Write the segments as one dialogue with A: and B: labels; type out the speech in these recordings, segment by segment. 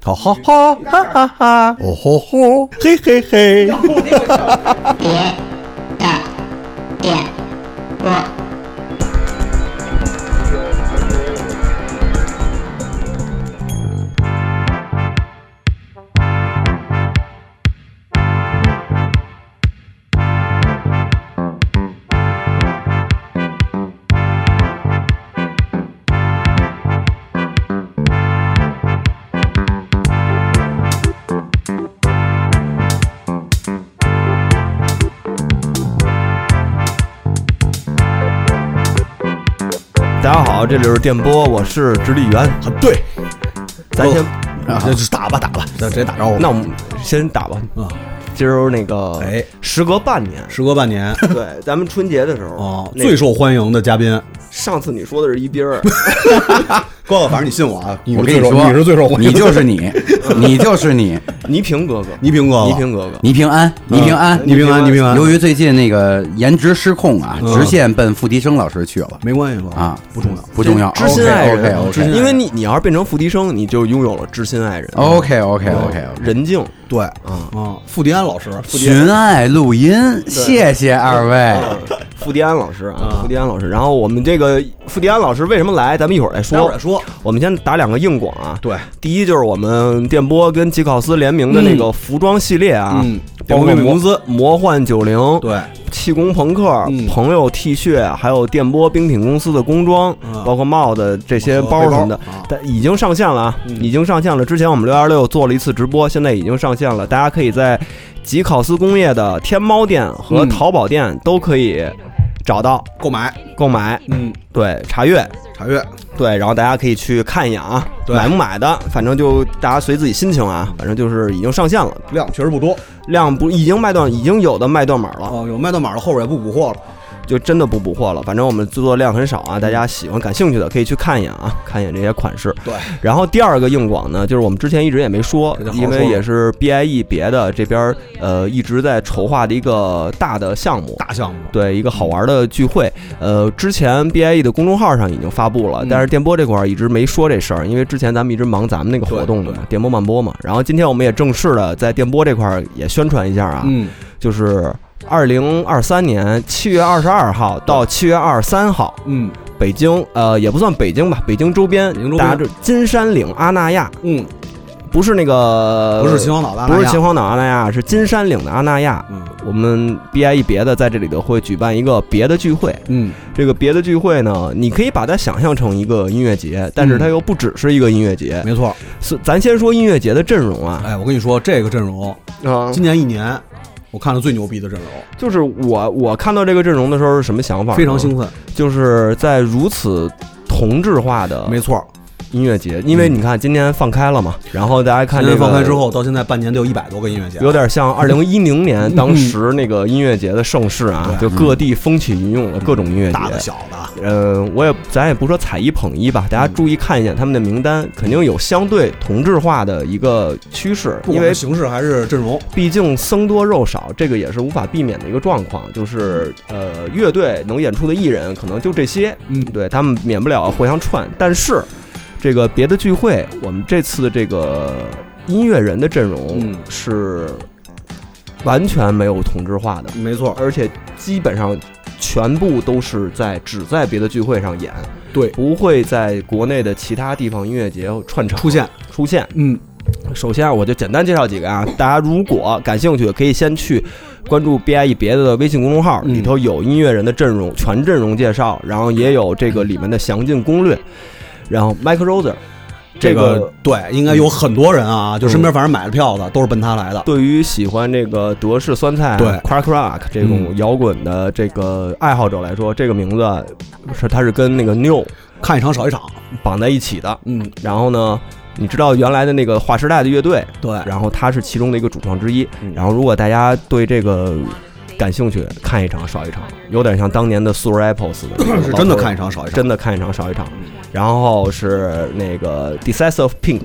A: 哈哈哈哈哈哈，哦吼吼，嘿嘿嘿，
B: 别的点播。
A: 大家好，这里是电波，我是直立员，
C: 啊，对，
A: 咱先，
C: 啊，这就打吧打吧，那直接打招呼。
A: 那我们先打吧，
C: 啊，
A: 今儿那个，
C: 哎，，
A: 时隔半年
C: 时隔半 年，
A: 对，咱们春节的时候，
C: 哦，
A: 那
C: 最受欢迎的嘉宾，
A: 上次你说的是一兵儿，
C: 哥哥，反正你信我啊，你
D: 我
C: 是
D: 跟你
C: 最受，
D: 说，
C: 你是最受欢迎的，
D: 你就是你，你就是你，
A: 倪萍哥哥，哦
C: 倪萍哥哥
A: 倪萍哥哥，
D: 倪平安，倪平安，
C: 倪嗯平安，倪嗯平安，
D: 由于最近那个颜值失控啊，直线奔付笛声老师去了
C: 没关系吧？
D: 啊，
C: 不重要，
D: 不重要，
A: 知心爱人
D: o
C: 知
D: k
C: 心爱人啊
A: 因为你你要是变成付笛生，你就拥有了知心爱人
C: 嗯
D: 哦 OK OK OK OK，
A: 人静，
C: 对，啊，傅迪安老师，
D: 寻爱录音，谢谢二位，
A: 付迪安老师啊
C: 啊，
A: 付迪安老师。然后我们这个付迪安老师为什么来，咱们一会儿再
C: 待会
A: 说
C: 儿再。说，
A: 我们先打两个硬广啊，
C: 对，
A: 第一就是我们电波跟吉考斯联名的那个服装系列啊，
C: 嗯
A: 包括
C: 电波
A: 魔
C: 公司
A: 魔幻九零、
C: 对，
A: 气功朋克、
C: 嗯
A: 朋友 T 恤，还有电波冰品公司的工装，
C: 啊
A: 包括帽子这些
C: 包
A: 包什么的
C: 背包啊，嗯
A: 但已经上线了啊，已经上线了。之前我们六幺六做了一次直播，现在已经上线了，大家可以在吉考斯工业的天猫店和
C: 嗯
A: 淘宝店都可以找到
C: 购买，
A: 购买，
C: 嗯，
A: 对，查阅。
C: 查阅，
A: 对，然后大家可以去看一眼啊，
C: 对
A: 买不买的，反正就大家随自己心情啊，反正就是已经上线了，
C: 量确实不多，
A: 量不已经卖断，已经有的卖断码了，
C: 哦，有卖到码的，后边也不补货了，
A: 就真的不补货了。反正我们制作量很少啊，
C: 嗯
A: 大家喜欢感兴趣的可以去看一眼啊，看一眼这些款式。
C: 对，
A: 然后第二个硬广呢，就是我们之前一直也没说
C: 这就，好
A: 因为
C: 说了
A: 也是 BIE 别的这边儿呃一直在筹划的一个大的项目，
C: 大项目，
A: 对一个好玩的聚会。呃，之前 BIE 的公众号上已经发布了，
C: 嗯
A: 但是电波这块儿一直没说这事儿，因为之前咱们一直忙咱们那个活动的嘛，电波慢播嘛。然后今天我们也正式的在电波这块儿也宣传一下啊，
C: 嗯，
A: 就是二零二三年七月二十二号到七月二十三号，
C: 嗯，
A: 北京呃也不算北京吧，北京周边，
C: 北京周边
A: 大家这金山岭阿那亚，
C: 嗯，
A: 不是那个
C: 呃不是秦皇岛的，
A: 不是秦皇
C: 皇，
A: 岛阿那亚，是金山岭的阿那亚。
C: 嗯
A: 我们 BIE 别的在这里头会举办一个别的聚会，
C: 嗯，
A: 这个别的聚会呢，你可以把它想象成一个音乐节，但是它又不只是一个音乐节。
C: 没错，
A: 是，咱先说音乐节的阵容啊，
C: 哎，我跟你说，这个阵容，
A: 啊
C: 今年一年。我看了最牛逼的阵容，
A: 就是我我看到这个阵容的时候是什么想法？
C: 非常兴，奋，
A: 就是在如此同质化的
C: 没错。
A: 音乐节，因为你看今年放开了嘛，然后大家看
C: 嗯今
A: 这
C: 天
A: 个
C: 放开之。后，到现在半年得有一百多个音乐节，
A: 有点像二零一零 年当时那个音乐节的盛世啊，就
D: 对
A: 各地风起云涌的各种音乐节，
C: 大的小的，
A: 呃，我也咱也不说踩一捧一吧，大
C: 嗯
A: 家注意看一眼他们的名单，肯定有相对同质化的一个趋势，
C: 不
A: 因
C: 管
A: 为
C: 是形式还是阵容，
A: 毕竟僧多肉少，这个也是无法避免的一个状况。就是呃，乐队能演出的艺人可能就这些，
C: 嗯
A: 对他们免不了互相串，但是这个别的聚会，我们这次的这个音乐人的阵容
C: 嗯
A: 是完全没有同质化的，
C: 没错，
A: 而且基本上全部都是在只在别的聚会上演，
C: 对，
A: 不会在国内的其他地方音乐节串场
C: 出现，
A: 出现。
C: 嗯，
A: 首先啊，我就简单介绍几个 啊，大家如果感兴趣，可以先去关注 BIE 别的微信公众号，
C: 嗯
A: 里头有音乐人的阵容、全阵容介绍，然后也有这个里面的详尽攻略。然后 Mike Roser，这
C: 这
A: 个嗯
C: 个对，应该有很多人啊，就身边反正买了票的都是奔他来的，
A: 对于喜欢这个德式酸菜、
C: 对
A: crack rock 这种
C: 嗯
A: 摇滚的这个爱好者来说，这个名字是它是跟那个 New
C: 看一场少一场，
A: 绑在一起的。
C: 嗯，
A: 然后呢，你知道原来的那个划时代的乐队，
C: 对，
A: 然后他是其中的一个主创之一
C: 嗯。
A: 然后如果大家对这个感兴趣，
C: ，
A: 看一场少一场，有点像当年的 Super Apples 的
C: 是真的看一场少一场，
A: 真的看一场少一场。然后是那个 Decisive Pink，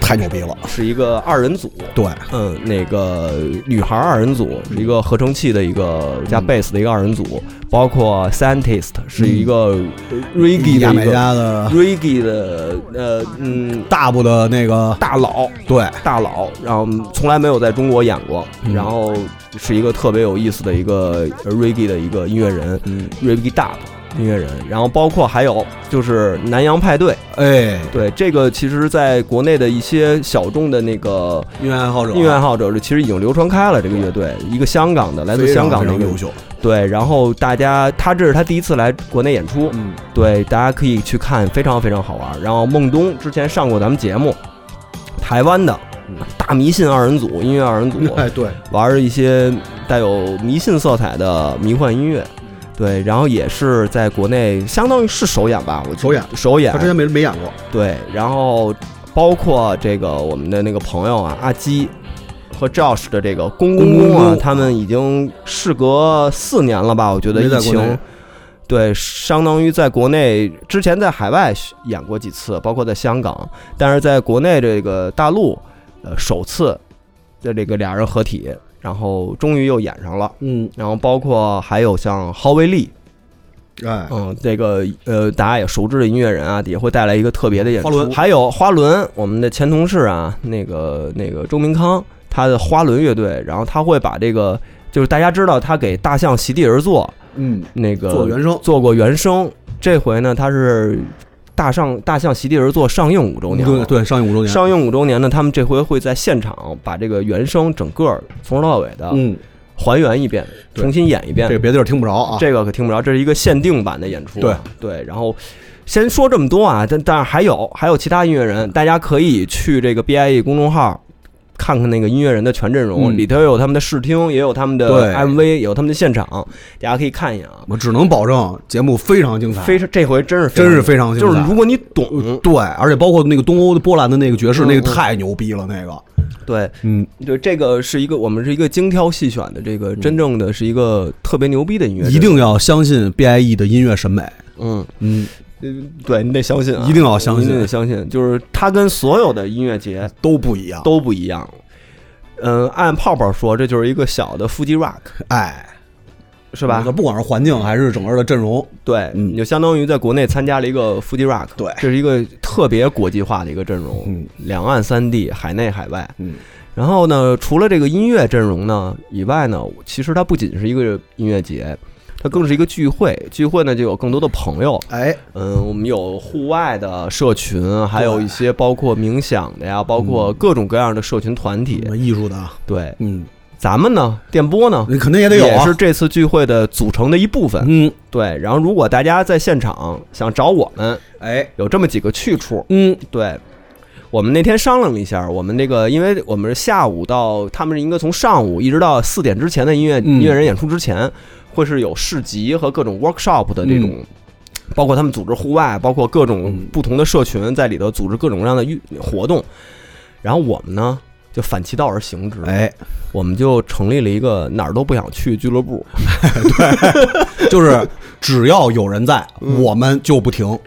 C: 太牛逼了。
A: 是一个二人组，
C: 对，
A: 嗯，那个女孩二人组是一个合成器的一个加 bass 的一个二人组，包括 Scientist 是一个 reggae
C: 牙
A: 的
C: 买
A: 一个
C: 加的
A: reggae 的呃嗯
C: 大部的那个
A: 大佬
C: 对，
A: 大佬，然后从来没有在中国演过，然后是一个特别有意思的一个呃 reggae 的一个音乐人
C: 嗯，
A: ，reggae dub 音乐人，然后包括还有就是南洋派对，
C: 哎，
A: 对这个其实在国内的一些小众的那个。
C: 音乐爱好者，啊
A: 音乐爱好者，这其实已经流传开了。这个乐队，一个香港的，来自
C: 非
A: 香
C: 常
A: 港的
C: 非
A: 一
C: 常
A: 个
C: 优秀，
A: 对。然后大家，他这是他第一次来国内演出，
C: 嗯，
A: 对，大家可以去看，非常非常好玩。然后孟东之前上过咱们节目，台湾的
C: 嗯
A: 大迷信二人 组，音乐二人组，
C: 哎，对，
A: 玩一些带有迷信色彩的迷幻音乐。对，然后也是在国内，相当于是首演吧，我记得
C: 首演
A: 首演
C: 他之前没没演过，
A: 对，然后包括这个我们的那个朋友啊，阿基和 Josh 的这个公公公
C: 公
A: 啊
C: 公，
A: 他们已经事隔四年了吧？我觉得
C: 没在
A: 疫
C: 国内
A: 情。对，相当于在国内之前在海外演过几次，包括在香港，但是在国内这个大陆，呃，首次的这个俩人合体，然后终于又演上了。
C: 嗯，
A: 然后包括还有像郝威利，
C: 哎，
A: 嗯，这个呃，大家也熟知的音乐人啊，也会带来一个特别的演出。
C: 花轮
A: 还有花轮，我们的前同事啊，那个那个周明康，他的花轮乐队，然后他会把这个，就是大家知道他给大象席地而坐，
C: 嗯，
A: 那个
C: 做原声，
A: 做过原声，这回呢，他是大上大象席地而坐上映五周年
C: 对
A: 了。
C: 对，上映五周年，
A: 上映五周年呢，他们这回会在现场把这个原声整个从头到尾的
C: 嗯，
A: 还原一遍，
C: 对
A: 重新演一遍。
C: 这个别的地儿听不着啊，
A: 这个可听不着，这是一个限定版的演出。啊
C: 对
A: 对，然后先说这么多啊，但但是还有还有其他音乐人，大家可以去这个 BIE 公众号。看看那个音乐人的全阵容，
C: 嗯
A: 里头有他们的试听，也有他们的
C: 对
A: MV，也有他们的现场，大家可以看一眼啊。
C: 我只能保证节目非常精彩，
A: 非常这回真是
C: 真是非常精
A: 就
C: 彩嗯
A: 是如果你懂，
C: 对，而且包括那个东欧的波兰的那个爵
A: 嗯
C: 士，那个太牛逼了，那个，
A: 对
C: 嗯，
A: 对，这个是一个我们是一个精挑细选的，这个真正的是一个特别牛逼的音乐人，
C: 一定要相信 BIE 的音乐审美，
A: 嗯，
C: 嗯，
A: 对你得相信啊、
C: 一定要相信
A: 一定得相信，就是他跟所有的音乐节
C: 都不一样，
A: 都不一样。嗯，按泡泡说，这就是一个小的腹肌 rock，
C: 哎，
A: 是吧
C: 就？不管是环境还是整个的阵容，
A: 对，
C: 嗯
A: 你就相当于在国内参加了一个腹肌 rock，
C: 对
A: 这是一个特别国际化的一个阵容，
C: 嗯
A: 两岸三地，海内海外。
C: 嗯，
A: 然后呢，除了这个音乐阵容呢以外呢，其实它不仅是一个音乐节，它更是一个聚会。聚会呢，就有更多的朋友，
C: 哎，
A: 嗯，我们有户外的社群，还有一些包括冥想的呀，包括各种各样的社群团体
C: 什。么艺术的啊，
A: 对，
C: 嗯，
A: 咱们呢，电波呢，
C: 你肯定也得有
A: 也
C: 啊
A: 是，这次聚会的组成的一部分。
C: 嗯，
A: 对，然后如果大家在现场想找我们，
C: 哎，
A: 有这么几个去处，
C: 嗯，
A: 对。我们那天商量了一下，我们这个，因为我们是下午到，他们是应该从上午一直到四点之前的音乐、
C: 嗯
A: 音乐人演出之前，会是有市集和各种 workshop 的这种，
C: 嗯
A: 包括他们组织户外，包括各种不同的社群在里头组织各种各样的运活动。然后我们呢就反其道而行之，
C: 哎，
A: 我们就成立了一个哪儿都不想去俱乐部。
C: 就是只要有人 在，
A: 嗯
C: 我们就不停，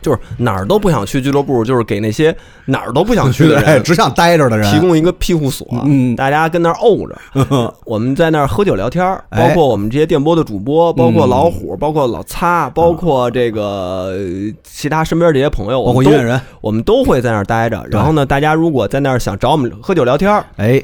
A: 就是哪儿都不想去俱乐部，就是给那些哪儿都不想去的
C: 哎
A: 人
C: 只想待着的人
A: 提供一个庇护所，
C: 嗯
A: 大家跟那儿怄着， 我们在那儿喝酒聊天儿，包
C: 哎嗯
A: 括我们这些电波的主播，包括老虎，包括老擦，包括这个呃其他身边这些朋友，
C: 包括
A: 我们都
C: 音乐人，
A: 我们都会在那儿待着。然后呢，大家如果在那儿想找我们喝酒聊天儿，
C: 哎，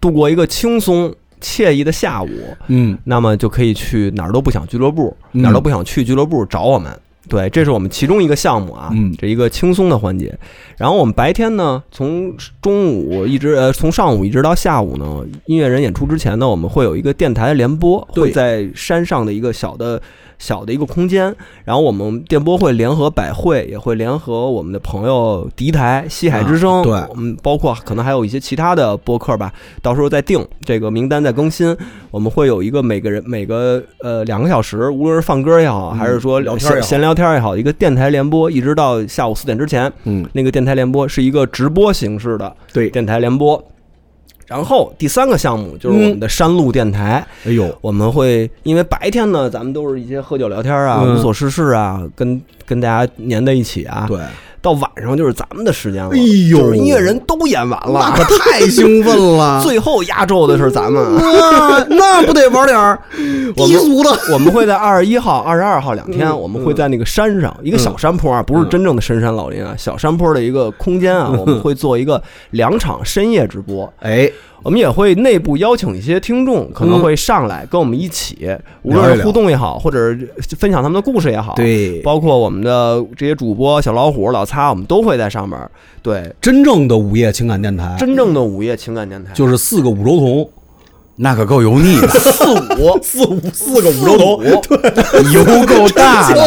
A: 度过一个轻松惬意的下午，
C: 嗯，
A: 那么就可以去哪儿都不想俱乐部，
C: 嗯
A: 哪儿都不想去俱乐部找我们。对，这是我们其中一个项目啊，
C: 嗯
A: 这一个轻松的环节。然后我们白天呢，从中午一直呃，从上午一直到下午呢，音乐人演出之前呢，我们会有一个电台的联播，
C: 对
A: 会在山上的一个小的小的一个空间。然后我们电波会联合百汇，也会联合我们的朋友敌台、西海之声，
C: 啊对
A: 我们包括可能还有一些其他的播客吧，到时候再定这个名单再更新。我们会有一个每个人每个呃两个小时，无论是放歌也好，还是说
C: 聊
A: 嗯
C: 天
A: 闲
C: 也好
A: 闲聊天也好，一个电台联播，一直到下午四点之前。
C: 嗯，
A: 那个电台联播是一个直播形式的
C: 对
A: 电台联播。然后第三个项目就是我们的山路电台，
C: 哎呦，
A: 我们会因为白天呢，咱们都是一些喝酒聊天啊，
C: 嗯
A: 无所事事啊，跟跟大家粘在一起啊。，
C: 对，
A: 到晚上就是咱们的时间了，
C: 哎呦
A: 就是音乐人都演完
C: 那
A: 了，
C: 可太兴奋了，
A: 最后压轴的是咱们。啊
C: 那啊那不得玩点儿低俗的？
A: 我们会在二十一号、二十二号两
C: 嗯
A: 天，我们会在那个山上，一个小山坡啊，不是真正的深山老林
C: 嗯
A: 啊，小山坡的一个空间啊，我们会做一个两场深夜直播。
C: 哎，
A: 我们也会内部邀请一些听众，可能会上来跟我们一起，无
C: 聊一
A: 论是
C: 嗯聊
A: 互动也好，或者是分享他们的故事也好，，
C: 对，
A: 包括我们的这些主播小老虎、老擦，我们都会在上面。对，
C: 真正的午夜情感电台，
A: 真正的午夜情感电台，
C: 就是四个五洲同，
D: 那可够油腻的，
A: 四五
C: 四五四个五洲同，
D: 油够 大的。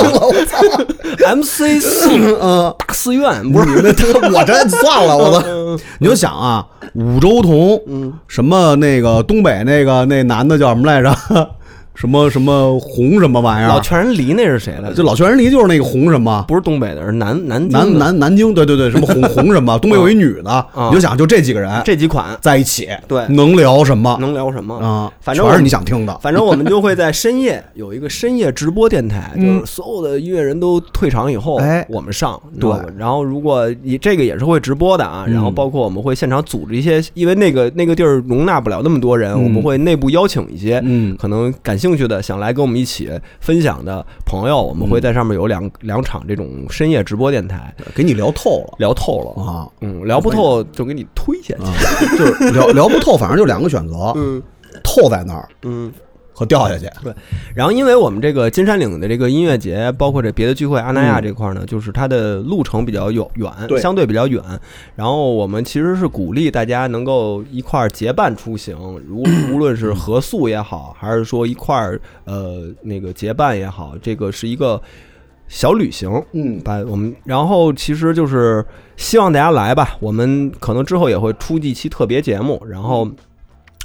A: MC 四呃
C: 嗯，
A: 大寺院，
C: 不
A: 不
C: 是
A: 是
C: 你们这，我这算了，我都， 你就想啊，五洲同，
A: 嗯，
C: 什么那个东北那个那男的叫什么来着？ 什么什么红什么玩意
A: 老
C: 儿？啊
A: 全人离那是谁来
C: 嗯
A: 着？
C: 就老全人离就是那个红什么。
A: 不是东北的，是南南京的
C: 南南南京，对对对，什么红红什么，东北有一女的，
A: 嗯
C: 你就想就这几个人
A: 这几款
C: 在一起，
A: 对
C: 能聊什么
A: 能聊什么
C: 啊？
A: 反正
C: 全是
A: 我
C: 你想听的，
A: 反正我们就会在深夜有一个深夜直播电台，就是所有的音乐人都退场以后，
C: 嗯哎
A: 我们上你知道吧然后如果你这个也是会直播的
C: 嗯
A: 啊，然后包括我们会现场组织一些，因为那个那个地儿容纳不了那么多人，我们会内部邀请一些
C: 嗯
A: 可能感兴趣的想来跟我们一起分享的朋友，我们会在上面有两两场这种深夜直播电台，
C: 给你聊透了
A: 聊透了。
C: 啊，
A: 嗯，聊不透就给你推下去。
C: 就是聊 聊不透，反正就两个选择，
A: 嗯
C: 透在那儿
A: 嗯，
C: 和掉下去。
A: 然后，因为我们这个金山岭的这个音乐节，包括这别的聚会，阿那亚这块儿呢，就是它的路程比较有远，
C: 嗯对
A: 相对比较远。然后我们其实是鼓励大家能够一块儿结伴出行，无无论是合宿也好，还是说一块儿呃那个结伴也好，这个是一个小旅行。
C: 嗯，
A: 把我们，然后其实就是希望大家来吧，我们可能之后也会出一期特别节目，然后
C: 嗯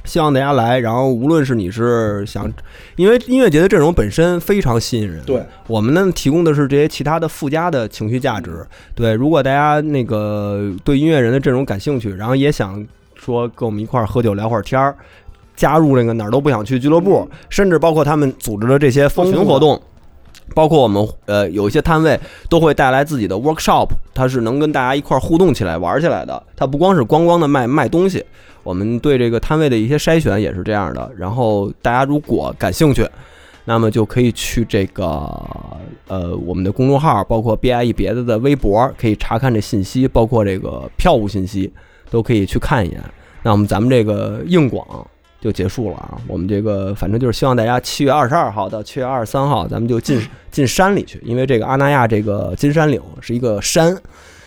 A: 希望大家来，然后无论是你是想，因为音乐节的阵容本身非常吸引人，
C: 对，
A: 我们呢提供的是这些其他的附加的情绪价值，对，如果大家那个对音乐人的阵容感兴趣，然后也想说跟我们一块儿喝酒聊会儿天儿。加入那个哪儿都不想去俱乐部，甚至包括他们组织的这些风
C: 都
A: 群
C: 是
A: 活动，包括我们呃有一些摊位都会带来自己的 workshop，它是能跟大家一块儿互动起来、玩起来的。它不光是光光的卖卖东西，我们对这个摊位的一些筛选也是这样的。然后大家如果感兴趣，那么就可以去这个呃我们的公众号，包括 BIE 别的的微博，可以查看这信息，包括这个票务信息都可以去看一眼。那我们咱们这个硬广就结束了啊。我们这个反正就是希望大家七月二十二号到七月二十三号，咱们就 进进山里去，因为这个阿那亚这个金山岭是一个山，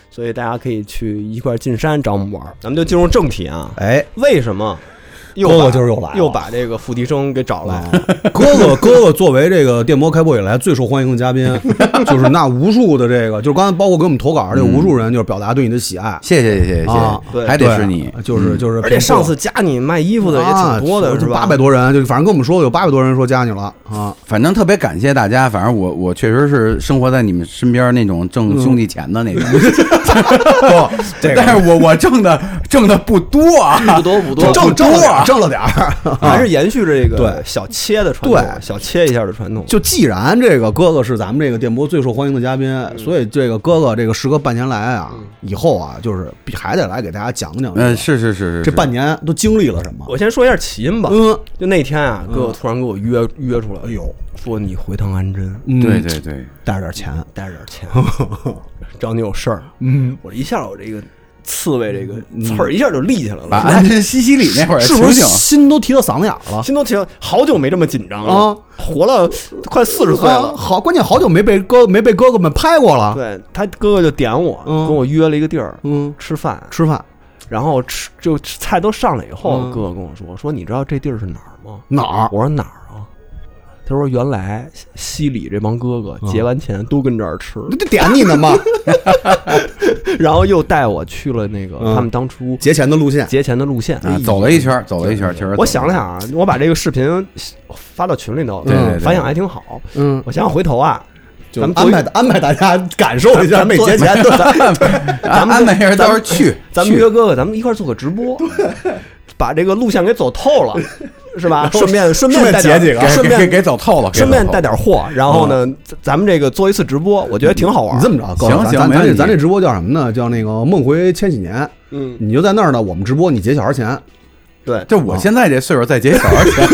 A: 所以大家可以去一块儿进山找我们玩儿。咱们就进入正题啊，
C: 哎，
A: 为什么又
C: 哥哥
A: 把
C: 今儿又来了
A: 又把这个付笛声给找来
C: 啊
A: 了？
C: 哥哥哥哥作为这个电波开播以来最受欢迎的嘉宾，就是那无数的这个，就是刚才包括给我们投稿
A: 嗯
C: 这无数人，就是表达对你的喜爱。
D: 谢谢谢谢谢
C: 啊
D: 谢，
A: 对
D: 还
C: 对
D: 得是你，
C: 就是就是，
A: 嗯而且上次加你卖衣服的也挺多的，是吧？
C: 八百多啊人，就反正跟我们说有八百多人说加你了啊。
D: 反正特别感谢大家。反正我我确实是生活在你们身边那种挣兄弟钱的那种， 不，
C: 这个
D: 但是我我挣的挣的不多啊
A: 不，多啊不多，
D: 这
C: 挣
D: 挣
C: 挣了点
D: 多
C: 儿
D: 啊
C: 挣了点儿，
A: 还是延续着这个
C: 对
A: 小切的传统，
C: 对
A: 小切一下的传统。
C: 就既然这个哥哥是咱们这个电波最受欢迎的嘉宾，所以这个哥哥这个时隔半年来啊，以后啊，就是必还得来给大家讲讲这个、
D: 嗯，是是是是，
C: 这半年都经历了什么。
A: 我先说一下起因吧。
C: 嗯，
A: 就那天啊，哥哥突然给我约约出来，
C: 哎呦，
A: 说你回趟安贞，
C: 嗯
D: 对，对对，
C: 带着点钱，
A: 带着点 钱，找你有事儿。
C: 嗯，
A: 我一下我这个刺猬这个刺儿一下就立起来了，
D: 把
A: 是吧
D: 安贞西西里那会儿的
C: 是
D: 情
C: 不是
D: 景，
C: 心都提到嗓子眼儿了？
A: 心都停，好久没这么紧张了
C: 啊，
A: 活了快四十岁
C: 啊
A: 了。
C: 好，关键好久没被哥没被哥哥们拍过了。
A: 对他哥哥就点我，
C: 啊嗯
A: 跟我约了一个地儿
C: 嗯，
A: 吃饭，
C: 吃饭
A: 然后吃就菜都上来以后，
C: 嗯
A: 哥哥跟我说说你知道这地儿是哪儿吗？
C: 哪儿？
A: 我说哪儿啊？他说原来西西里这帮哥哥
C: 嗯
A: 结完钱都跟这儿吃，
C: 那就点你呢嘛，
A: 然后又带我去了那个
C: 嗯
A: 他们当初
C: 节前的路线。
A: 节前的路线。哎
D: 啊，走了一圈，走了一圈，确实。
A: 我想了，想啊，我把这个视频发到群里头，
D: 对对对
A: 反响还挺好。
C: 嗯，
A: 我想想回头啊，咱们
C: 安排安排大家感受一下每节 前的。
D: 安啊安排一下，到时候去，
A: 咱们
D: 去
A: 约哥哥，咱们一块儿做个直播，把这个路线给走透了，是吧？顺便顺便
C: 顺便
A: 带点
C: 解几个
D: 给
A: 顺
D: 给
A: 便
D: 给走透
C: 哦
D: 了，给
A: 顺便
D: 走透
A: 带
D: 了
A: 点货，然后呢，咱咱们这个做一次直播，我觉得挺好玩。
C: 你这么着，高老
D: 行
C: 师
D: 行
C: 咱
D: 没
C: 咱
D: 问
C: 这
D: 题
C: 咱这直播叫什么呢？叫那个梦回千禧年。
A: 嗯，
C: 你就在那儿呢，我们直播，你结小孩钱，
A: 对，
D: 就我现在这岁数，再结小孩钱，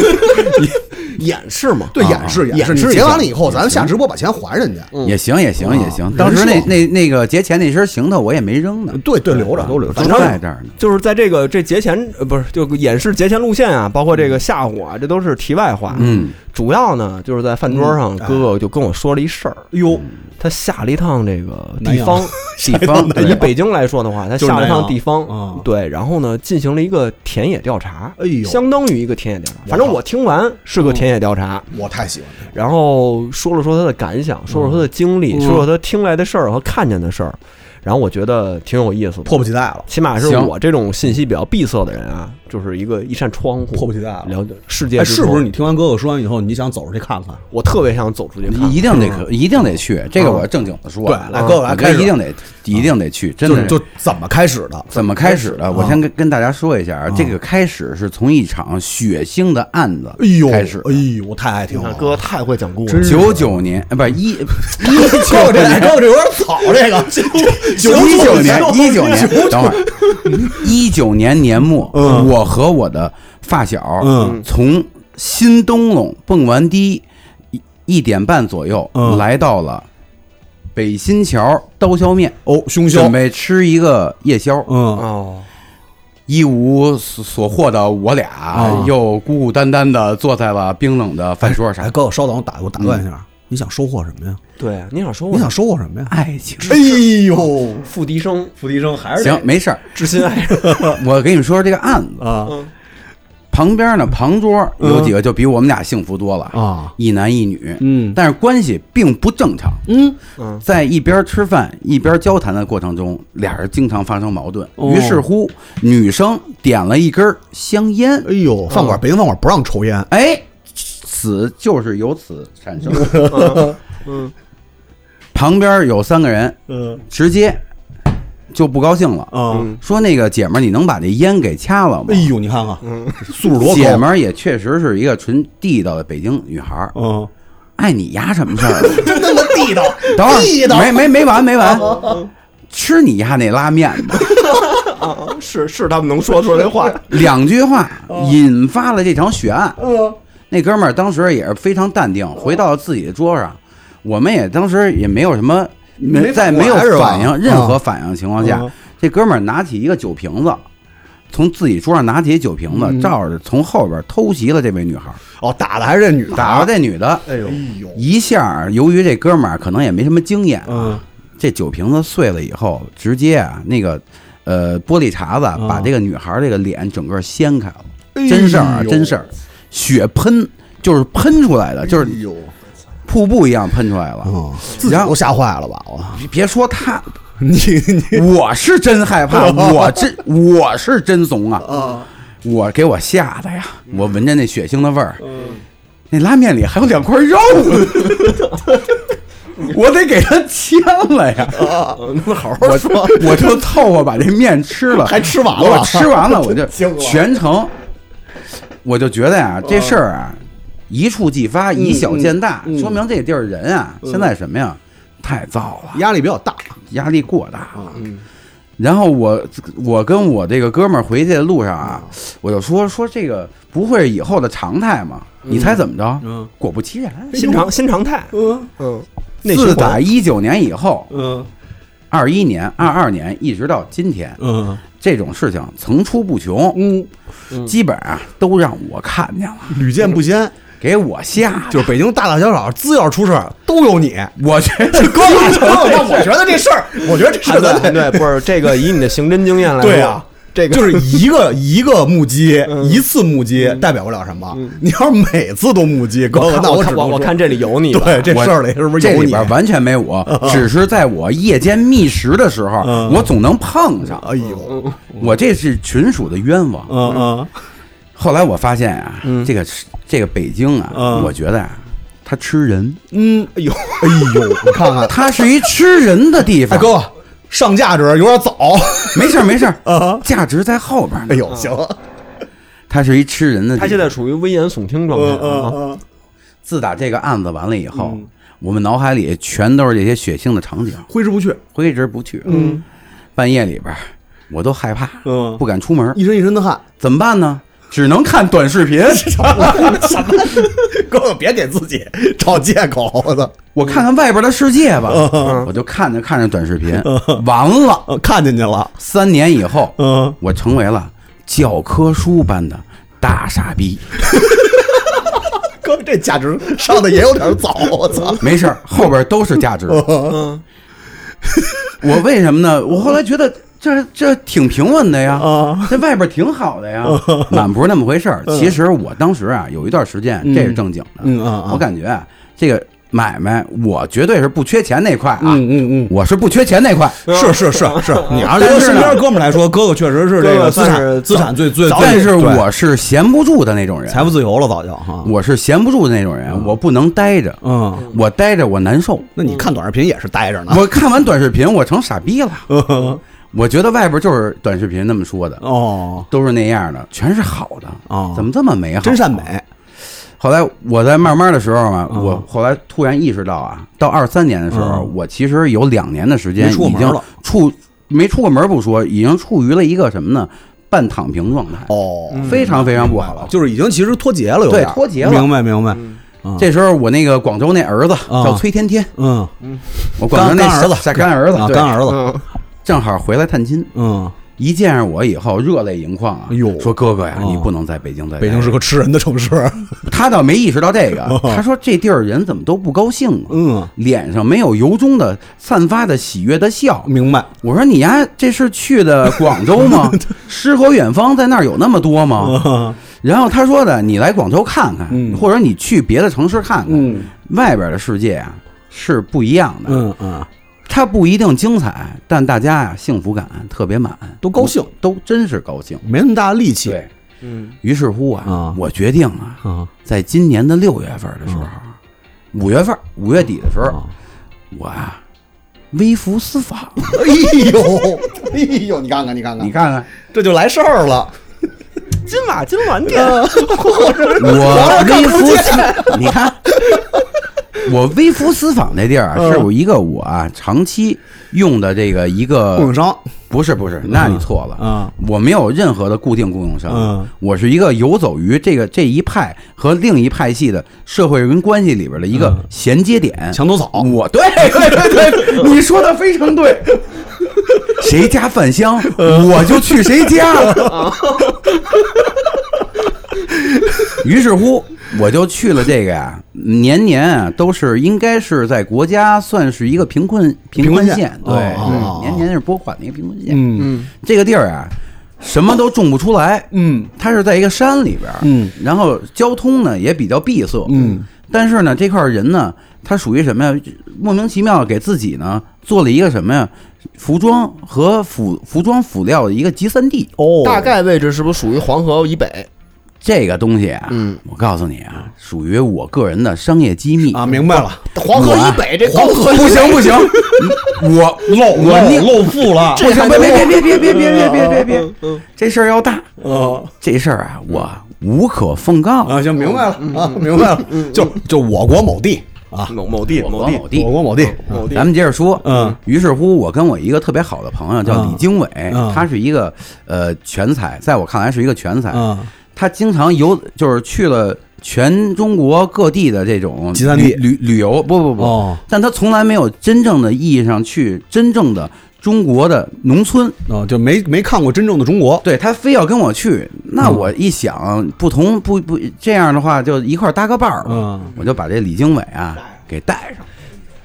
A: 演示嘛，
C: 对，
D: 啊
C: 演示
A: 演
C: 示，你
A: 示一
C: 结
A: 下
C: 完了以后，咱下直播把钱还人家。
D: 也行，也行，也行
C: 人。
D: 当时那
C: 设
D: 那那个节前那身行头我也没扔呢，
C: 对对，留着都留着。
A: 反
D: 都
A: 正
D: 在这儿呢。
A: 就是在这个这节前呃不是就演示节前路线啊，包括
C: 嗯
A: 这个吓唬啊，这都是题外话。
D: 嗯，
A: 主要呢就是在饭桌
C: 嗯
A: 上，哥哥就跟我说了一事儿，
C: 哟，
A: 他下了一趟这个
C: 南
A: 地
C: 阳
A: 方，呃
D: 地方
A: 以北京来说的话，他
C: 就是
A: 下了一
C: 南
A: 趟
C: 阳
A: 地方
C: 嗯，
A: 对，然后呢进行了一个田野调查，
C: 哎呦
A: 相当于一个田野调查。反正
C: 我靠
A: 我听完是个田野调查，
C: 我太喜欢这
A: 然后说了说他的感想，说说他的经
C: 嗯
A: 历，说说他听来的事儿和个看见的事儿，然后我觉得挺有意思的。
C: 个，迫不及待了，
A: 起码是
D: 行
A: 我这种信息比较闭塞的人啊，就是一个一扇窗户，
C: 迫不及待了。
A: 了解世界
C: 哎，
A: 之
C: 是不是
A: 窗
C: 你听完哥哥说完以后，你想走出去看看？
A: 我特别想走出去看看
D: 一定得可，一定得去。这个我正经的说啊，
C: 对来哥哥来
D: 我觉
C: 开
D: 得
C: 始
D: 一定得，一定得去，真
C: 就
D: 的
C: 是
D: 是
C: 就怎么开始啊的？
D: 怎么开始的？我先跟跟大家说一下啊，这个开始是从一场血腥的案子
C: 哎呦，
D: 开始
C: 哎。呦，我太爱听
A: 你
C: 了
A: 看。哥太会讲故事
C: 真
A: 了，
C: 是
D: 九九年，呃不是一一
C: 哥哥这哥哥这有点草，这个九
D: 一九年
C: 九，
D: 一九年，等会儿，一九年年末，我和我的发小，
C: 嗯，
D: 从新东陇蹦完堤一一点半左右，
C: 嗯
D: 来到了北新桥刀削面，
C: 哦，胸
D: 准
C: 宵，
D: 备吃一个夜宵，
C: 嗯，
A: 哦，
D: 一无所所获的我俩、
C: 啊
D: 又孤孤单单的坐在了冰冷的饭桌
C: 哎，
D: 上，
C: 哥哥稍等，我打我打断一下，你想收获什么呀？
A: 对，你想说
C: 你
A: 我
C: 想收获什么呀？
D: 爱情。
C: 哎呦，
A: 付笛声，
C: 付笛声还
D: 行，没事儿，
A: 知心爱 人，
D: 我给你们说说这个案子。
C: 啊
D: 旁边呢，旁桌有几个就比我们俩幸福多了，
C: 啊，
D: 一男一女，
C: 嗯
D: 但是关系并不正常。
C: 嗯，
A: 嗯，
D: 在一边吃饭一边交谈的过程中，俩人经常发生矛盾。
C: 哦
D: 于是乎，女生点了一根香烟，
C: 哎呦，饭馆北京饭馆不让抽烟，
D: 哎，此就是由此产生。
A: 嗯，
D: 旁边有三个人，
C: 嗯
D: 直接就不高兴了，
C: 啊，
D: 说那个姐们儿，你能把这烟给掐了吗
C: 哎？呦，你看看，素质多
D: 姐
C: 高
D: 们，儿也确实是一个纯地道的北京女孩儿，
C: 嗯，
D: 碍你丫什么事儿啊？
C: 真他妈地 道，
D: 等会
C: 地道啊
D: 儿，没没没完没完，吃你丫那拉面吧！
A: 啊，是是他们能说出来话，
D: 两句话
C: 哦
D: 引发了这场血案。
C: 嗯
D: 那哥们儿当时也是非常淡
C: 哦
D: 定，回到自己的桌上。我们也当时也没有什么，
C: 没
D: 在
C: 反应
D: 没有
C: 是吧
D: 反应
C: 啊
D: 任何反应情况下
C: 嗯，
D: 这哥们儿拿起一个酒瓶子，从自己桌上拿起酒瓶子，照着从后边偷袭了这位女孩，
C: 哦，打嗯的还是这女的，
D: 打了这女的
C: 哎呦，
D: 一下。由于这哥们儿可能也没什么经验，
C: 嗯，
D: 这酒瓶子碎了以后，直接啊那个呃玻璃碴
C: 啊
D: 子把这个女孩这个脸整个掀开了，
C: 哎
D: 真事儿啊，真事儿，血喷就是喷出来的，就是
C: 哎呦，
D: 瀑布一样喷出来了。
C: 嗯，自己
D: 然后
C: 都吓坏了吧？ 我，
D: 别别说他，
C: 你你
D: 我是真害怕，我 真我是真怂啊！
C: 啊，嗯
D: 我给我吓得呀，我闻着那血腥的味儿，那拉面里还有两块 肉呢，我得给他切了
C: 啊
D: 呀！
C: 嗯
A: 能好好
D: 我说，我就凑合把这面吃了，
C: 还吃完了
D: 我吃 完了，我就
C: 惊了嗯
D: 全程，我就觉得呀、这事儿啊，一触即发，以小见大，说明这地儿人啊，现在什么呀，太燥了，
C: 嗯压力嗯比较大，
D: 压力过大了。然后我我跟我这个哥们儿回去的路上
C: 嗯
D: 啊，我就说说这个不会是以后的常态嘛？你猜怎么着？
C: 嗯
D: 果不其然，
A: 新常新常态，
C: 哎嗯
A: 嗯，内
D: 自
A: 循
D: 打
A: 环，
D: 一九年以后，
C: 嗯
D: 二一年、二二年一直到今天，
C: 嗯
D: 这种事情层出不穷，
C: 嗯，
D: 基本啊都让我看见了，
C: 屡见不鲜，
D: 给我吓的。
C: 就是北京大大小小，只要出事儿都有你。
D: 我觉得
C: 哥，那 我觉得这事儿，我觉得这事
A: 对
C: 儿咱得
A: 对，不是这个，以你的刑侦经验来说，
C: 对啊，
A: 这个
C: 就是一个一个目击，一次目击代表不了什么。你要是每次都目击，哥
A: 我
C: 哥，
A: 看
C: 那
A: 我
C: 只
A: 看
C: 能
A: 我我
C: 说
A: 看这里有你吧，
C: 对这事儿里是不是
D: 这
C: 有
D: 里
C: 你？
D: 边完全没有我，只是在我夜间觅食的时候，
C: 嗯
D: 我总能碰上。
C: 哎呦，
D: 我这是纯属的冤枉。
C: 嗯嗯
D: 后来我发现啊，这个是这个北京啊，
C: 嗯
D: 我觉得啊，他吃人，
C: 嗯，哎呦， 哎呦，你看看，
D: 他是一吃人的地
C: 哎
D: 方。
C: 哥，嗯上价值有点早
D: 没事儿没 事儿，
C: 啊。
D: 价值在后边儿呢。
C: 哎呦，行，
D: 他是一吃人的地方。
A: 他现在处于危言耸听状态啊，
C: 嗯
D: 自打这个案子完了以后，
C: 嗯
D: 我们脑海里全都是这些血腥的场景，
C: 挥之不去，
D: 挥之不去。
C: 嗯，
D: 半夜里边儿我都害怕，
C: 嗯
D: 不敢出门，
C: 一身一身的 汗。
D: 怎么办呢？只能看短 视频。
C: 哥哥，别给自己找借口，我操！
D: 我看看外边的世界吧，
C: 嗯
D: 我就看着看着短视频，完了，
C: 呃，看进去了，
D: 三年以后，
C: 嗯，
D: 我成为了教科书般的大傻逼。
C: 哥，这价值上的也有点早，我操！
D: 没事儿，后边都是价值。
A: 嗯，
D: 我为什么呢？我后来觉得这这挺平稳的呀
C: 啊，
D: 这外边挺好 的呀，满不是那么回事儿。其实我当时啊，有一段时间这是正经的，
C: 嗯啊啊
D: 我感觉啊，这个买卖我绝对是不缺钱那块啊，
C: 嗯嗯
D: 我是不缺钱那块。
A: 嗯
C: 是是是是，你要是
D: 但
C: 跟
D: 是
C: 身
D: 呢
C: 边哥们儿来说，哥哥确实是这
A: 哥哥
C: 个资
A: 算
C: 产
A: 是
C: 资产最最，
D: 但是
C: 最对嗯
D: 我是闲不住的那种人，
C: 财富自由了，早就哈。
D: 我是闲不住的那种人，我不能待着，
C: 嗯，
D: 我待着我难受。
C: 那你看短视频也是待着呢。
D: 我看完短视频，我成傻逼了。
C: 嗯
D: 我觉得外边就是短视频那么说的，
C: 哦，
D: 都是那样的，全是好的
C: 哦
D: 怎么这么美好？
C: 真善美。
D: 后来我在慢慢的时候嘛，
C: 嗯
D: 我后来突然意识到啊，到二三年的时候，
C: 嗯
D: 我其实有两年的时间
C: 没出过
D: 已
C: 门
D: 经
C: 了
D: 处没出过门不说，已经处于了一个什么呢？半躺平状态，
C: 哦，
D: 非常非常不好了。
C: 就是已经其实脱节了，有点
D: 对脱节了
C: 明白明白。嗯
D: 这时候我那个广州那儿子
C: 啊
D: 叫崔天天，
C: 嗯
D: 我广州
C: 干
D: 那
C: 干儿子
D: 小干儿子
C: 啊，，
D: 对
C: 干儿子，
A: 嗯
D: 正好回来探亲，
C: 嗯，
D: 一见着我以后热泪盈眶啊，
C: 哎呦
D: 说哥哥呀，
C: 哦
D: 你不能在北京再
C: 北京
D: 待
C: 是个吃人的城市。
D: 他倒没意识到这个
C: 哦，
D: 他说这地儿人怎么都不高兴 啊，
C: 嗯，
D: 脸上没有由衷的散发的喜悦的笑。
C: 明白。
D: 我说你呀，这是去的广州 吗？诗和远方在那儿有那么多吗？
C: 嗯
D: 然后他说的，你来广州看看，
C: 嗯
D: 或者你去别的城市看看，外边的世界啊是不一样的，
C: 嗯嗯，
D: 它不一定精彩，但大家呀幸福感特别满，
C: 都高兴，
D: 都真是高兴。
C: 没那么大力气。
D: 对
A: 嗯
D: 于是乎啊
C: 啊，
D: 我决定啊，
C: 啊，
D: 在今年的六月份的时候，五月份五月底的时候
C: 嗯啊，
D: 我啊微服私访，
C: 哎呦，哎呦，你看看，你看看，
D: 你 看看，
C: 这就来事儿了。
A: 今晚今晚点，
D: 我微服私，你看。我微服私访这地儿啊，
C: 嗯
D: 是我一个我啊长期用的这个一个
C: 供应商，
D: 不是不是，那你错了
C: 嗯
D: 我没有任何的固定供应商，
C: 嗯
D: 我是一个游走于这个这一派和另一派系的社会人关系里边的一个
C: 嗯
D: 衔接点。
C: 墙头草
D: 我对对对对，你说的非常对。谁家饭香，
C: 嗯
D: 我就去谁家。于是乎，我就去了这个呀、年年啊都是应该是在国家算是一个贫困贫困
C: 贫困
D: 县
C: 县，
D: 对，
C: 哦
D: 嗯
C: 哦哦
D: 年年是拨款的一个贫困县。
C: 嗯
A: 嗯
D: 这个地儿啊，什么都种不出来。
C: 嗯，
D: 它是在一个山里边，
C: 嗯，
D: 然后交通呢也比较闭塞，嗯，但是呢，这块人呢，他属于什么呀？莫名其妙给自己呢做了一个什么呀？服装和辅服装辅料的一个集散地。
C: 哦
A: 大概位置是不是属于黄河以北？
D: 这个东西啊，嗯，我告诉你啊，属于我个人的商业机密
C: 啊，明白了，
A: 黄河以北这黄河
D: 不行不行，我
C: 露
D: 我
C: 露
D: 宁
C: 露富了，
D: 不行，别别别别别别别别别别别，这事儿要大，
C: 嗯
D: 这事儿啊，我无可奉告。
C: 啊，行，明白了啊，明白了，就就我国某地啊，
A: 某某地
D: 我
A: 某
D: 国
A: 地
D: 某地
C: 我国某地，
A: 某地
D: 咱，们接着说，
C: 嗯，
D: 于是乎，我跟我一个特别好的朋友叫
C: 嗯
D: 李经纬，
C: 嗯
D: 他是一个呃全才，在我看来是一个全才，
C: 嗯
D: 他经常游，就是去了全中国各地的这种
C: 集散地
D: 旅旅旅游，不不不，
C: 哦
D: 但他从来没有真正的意义上去真正的中国的农村，
C: 哦，就没没看过真正的中国，
D: 对他非要跟我去，那
C: 嗯
D: 我一想，不同不不这样的话，就一块儿搭个伴儿吧，
C: 嗯
D: 我就把这李经纬啊给带上。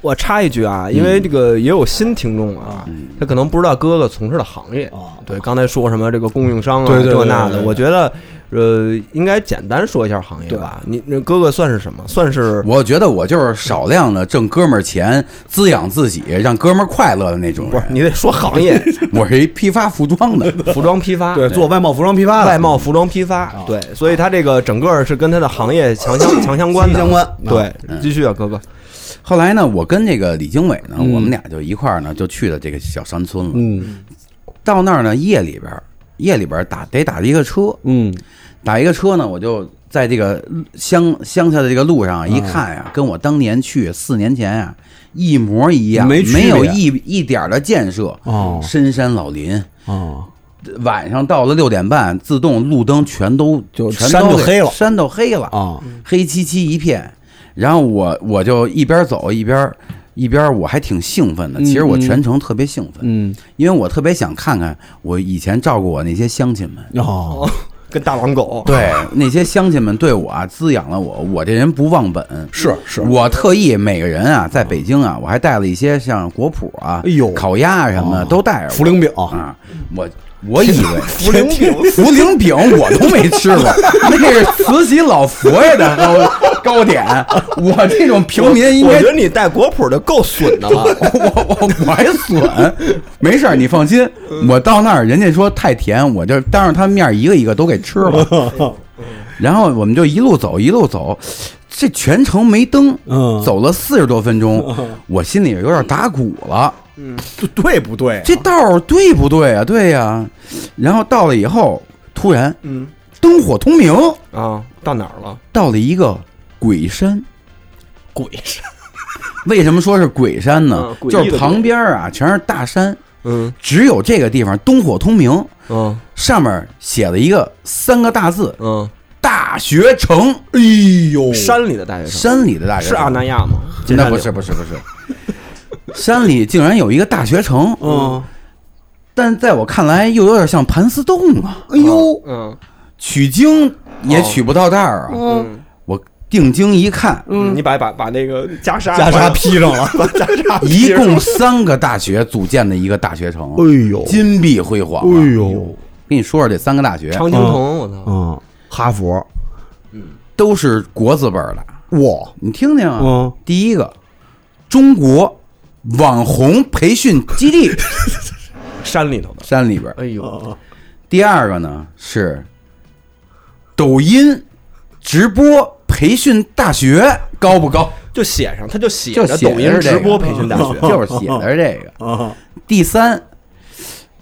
A: 我插一句啊，因为这个也有新听众啊，他可能不知道哥哥从事的行业
C: 啊。
A: 哦对，刚才说什么这个供应商啊，
C: 对对对
A: 这那
C: 对
A: 的，
C: 对
A: 我觉得呃，应该简单说一下行业吧。你那哥哥算是什么？算是
D: 我觉得我就是少量的挣哥们儿钱，滋养自己，让哥们儿快乐的那种
A: 不是？
D: 人。
A: 你得说行 业，
D: 我是一批发服装 的，
A: 服装批发，
C: 啊对，做外贸服装批发的，
A: 外贸服装批发，对，所以它这个整个是跟它的行业强相强相关的，
C: 相关
A: 对，继续啊，哥哥，
D: 后来呢，我跟这个李经纬呢，
C: 嗯
D: 我们俩就一块儿呢，就去了这个小山村了。
C: 嗯
D: 到那儿呢，夜里边儿，夜里边儿打得打一个车，
C: 嗯，
D: 打一个车呢，我就在这个乡乡下的这个路
C: 嗯
D: 上一看呀、跟我当年去四年前呀、一模一样，
C: 没
D: 没
C: 区别
D: 有一一点儿的建设，
C: 哦
D: 深山老林。
C: 哦，
D: 晚上到了六点半，自动路灯全都
C: 就
D: 全
C: 山
D: 都
C: 就
D: 给
C: 黑了
D: 山都黑了
C: 啊，
D: 黑漆漆一片。然后我我就一边走一边一边我还挺兴奋的，
C: 嗯
D: 其实我全程特别兴奋，
C: 嗯，
D: 因为我特别想看看我以前照顾我那些乡亲们。
C: 哦，
A: 跟大狼狗，
D: 对那些乡亲们对我啊滋养了我，我这人不忘本。
C: 是是，
D: 我特意每个人啊，在北京啊，我还带了一些像果脯啊、
C: 哎呦
D: 烤鸭啊什么的，
C: 哦
D: 都带着
C: 茯苓饼
D: 我啊。我我以为
A: 茯苓 饼，
D: 茯苓饼我都没吃过，那是慈禧老佛爷的糕糕点。我这种平民应
A: 我
D: 该，
A: 觉得你带果谱的够损的了
D: 我我我还损，没事儿，你放心。我当那儿，人家说太甜，我就当着他面儿一个一个都给吃了。 然后我们就一路走，一路走，这全程没灯，
C: 嗯
D: 走了四十多分钟，
A: 嗯
D: 我心里有点打鼓
A: 哎
D: 了，
C: 这对不对？
D: 这道儿对不对啊？对呀、然后到了以后，突然
A: 嗯
D: 灯火通明，
A: 啊，到哪儿了？
D: 到了一个鬼山。
C: 鬼是
D: 为什么说是鬼山呢
A: 嗯？诡异的
D: 就是
A: 鬼
D: 旁边儿啊全是大山，
A: 嗯
D: 只有这个地方灯火通明，
A: 嗯
D: 上面写了一个三个大字
A: 嗯，
D: “大学城
C: 哎呦，
A: 山里的大学”，生
D: 嗯山里的大学
A: 是
D: 城
A: 阿那亚吗？
D: 那不是不是不是，山里竟然有一个大学城，
C: 嗯，
D: 但在我看来又有点像盘丝洞啊，
C: 哎呦，
A: 嗯
D: 取经也取不到这儿啊。
A: 嗯
D: 我定睛一看，
A: 嗯，你把把把那个袈裟
C: 袈裟披上了，
A: 把袈裟披
D: 一
A: 上
D: 共三个大学组建的一个大学城，
C: 哎呦
D: 金碧辉煌啊。
C: 哎呦，
D: 跟你说说这三个大学
A: 常青藤，我操，
C: 嗯，哈佛，
D: 都是国字辈儿的，
C: 哇，
D: 你听听啊，
C: 嗯
D: 第一个，中国网红培训 基地
A: 山里头的，
D: 山里边儿；
A: 哎呦，
D: 第二个呢是抖音直播培训大学，高不高？
A: 就写上，他就写
D: 就
A: 着
D: 写
A: 抖音
D: 的是
A: 直
D: 这个嗯
A: 播培训大学，
D: 就是写的是这个。
C: 啊，
D: 第三，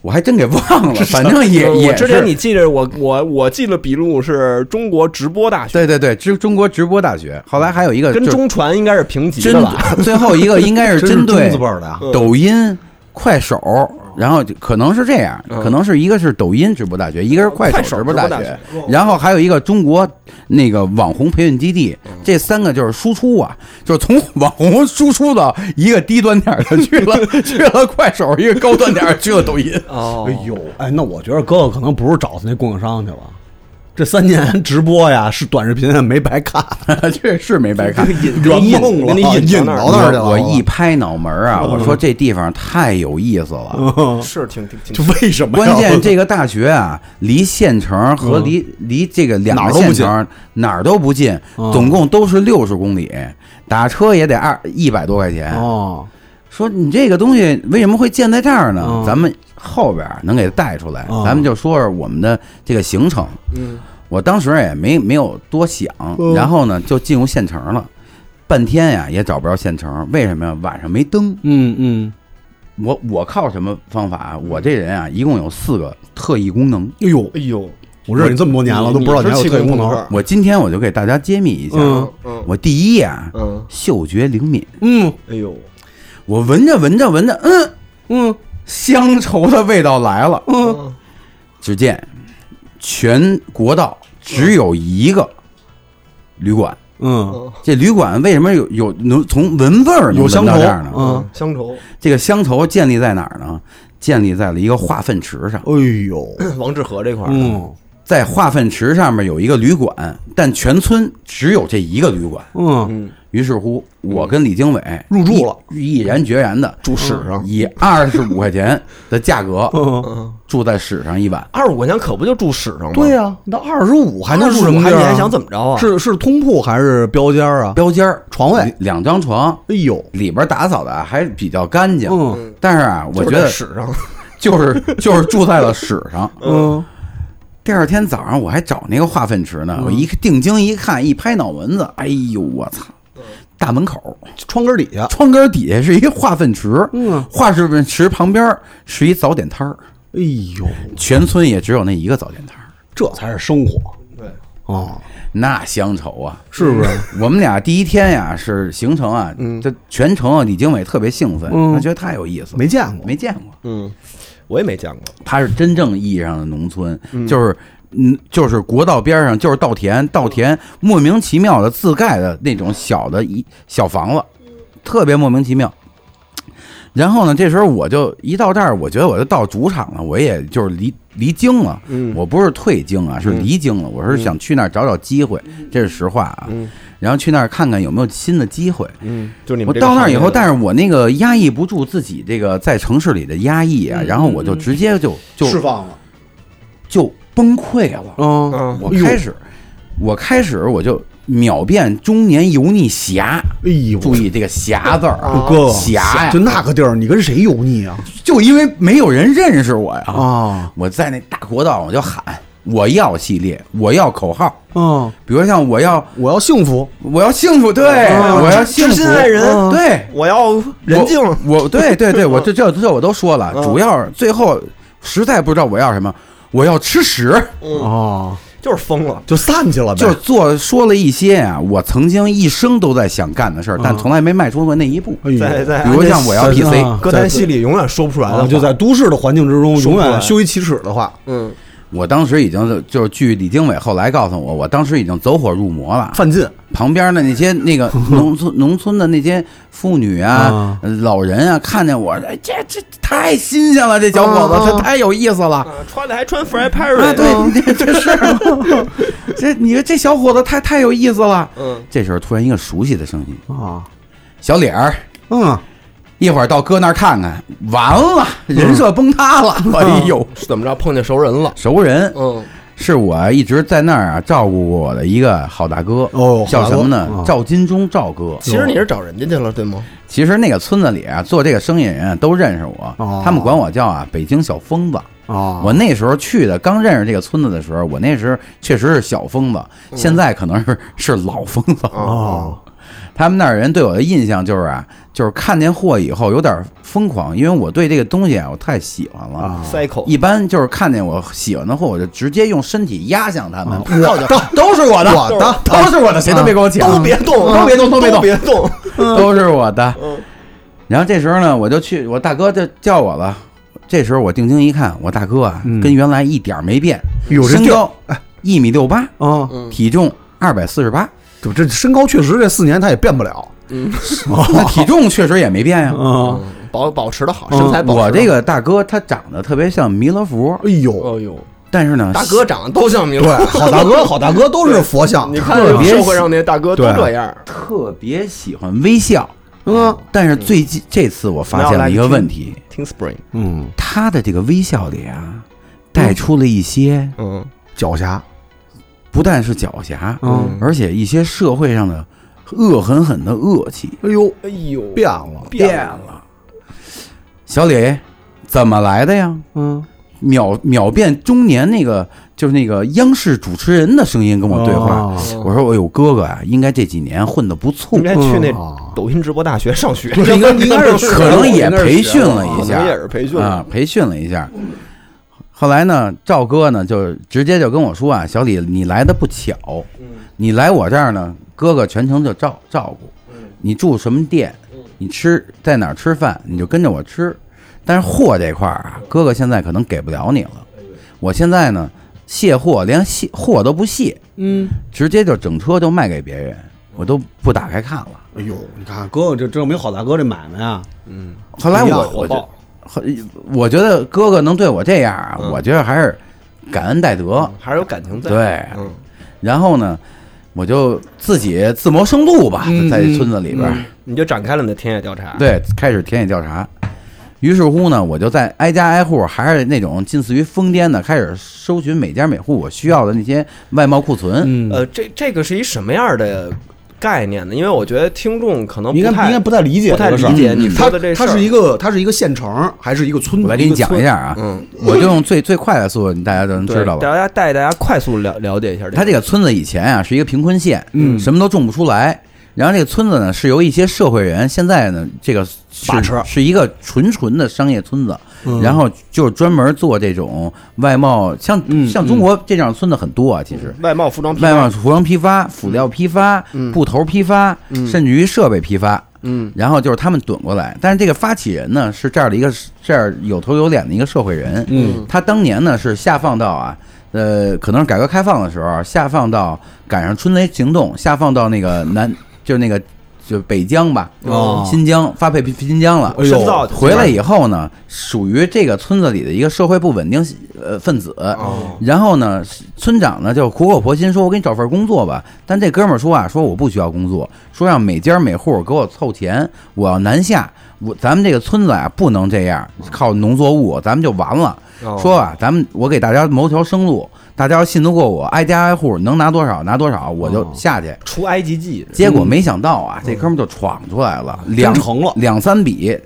D: 我还真给忘了，反正也
A: 呃我
D: 也
A: 之前
D: 是
A: 你记着我我我记了笔录是中国直播大学，
D: 对对对，中中国直播大学，后来还有一个
A: 跟
D: 呃就是
A: 中传应该是平级
D: 针
A: 的吧？
D: 最后一个应 该是
C: 真是
D: 针对
C: 中字辈儿的
A: 嗯
C: 啊
D: 抖音、快手，然后就可能是这样，
A: 嗯
D: 可能是一个是抖音直播大学，一个是快
A: 快
D: 手
A: 手
D: 直播
A: 直播大
D: 学
A: 学，嗯
D: 然后还有一个中国那个网红培训基地，
A: 嗯
D: 这三个就是输出啊，就是从网红输出到一个低端点儿的去了 去了快手，一个高端点儿去了抖音。
A: 哦
C: 哎呦，哎，那我觉得哥哥可能不是找他那供应商去了。这三年直播呀， 是短视频啊没白看，
D: 确实没白看，
C: 圆梦了，
A: 给你
C: 引
A: 引到那儿
C: 到那儿去了。嗯
D: 我一拍脑门儿啊，我说这地方太有意思了，
A: 是挺挺挺
C: 就为什么呀？
D: 关键这个大学啊，离县城
C: 嗯
D: 和离、离这个两个县城哪儿都不近，
C: 嗯
D: 总共都是六十公里，打车也得二一百多块钱。
C: 哦，
D: 说你这个东西为什么会建在这儿呢？
C: 嗯
D: 咱们后边能给它带出来，
C: 嗯
D: 咱们就说说我们的这个行程。
A: 嗯
D: 我当时也没没有多想，
C: 嗯
D: 然后呢就进入县城了，半天呀也找不着县城，为什么呀？晚上没灯。
C: 嗯嗯，
D: 我我靠什么方法啊？我这人啊，一共有四个特异功能。
C: 哎呦，
A: 哎呦，
C: 我认识你这么多年了，都不知道你还有特异
A: 你是
C: 功
A: 气
C: 能
A: 功。
D: 我今天我就给大家揭秘一下，
C: 嗯
A: 嗯
D: 我第一呀、
A: 嗯，
D: 嗅觉灵敏，
C: 嗯
A: 哎呦，
D: 我闻着闻着闻着，嗯，
C: 嗯
D: 乡愁的味道来了。
C: 嗯，
A: 嗯
D: 只见全国道只有一个旅馆，
C: 嗯，
A: 嗯
D: 这旅馆为什么有有能从闻味儿能
C: 有
D: 闻
C: 乡
D: 到
C: 愁
D: 哦这儿呢？
C: 嗯，
A: 乡愁，
D: 这个乡愁建立在哪儿呢？建立在了一个化粪池上，
C: 哎呦，
A: 王致和这块儿，
C: 嗯
D: 在化粪池上面有一个旅馆，但全村只有这一个旅馆。
C: 嗯，
A: 嗯，
D: 于是乎，我跟李经纬
C: 入住了，
D: 毅然决然的
C: 住史上
D: 以二十五块钱的价 格
C: 嗯
D: 住在史上一晚。
A: 二十五块钱可不就住史上吗？
C: 对呀、那二十五还能住什
A: 25
C: 么
A: 还
C: 地
A: 你
C: 儿啊
A: 还想怎么着啊？
C: 是是通铺还是标间儿啊？
D: 标间儿
C: 床位
D: 两张床，
C: 哎呦，
D: 里边打扫的还比较干净。
C: 嗯
D: 但是啊，我
A: 就是
D: 觉
A: 在
D: 得
A: 史上，
D: 就是就是住在了史上。
C: 嗯，
D: 第二天早上我还找那个化粪池呢，我一定睛一看，一拍脑门子，哎呦我操！大门口
C: 窗根底下，
D: 窗根底下是一化粪池，
C: 嗯
D: 化粪池旁边是一早点摊儿，
C: 哎呦，
D: 全村也只有那一个早点摊儿，
C: 这才是生活
A: 对，
C: 啊，
D: 那乡愁啊！
C: 是不是？
D: 我们俩第一天呀是行程啊，这全程啊李经纬特别兴奋，
C: 嗯
D: 他觉得太有意思了，
C: 没见过，
D: 没见过，
A: 嗯，我也没见过。
D: 他是真正意义上的农村，就是嗯，就是国道边上就是稻田，稻田莫名其妙的自盖的那种小的一小房子，特别莫名其妙。然后呢，这时候我就一到这儿，我觉得我就到主场了，我也就是离离京了，我不是退京啊，是离京了，我是想去那儿找找机会，这是实话啊。然后去那儿看看有没有新的机会。
A: 嗯，就是你
D: 我
A: 们这个
D: 到那儿以后，
A: 行业的
D: 但是我那个压抑不住自己这个在城市里的压抑
A: 嗯
D: 啊，然后我就直接就就
C: 释放了，
D: 就崩溃了。
C: 嗯，
A: 嗯，
D: 我开始，我开始我就秒变中年油腻侠。
C: 哎呦，
D: 注意这个“侠”字 儿啊，
C: 哥哥
D: 侠呀
C: 就，那个地儿，你跟谁油腻啊？
D: 就因为没有人认识我呀。
C: 啊，
D: 我在那大国道我就喊我要系列，我要口号，
C: 嗯，
D: 比如像我要
C: 我要幸福，
D: 我要幸福，对，
A: 嗯
D: 我要幸
A: 知
D: 福
A: 心，爱人，
D: 对，
A: 我要人静，
D: 我我对对对，我这这这我都说了，主要是最后实在不知道我要什么，我要吃屎，
C: 哦，
A: 就是疯了。
C: 就散去了呗，
D: 就做说了一些啊，我曾经一生都在想干的事儿，但从来没迈出过那一步。
C: 嗯哎呦
A: 在在
D: 比如像我要
C: 神
D: PC，
C: 啊
A: 歌单系里永远说不出来
C: 啊，
A: 的，
C: 就在都市的环境之中，
A: 说
C: 永
A: 不出来
C: 远羞于启齿的话，
A: 嗯，
D: 我当时已经就就是据李经纬后来告诉我，我当时已经走火入魔了。
C: 犯禁，
D: 旁边的那些那 个农村农村的那些妇女啊
C: 啊、
D: 呃老人啊，看见我，哎这这太新鲜了，这小伙子他太有意思了。
A: 啊穿的还穿 Fry Perry，
D: 啊，对，这这是，这你说这小伙子太太有意思了。
A: 嗯，
D: 这时候突然一个熟悉的声音，
C: 啊，
D: 小脸儿，
C: 嗯，
D: 一会儿到哥那儿看看，完了，人设崩塌了。
C: 嗯
D: 哎呦，
A: 是怎么着碰见熟人了？
D: 熟人
A: 嗯，
D: 是我一直在那儿啊照顾过我的一个好大哥，
C: 哦
D: 叫什么呢？
C: 好大哥
D: 赵金忠，赵哥。
A: 其实你是找人家去了，对吗？
D: 其实那个村子里啊，做这个生意的人啊都认识我，
C: 哦
D: 他们管我叫啊北京小疯子。
C: 啊，
D: 我那时候去的，刚认识这个村子的时候，我那时候确实是小疯子，
C: 嗯
D: 现在可能是是老疯子。
C: 哦，
D: 他们那儿人对我的印象就是啊，就是看见货以后有点疯狂，因为我对这个东西啊，我太喜欢了。
C: 啊
A: ，cycle，
D: 一般就是看见我喜欢的货，我就直接用身体压向他们。
C: 我的
D: 都是我的，
C: 我的
D: 都是我的，谁都别给我抢，
A: 都别动，
D: 都别动，都别动，
A: 别动，
D: 都是我的。然后这时候呢，我就去，我大哥就叫我了。这时候我定睛一看，我大哥啊，
C: 嗯
D: 跟原来一点儿没变，
C: 哟这
D: 身
C: 劲儿
D: 高一米六八，
C: 啊，
D: 体重二百四十八，
C: 这这身高确实这四年他也变不了，
D: 那体重确实也没变呀。
C: 啊，
A: 保保持的好，身材保持。
D: 嗯我这，个大哥他长得特别像弥勒佛，
C: 哎呦，
A: 哎呦，
D: 但是呢，
A: 大哥长得都像弥
C: 对
A: 勒，，
C: 好大哥，好大哥都是佛像，
A: 你看
D: 特别
A: 社会上那些大哥都
C: 对
A: 这样，
D: 特别喜欢微笑。
C: 嗯
D: 但是最近这次我发现了一个问题，
A: 听 Spring，
C: 嗯，
D: 他的这个微笑里啊，带出了一些
A: 嗯
C: 狡黠，
D: 不但是狡黠，
C: 嗯，
D: 而且一些社会上的恶狠狠的恶气
C: 哎呦，
A: 哎呦，
C: 变了，
A: 变了，
D: 了。小李，怎么来的呀？
C: 嗯，
D: 秒秒变中年那个就是那个央视主持人的声音跟我对话。
C: 哦
D: 我说我有哥哥啊，应该这几年混得不错
A: 应，该去那
D: 嗯
C: 啊
A: 抖音直播大学上学，
C: 对应该 应该是
D: 可能也培训了
A: 啊可能也
D: 一下
A: 是培训
D: 啊
A: 了，，
D: 培训了一下。后来呢，赵哥呢就直接就跟我说啊，小李你来的不巧，
A: 嗯
D: 你来我这儿呢，哥哥全程就照照顾，
A: 嗯
D: 你住什么店，你吃在哪儿吃饭，你就跟着我吃。但是货这块儿啊，哥哥现在可能给不了你了。
A: 哎
D: 我现在呢，卸货连卸货都不卸，
C: 嗯，
D: 直接就整车就卖给别人，我都不打开看了。
C: 哎呦，你看哥哥这证明好大哥这买卖啊，
D: 后来
C: 一样
A: 哎
D: 我我
A: 火
D: 就
A: 爆，
D: 后我觉得哥哥能对我这样啊，我觉得还是感恩戴德。
A: 还是有感情在。
D: 对
A: 嗯
D: 然后呢，我就自己自谋生路吧，
C: 嗯
D: 在村子里边儿，
A: 你就展开了你的田野调查。，
D: 对，开始田野调查。于是乎呢，我就在挨家挨户，还是那种近似于疯癫的，开始搜寻每家每户我需要的那些外贸库存。
C: 嗯，
A: 呃，这这个是一什么样的概念呢？因为我觉得听众可能
C: 你应该
A: 嗯不太
C: 应该不太理解
A: 不太
C: 这个事儿
A: 理解
D: 嗯
A: 你
D: 嗯
A: 说
C: 它
A: 的这事
C: 它
A: 儿。
C: 是一个它是一个县城还是一个村？
D: 我来给你讲一
C: 个村，
D: 下啊，
A: 嗯，
D: 我就用最最快的速度，大家都能
A: 对
D: 知道吧
A: 大？家带大家快速了了解一下这个。
D: 它这个村子以前啊是一个贫困县，
C: 嗯
D: 什么都种不出来。然后这个村子呢是由一些社会人，现在呢这个是
C: 把持
D: 是一个纯纯的商业村子，
C: 嗯
D: 然后就是专门做这种外贸，像、
C: 嗯
D: 像中国这样的村子很多啊，其实。
A: 外贸服装批发嗯
D: 外贸服装批发、辅料批发、布头批发，甚至于设备批发。
A: 嗯，
D: 然后就是他们趸过来，但是这个发起人呢是这样的一个这样有头有脸的一个社会人。
C: 嗯，
D: 他当年呢是下放到啊，呃，可能是改革开放的时候啊下放到赶上春雷行动，下放到那个南，就是那个就北疆吧，
C: 哦
D: 新疆发配新疆了。
C: 哎
A: 深造
C: 呦，
A: 的
D: 回来以后呢，属于这个村子里的一个社会不稳定呃分子。
A: 哦
D: 然后呢，村长呢就苦口婆心说：“我给你找份工作吧。”但这哥们儿说啊：“说我不需要工作，说让每家每户给我凑钱，我要南下。我咱们这个村子啊不能这样，靠农作物咱们就完了。
A: 哦
D: 说啊，咱们我给大家谋条生路，大家要信得过我，挨家挨户能拿多少拿多少，我就
A: 哦
D: 下去。
A: 除埃及记，嗯
D: 结果没想到啊，这哥们儿就闯出来了，两
C: 嗯真成了
D: 两三笔，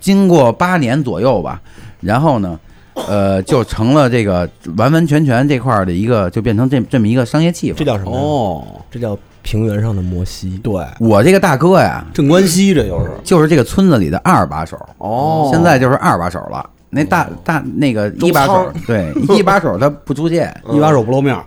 D: 经过八年左右吧，然后呢，呃，就成了这个完完全全这块儿的一个，就变成这这么一个商业气
A: 这
D: 氛。
A: 叫什么？，
C: 哦，
A: 这叫平原上的摩西。
C: 对，
D: 我这个大哥呀，
C: 镇关西这就是
D: 就是这个村子里的二把手，
C: 哦
D: 现在就是二把手了。那大大那个一把手
A: 周，
D: 对一把手他不 出现，
C: 一把手不露面儿，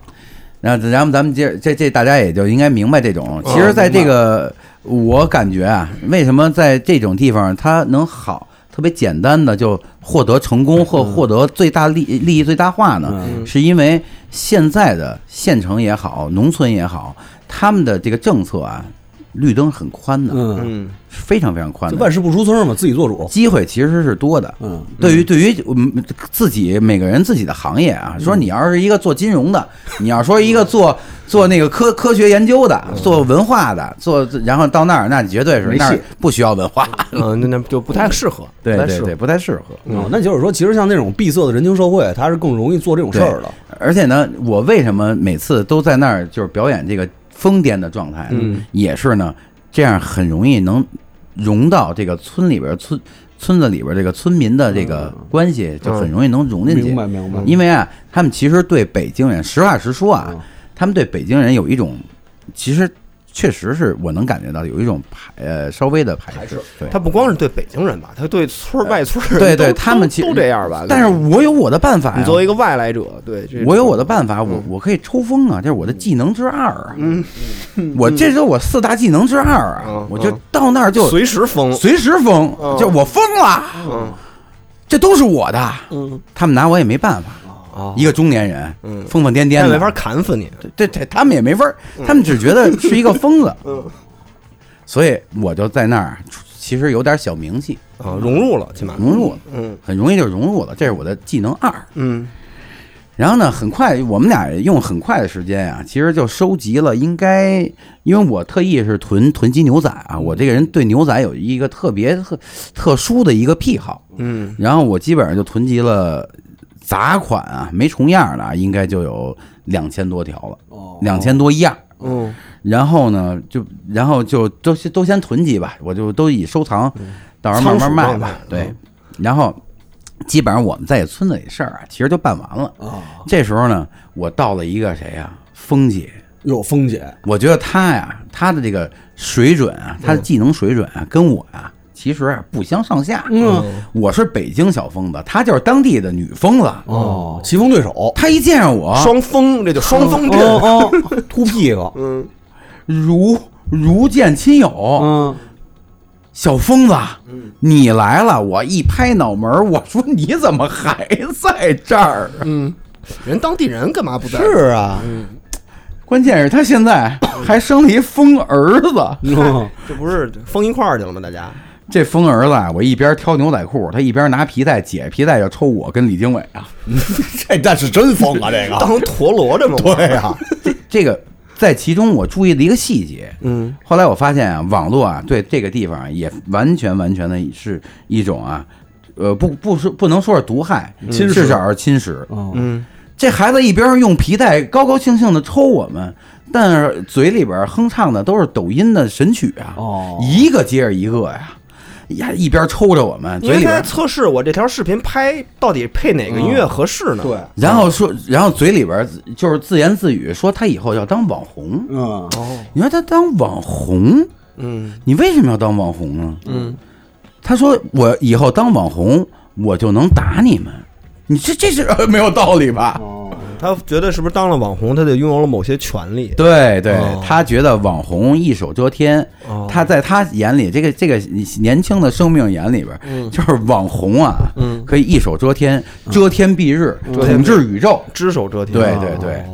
D: 然后，然后咱们接着这这大家也就应该明白这种。
C: 哦
D: 其实，在这个、我感觉啊，为什么在这种地方它能好，特别简单的就获得成功或获得最大利利益最大化呢？
C: 嗯
D: 是因为现在的县城也好，农村也好，他们的这个政策啊，绿灯很宽的，
C: 嗯，
A: 嗯，
D: 非常非常宽
C: 这
D: 的
C: 万，事不出村嘛，自己做主，
D: 机会其实是多的。
C: 嗯，
D: 对于对于嗯自己每个人自己的行业啊，
C: 嗯
D: 说你要是一个做金融的，你要说一个做做那个科科学研究的，做文化的，做然后到那儿，那你绝对
C: 嗯
D: 是
C: 没戏
D: 那儿不需要 文化，
A: 嗯，那那就不太适合，
D: 对
A: 不太
D: 对
A: 适合
D: 对，，不太适合。
C: 哦，那就是说，其实像那种闭塞的人情社会，它是更容易做这种事儿的。
D: 而且呢，我为什么每次都在那儿就是表演这个疯癫的状态呢？
A: 嗯
D: 也是呢，这样很容易能融到这个村里边儿村村子里边儿这个村民的这个关系，就很容易能融进去。
C: 嗯明白
A: 嗯
C: 明白
D: 因为啊，他们其实对北京人，实话实说啊
C: 嗯，
D: 他们对北京人有一种，其实确实是我能感觉到有一种排呃稍微的排斥。对
A: 他不光是对北京人吧，他对村儿外村儿人
D: 对对
A: 都
D: 他们其实
A: 都都这样吧。
D: 但是我有我的办法
A: 你
D: 呀
A: 作。为一个嗯外来者，对，这
D: 我有我的办法，我我可以抽风啊，这是我的
A: 嗯
D: 技能之二啊。嗯， 我这是我四大技能之二啊
A: 嗯，
D: 我就
A: 嗯
D: 到那儿就
A: 随时封，
D: 随时疯，
A: 嗯
D: 就我疯了，
A: 嗯
D: 这都是我的，
A: 嗯
D: 他们拿我也没办法。
A: 哦
D: 一个中年人，
A: 嗯，
D: 疯疯癫癫
A: 但
D: 的，
A: 没法砍死你。
D: 对，这这他们也没法儿，他们只觉得是一个疯子，所以我就在那儿，其实有点小名气，
A: 啊，融入了，起码
D: 融入了，
A: 嗯
D: 很容易就融入了，这是我的技能二。
A: 嗯
D: 然后呢，很快我们俩用很快的时间啊，其实就收集了，应该因为我特意是囤囤积牛仔啊，我这个人对牛仔有一个特别特特殊的一个癖好，
A: 嗯
D: 然后我基本上就囤积了杂款啊，没重样的啊，应该就有两千多条了，
C: 哦
D: 两千多样。
A: 嗯
D: 然后呢，就然后就都先都先囤积吧，我就都以收藏，
C: 嗯
D: 到时候慢慢卖
A: 仓储状
D: 吧
A: 态。
D: 对，然后基本上我们在村子里事儿啊，其实就办完了。
C: 啊，
D: 这时候呢，我到了一个谁呀、峰姐，
C: 哟，峰姐，
D: 我觉得她呀，她的这个水准啊，她的技能水准啊，跟我呀、其实啊不相上下。
C: 嗯，
D: 我是北京小疯子，她就是当地的女疯子。
C: 哦，棋逢对手，
D: 她一见着我，
A: 双峰，这就双峰阵。
D: 嗯
C: 哦哦，秃屁股，
A: 嗯
D: 如如见亲友。
C: 嗯，
D: 小疯子，你来了！我一拍脑门儿，我说你怎么还在这儿？
A: 嗯，人当地人干嘛不在？
C: 是啊，
D: 关键是他现在还生了一疯儿子，
C: 嗯
A: 这不是封一块儿去了吗？大家
D: 这疯儿子啊，我一边挑牛仔裤，他一边拿皮带解皮带，要抽我跟李经纬啊！
C: 这但是真疯啊，这个，
A: 当陀螺这么玩
C: 对呀，
D: 这个在其中我注意了一个细节，
A: 嗯
D: 后来我发现啊，网络啊对这个地方也完全完全的是一种啊，呃，不不说不能说是毒害，
C: 侵蚀
D: 至少是侵蚀。
C: 嗯，
A: 嗯，
D: 这孩子一边用皮带高高兴兴的抽我们，但是嘴里边哼唱的都是抖音的神曲啊，
C: 哦
D: 一个接着一个呀，呀一边抽着我们，
A: 你
D: 嘴
A: 应
D: 里
A: 该
D: 边，嗯
A: 测试我这条视频拍到底配哪个音乐合适呢？
C: 对，
D: 然后说，然后嘴里边就是自言自语说他以后要当网红。
C: 嗯，
D: 你说他当网红，
A: 嗯
D: 你为什么要当网红呢？
A: 嗯，
D: 他说我以后当网红，我就能打你们。你这这是呃没有道理吧？
C: 哦，
A: 他觉得是不是当了网红，他就拥有了某些权利？
D: 对对
A: 哦，
D: 他觉得网红一手遮天
A: 哦，
D: 他在他眼里，这个这个年轻的生命眼里边，就是网红啊，可以一手遮天，遮天蔽日，统治宇宙。
A: 只手遮天。啊
D: 对对对，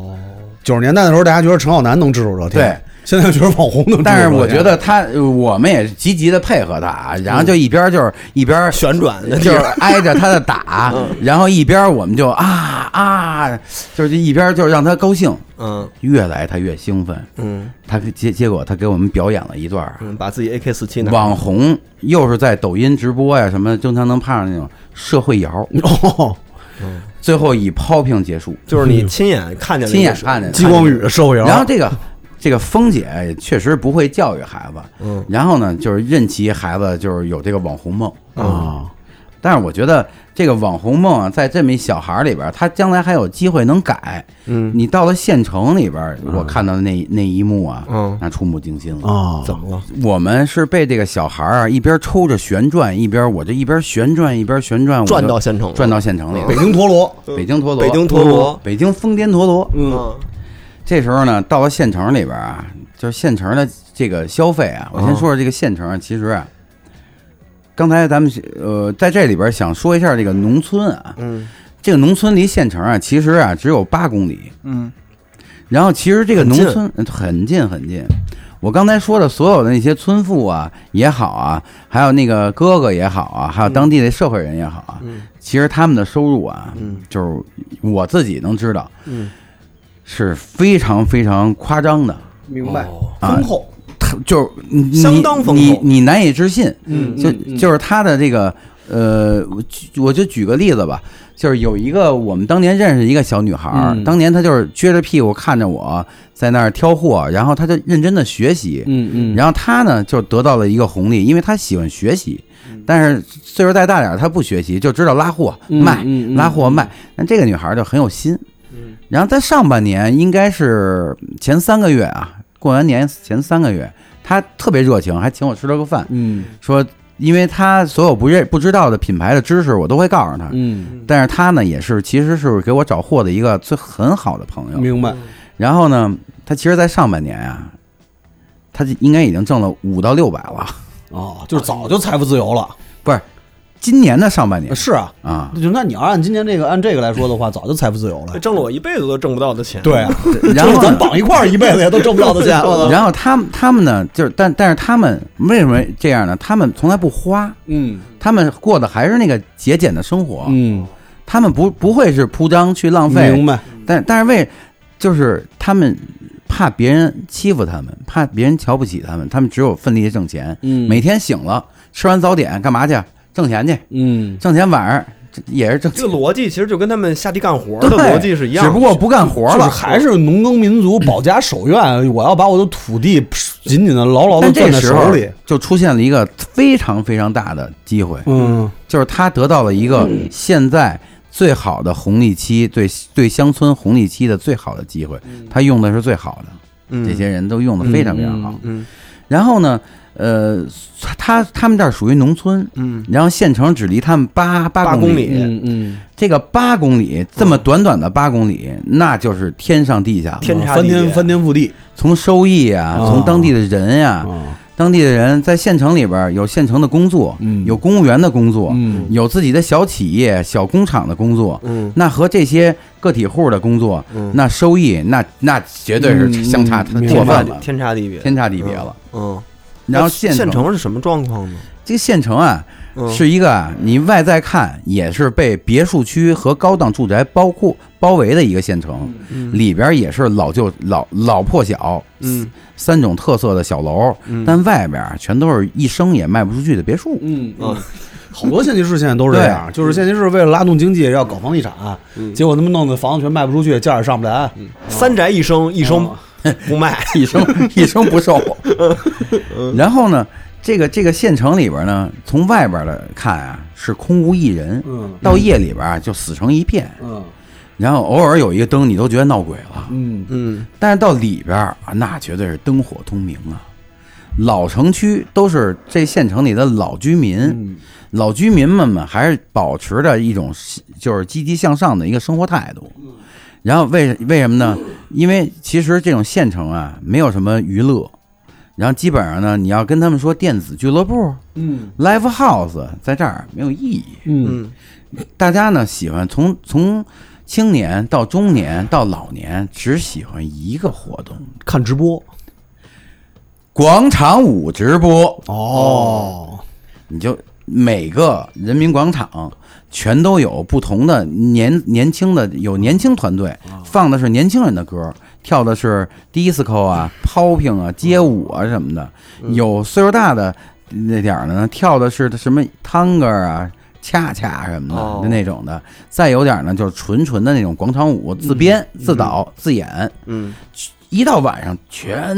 C: 九十年代的时候，大家觉得陈小南能只手遮天，对，现在觉得网红能，
D: 但是我觉，得他，呃我们也积极的配合他啊，然后就一边就是一边
A: 旋转的
D: 就是挨着他的打， 然后一边我们就啊啊，就是一边就是让他高兴，
A: 嗯
D: 越来他越兴奋。
A: 嗯
D: 他结结果他给我们表演了一段儿
A: 嗯，把自己 AK 四七拿。
D: 网红，又是在抖音直播呀什么经常能碰上那种社会摇，
C: 哦，
D: 最后以抛屏结束，
A: 就是你亲眼看见的，
D: 嗯亲眼看见的
C: 激
A: 哎
C: 光雨社会摇，
D: 然后这个这个峰姐也确实不会教育孩子，
A: 嗯，
D: 然后呢就是任其孩子就是有这个网红梦啊、
A: 嗯
D: 但是我觉得这个网红梦啊，在这么一小孩儿里边儿，他将来还有机会能改。
A: 嗯
D: 你到了县城里边儿，我看到的那那一幕啊，
A: 嗯
D: 那触目惊心了。
C: 啊，
A: 怎么了？
D: 我们是被这个小孩儿啊一边抽着旋转，一边我这一边旋转一边旋转，我就
A: 转到县城了，
D: 转到县城里了
C: 北。京陀螺，
D: 北京陀螺，
A: 北京陀螺
D: 北京疯癫陀螺。
A: 嗯
D: 这时候呢，到了县城里边啊，就是县城的这个消费啊，我先说说这个县城啊，其实啊，刚才咱们呃在这里边想说一下这个农村啊，
A: 嗯，
D: 这个农村离县城啊，其实啊只有八公里，
E: 嗯，
D: 然后其实这个农村嗯很近很近。我刚才说的所有的那些村妇啊也好啊，还有那个哥哥也好啊，还有当地的社会人也好啊，
A: 嗯
D: 其实他们的收入啊，
A: 嗯
D: 就是我自己能知道
A: 嗯，
D: 是非常非常夸张的，
C: 明白，
D: 啊
C: 丰厚，
D: 他就是你
A: 相当丰厚
D: 你你难以置信，
C: 嗯
D: 就
C: 嗯嗯
D: 就是他的这个呃，我举我就举个例子吧，就是有一个我们当年认识一个小女孩儿，
C: 嗯
D: 当年她就是撅着屁股看着我在那儿挑货，然后她就认真的学习，
C: 嗯嗯
D: 然后她呢就得到了一个红利，因为她喜欢学习，但是岁数再大点儿，她不学习，就知道拉货
C: 嗯
D: 卖
C: 嗯嗯，
D: 拉货卖。那这个女孩儿就很有心，然后在上半年应该是前三个月啊，过完年前三个月，她特别热情，还请我吃了个饭，
C: 嗯
D: 说因为她所有不认不知道的品牌的知识，我都会告诉她。
C: 嗯，
D: 但是她呢，也是其实是给我找货的一个最很好的朋友。
C: 嗯明白，
D: 然后呢，她其实，在上半年啊，她就应该已经挣了五到六百了，
C: 哦，就是早就财富自由了，
D: 不是今年的上半年
C: 是啊，
D: 啊。
C: 就那你要按今年这个按这个来说的话，早就财富自由了
A: 这，挣了我一辈子都挣不到的钱。
C: 对啊，
D: 然后
C: 就是咱
D: 呢
C: 绑一块儿一辈子也都挣不到的钱，我操
D: 然后他们他们呢，就是但但是他们为什么这样呢？他们从来不花，
C: 嗯
D: 他们过的还是那个节俭的生活，
C: 嗯，
D: 他们不不会是铺张去浪
C: 明
D: 费，
C: 白，
D: 但但是为就是他们怕别人欺负他们，怕别人瞧不起他们，他们只有奋力地挣钱，
C: 嗯
D: 每天醒了吃完早点干嘛去？挣钱去，
C: 嗯
D: 挣钱晚上这也是挣
A: 这
D: 钱
A: 个，逻辑其实就跟他们下地干活的
D: 对
A: 逻辑是一样
D: 只
A: 的，
D: 不过不干活
C: 就是
D: 了。
C: 还是农耕民族保家守院，我要把我的土地紧紧的、牢牢的
D: 但这
C: 攥在
D: 时候
C: 手里。
D: 就出现了一个非常非常大的机会，
C: 嗯，
D: 就是他得到了一个
A: 嗯
D: 现在最好的红利期，对对乡村红利期的最好的机会，
A: 嗯
D: 他用的是最好的，这些人都用的非常非常好。
A: 嗯嗯嗯
D: 然后呢，呃，他他们这儿属于农村，
A: 嗯，
D: 然后县城只离他们八八
A: 八
D: 公
A: 公里，
C: 嗯嗯，
D: 这个八公里这么短短的八公里，那就是天上地下了，
A: 天哦差
C: 翻
A: 地别
C: 天翻天覆地
D: 从收益啊，
C: 啊
D: 从当地的人呀、
A: 哦
C: 啊！
D: 当地的人在县城里边儿有县城的工作，
C: 嗯
D: 有公务员的工作，
C: 嗯
D: 有自己的小企业、小工厂的工作。
A: 嗯
D: 那和这些个体户的工作，
A: 嗯
D: 那收益那那绝对是相差
C: 嗯
D: 过
A: 天差
D: 分
A: 地
D: 了，
A: 天差地别，
D: 天差地别了。
A: 嗯。
D: 然后
A: 县
D: 城
A: 城是什么状况呢？
D: 这个县城啊，
A: 嗯
D: 是一个啊你外在看也是被别墅区和高档住宅包括包围的一个县城，里边也是老旧老老破小，
A: 嗯
D: 三种特色的小楼，
A: 嗯
D: 但外边啊全都是一生也卖不出去的别墅。
C: 嗯啊
A: 嗯
C: 好多县级市现在都是这样，就是县级市为了拉动经济要搞房地产，
A: 嗯
C: 结果他们弄的房子全卖不出去，价也上不来。
A: 三宅一生，一生不卖，
D: 哦 一生一生不售。然后呢，这个这个县城里边呢，从外边的看啊是空无一人，
C: 嗯
D: 到夜里边啊就死成一片，
C: 嗯
D: 然后偶尔有一个灯，你都觉得闹鬼了。
C: 嗯
A: 嗯
D: 但是到里边啊，那绝对是灯火通明啊。老城区都是这县城里的老居民，
C: 嗯
D: 老居民们们还是保持着一种就是积极向上的一个生活态度。然后为为什么呢？因为其实这种县城啊，没有什么娱乐，然后基本上呢，你要跟他们说电子俱乐部、
C: 嗯
D: live house，在这儿没有意义。
C: 嗯
A: 嗯
D: 大家呢喜欢从从青年到中年到老年，只喜欢一个活动
C: 看直播
D: ——广场舞直播。
C: 哦，
D: 你就每个人民广场全都有不同的年年轻的有年轻团队
A: 啊
D: 放的是年轻人的歌，跳的是 disco 啊、popping 啊、街舞啊什么的。
A: 嗯
D: 有岁数大的那点儿的呢，跳的是什么 tango 啊、恰恰什么
A: 哦
D: 的就那种的。再有点儿呢，就是纯纯的那种广场舞，自编、自导、自演。
A: 嗯
D: 一到晚上，全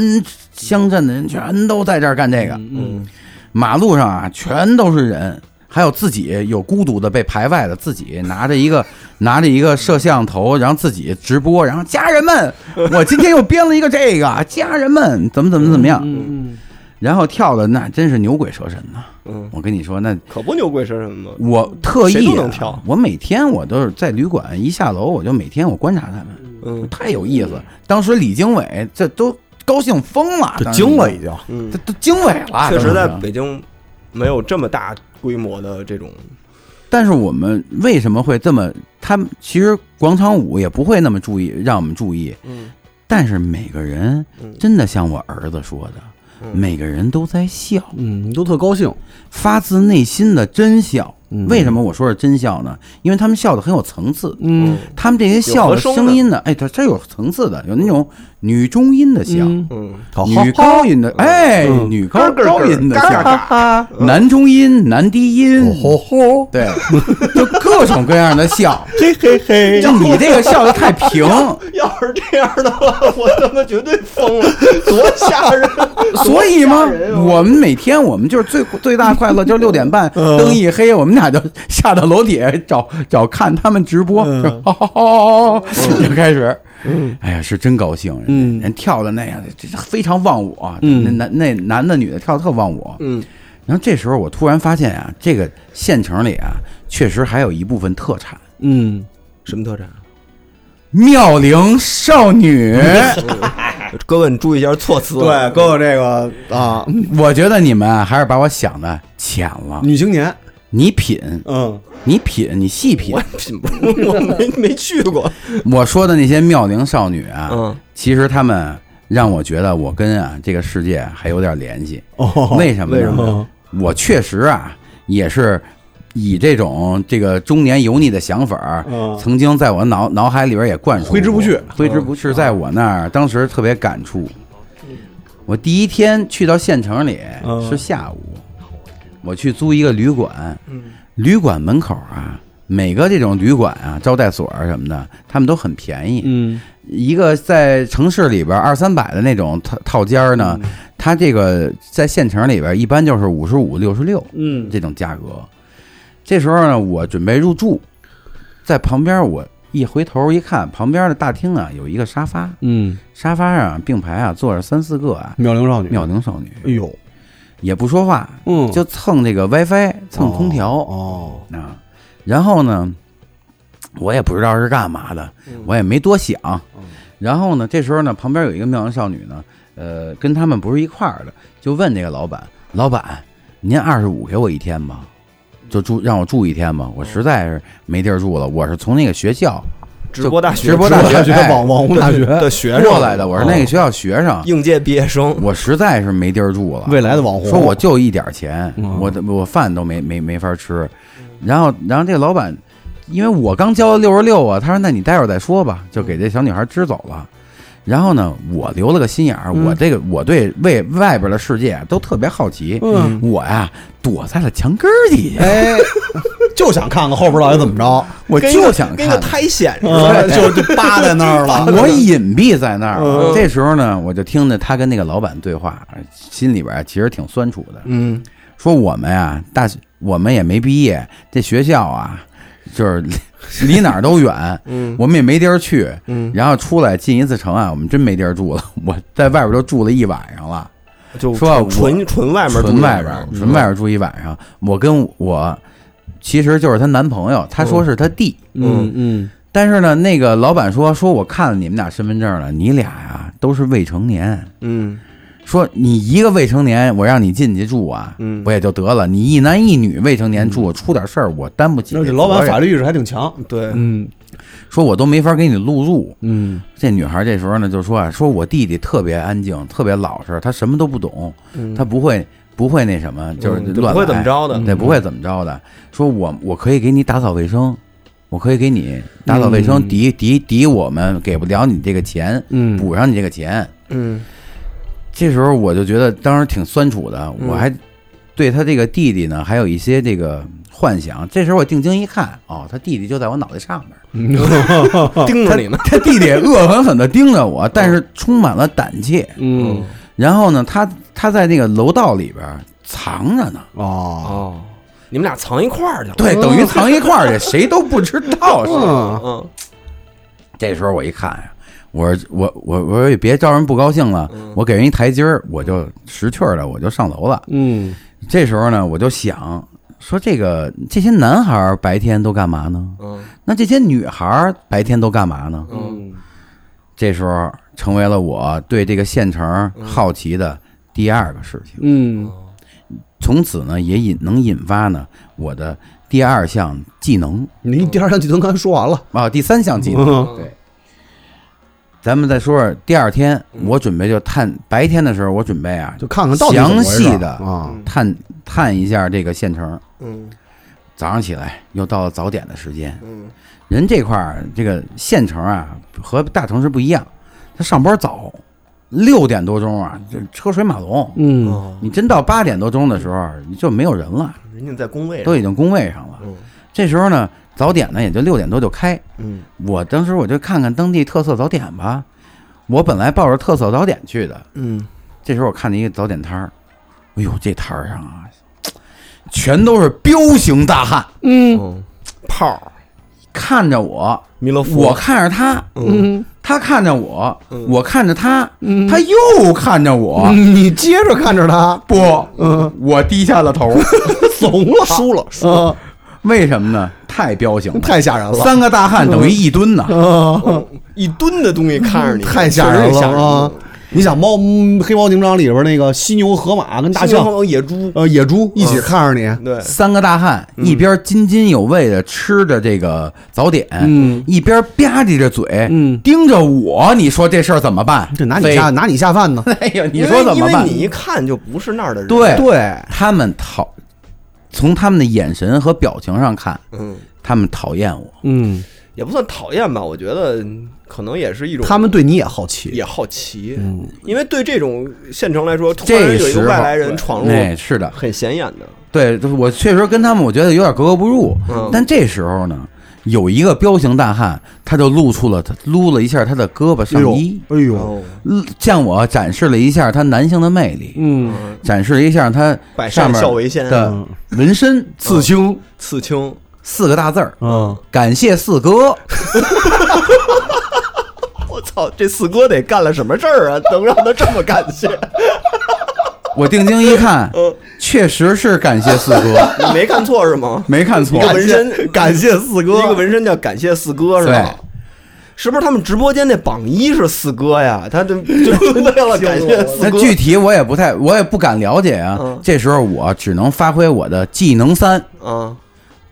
D: 乡镇的人全都在这儿干这个。
A: 嗯
D: 马路上啊，全都是人，还有自己有孤独的被排外的，自己拿着一个拿着一个摄像头，然后自己直播，然后家人们，我今天又编了一个这个，家人们怎么怎么怎么样，
C: 嗯
D: 然后跳的那真是牛鬼蛇神呐、
A: 嗯，
D: 我跟你说，那
A: 可不牛鬼蛇神吗？
D: 我特
A: 谁
D: 意、
A: 都能
D: 啊
A: 跳，
D: 我每天我都是在旅馆一下楼，我就每天我观察他们，
A: 嗯
D: 太有意思。当时李经纬这都高兴疯了，
C: 这
D: 当时
C: 惊了已，经。
A: 嗯
D: 这，都惊纬了，
A: 确实在
D: 当时
A: 北京没有这么大规模的这种，
D: 但是我们为什么会这么？他们其实广场舞也不会那么注意，让我们注意。
A: 嗯
D: 但是每个人
A: 嗯
D: 真的像我儿子说的，
A: 嗯
D: 每个人都在笑，
C: 嗯，都特高兴。
D: 发自内心的真笑。
C: 嗯
D: 为什么我说是真笑呢？因为他们笑的很有层次，
C: 嗯
D: 他们这些笑的声音呢，哎，它它有层次的，有那种女中音的笑，
C: 嗯，
A: 嗯
C: 好
D: 女高音的，哎，女高
A: 咯咯咯
D: 高音的
A: 嘎嘎
D: 笑，
A: 嗯
D: 男中音、男低音，
A: 哦
C: 吼，
D: 对，就各种各样的笑。
A: 嘿嘿嘿
D: 就你这个笑的太平，
A: 要是这样的话，我他妈绝对疯了，多吓人！
D: 所以嘛，
C: 哦
D: 我们每天我们就是最最大快乐，就是六 点半
C: 嗯
D: 灯一黑，我们俩就下到楼底下找 找看他们直播，就
C: 嗯
D: 哦哦哦哦哦 就开始。哎呀，是真高兴，人
C: 嗯
D: 人跳的那样，这这非常忘我。
C: 嗯
D: 那男那男的女的跳的特忘我。
A: 嗯
D: 然后这时候我突然发现啊，这个县城里啊，确实还有一部分特产
C: 嗯，
A: 什么特
D: 啊
A: 产？
D: 妙龄少 女。
A: 哥问注意一下措辞。
D: 啊
C: 对，哥哥这个啊，
D: 我觉得你们啊，还是把我想的浅了。
C: 女青年，
D: 你品，
C: 嗯
D: 你品，你细品
A: 我。品不，我没没去过。
D: 我说的那些妙龄少女啊，
A: 嗯
D: 其实她们让我觉得我跟啊这个世界还有点联系。
C: 哦，
D: 为什么？
A: 为什
C: 么？
D: 我确实啊，也是以这种这个中年油腻的想法儿，
C: 嗯
D: 曾经在我脑脑海里边也灌输过，
C: 挥之不去嗯
D: 挥之不去，是在我那儿，当时特别感触。我第一天去到县城里
C: 嗯
D: 是下午，我去租一个旅馆，
A: 嗯
D: 旅馆门口啊，每个这种旅馆啊、招待所啊什么的，他们都很便宜。
C: 嗯
D: 一个在城市里边二三百的那种套套间儿
C: 嗯
D: 呢，它这个在县城里边一般就是五十五、六十六
C: 嗯
D: 这种价格。这时候呢，我准备入住，在旁边我一回头一看，旁边的大厅啊有一个沙发，
C: 嗯，
D: 沙发上并排啊坐着三四个啊
C: 妙龄少女，
D: 妙龄少女，
C: 哎呦，
D: 也不说话，
C: 嗯，
D: 就蹭这个 WiFi 蹭空调
C: 哦，
D: 啊。然后呢，我也不知道是干嘛的，
C: 嗯
D: 我也没多想。然后呢，这时候呢，旁边有一个妙龄少女呢，呃，跟他们不是一块儿的，就问这个老板：“老板，您二十五给我一天吧，就住让我住一天吧，我实在是没地儿住了。我是从那个学校
A: 直播大学
D: 直播大
C: 大
D: 学
C: 学、网网红大学，
A: 的学生哦
D: 过来的，我是那个学校学生，
A: 应届毕业生，
D: 我实在是没地儿住了，
C: 未来的
A: 哦
C: 网红。
D: 说 我就一点钱，
C: 嗯
D: 我的我饭都没没没法吃。然后然后这个老板，因为我刚交了六十六啊，他说那你待会儿再说吧，就给这小女孩支走了。然后呢，我留了个心眼儿，
C: 嗯
D: 我这个我对外外边的世界都特别好奇，
C: 嗯，
D: 我呀躲在了墙根儿底下，
C: 哎，就想看看后边到底怎么着，
D: 我
A: 跟一个
D: 就想
A: 跟一个
D: 看。
A: 苔藓似的，
C: 嗯就就扒在那儿 了。
D: 我隐蔽在那
A: 嗯
D: 儿，这时候呢，我就听着他跟那个老板对话，心里边儿其实挺酸楚的。
A: 嗯，
D: 说我们呀、大学我们也没毕业，这学校啊，就是离离哪儿都远，
A: 嗯
D: 我们也没地儿去。
A: 嗯，
D: 然后出来进一次城啊，我们真没地儿住了， 我在外边都住了一晚上了，
A: 就
D: 说我
A: 纯纯外面嗯住
D: 纯
A: 的
D: 外边，纯外边住一晚上。我跟我其实就是她男朋友，她说是她弟，
A: 嗯
C: 嗯
D: 但是呢，那个老板说说我看了你们俩身份证了，你俩呀、都是未成年，
A: 嗯
D: 说你一个未成年，我让你进去住啊，
A: 嗯
D: 我也就得了。你一男一女未成年住，出点事儿我担不起。
C: 而且嗯老板法
D: 律
C: 律意识还挺强。
A: 对，
C: 嗯
D: 说我都没法给你录入。
C: 嗯
D: 这女孩这时候呢就说啊，说我弟弟特别安静，特别老实，他什么都不懂，
A: 嗯
D: 他不会不会那什么，就是
A: 嗯
D: 乱来
A: 不会怎么，着的，
D: 对，不会怎么着的。说我我可以给你打扫卫生，我可以给你打扫卫生，
C: 嗯
D: 抵抵抵我们给不了你这个钱，
C: 嗯
D: 补上你这个钱。
A: 嗯
D: 这时候我就觉得当时挺酸楚的，
A: 嗯
D: 我还对他这个弟弟呢，还有一些这个幻想。这时候我定睛一看，哦，他弟弟就在我脑袋 上面，
C: 嗯
A: 盯着你呢，
D: 他弟弟恶狠狠地盯着我，但是充满了胆怯。
C: 嗯
D: 然后呢，他他在那个楼道里边藏着呢，哦
C: 哦，
A: 哦，你们俩藏一块儿去了，
D: 对，等于藏一块儿去，谁都不知道是吧。
C: 嗯
A: 嗯
D: 这时候我一看呀。我说我我我说也别招人不高兴了，我给人一台阶儿，我就识趣儿了，我就上楼了。
C: 嗯
D: 这时候呢，我就想说，这个这些男孩儿白天都干嘛呢？
A: 嗯
D: 那这些女孩儿白天都干嘛呢？
A: 嗯
D: 这时候成为了我对这个县城好奇的第二个事情。
C: 嗯
D: 从此呢，也引能引发呢我的第二项技能
C: 你第二项技能刚才说完了。
D: 啊，第三项技能。
C: 嗯
A: 对，
D: 咱们再说说第二天，我准备就探白天的时候，我准备啊
C: 就看看到底怎么回事
D: 详细的
C: 啊，
D: 探探一下这个县城。
A: 嗯
D: 早上起来又到了早点的时间，
A: 嗯
D: 人这块儿这个县城啊和大城市不一样，他上班早，六点多钟啊，这车水马龙。
C: 嗯
A: 哦，
D: 你真到八点多钟的时候，你就没有人了，
A: 人家在工位上
D: 都，已经工位上了。
A: 嗯
D: 这时候呢，早点呢也就六点多就开。
A: 嗯
D: 我当时我就看看当地特色早点吧，我本来抱着特色早点去的，
A: 嗯
D: 这时候我看见一个早点摊儿，哎呦，这摊儿上啊，全都是彪形大汉，
C: 嗯
A: 嗯，炮儿
D: 看着我，
A: 弥勒佛，
D: 我看着他，
A: 嗯
D: 他看着我，
A: 嗯
D: 我看着他，
C: 嗯
D: 他又看着我，
C: 你接着看着他，
D: 不，
C: 嗯
D: 我低下 了头，
C: 怂了，嗯输了，输了，
D: 为什么呢？太彪形了，
C: 太吓人了，
D: 三个大汉等于一吨呐、
C: 啊，
A: 一吨的东西看着你，
C: 嗯太吓人
A: 确实
C: 了
A: 吓
C: 啊！你想猫嗯黑猫警长里边那个犀牛、河马跟大
A: 西
C: 象、嗯
A: 方野猪，
C: 呃野猪一起看着你，
A: 对，
D: 三个大汉一边津津有味的吃着这个早点，
C: 嗯
D: 一边吧唧着嘴，
C: 嗯
D: 盯着我，你说这事儿怎么办？
C: 这拿你
D: 非
C: 下拿你下饭呢？
D: 哎呀，你
A: 因为
D: 说怎么
A: 因
D: 办
A: 为？你一看就不是那儿的人，
D: 对
C: 对，
D: 他们讨，从他们的眼神和表情上看，
A: 嗯，
D: 他们讨厌我。
C: 嗯，
A: 也不算讨厌吧，我觉得可能也是一种
C: 他们对你也好奇，
A: 也好奇，因为对这种县城来说，突然
D: 这
A: 有一个
D: 时候，
A: 外来人闯入，
D: 哎，是的，
A: 很显眼的，
D: 对，就是我确实跟他们，我觉得有点格格不入。
A: 嗯
D: 但这时候呢，有一个彪形大汉，他就露出了他撸了一下他的胳膊
C: 哎
D: 上
C: 呦
D: 衣，，
C: 哎呦，
A: 哦
D: 嗯向我展示了一下他男性的魅力，
C: 嗯，
A: 嗯，
D: 展示了一下他
A: 百
D: 上
A: 善
D: 面
A: 孝为先，啊
D: 的纹身刺青
A: 青，刺青，
D: 四个大字儿，
C: 嗯，
D: 感谢四哥。
A: 我操，这四哥得干了什么事儿啊？能让他这么感谢？
D: 我定睛一看
A: 嗯，
D: 确实是感谢四 哥，
A: 你没看错是吗？
D: 没看
A: 一
D: 错
A: 个。纹身，
C: 感谢四
A: 一个
C: 哥，
A: 纹身叫感谢四哥是吧？是不是他们直播间那榜一是四哥呀？他就 就为了感谢四
D: 那
A: 哥，
D: 具体我也不太，我也不敢了解啊。
A: 嗯
D: 这时候我只能发挥我的技能三，
A: 啊，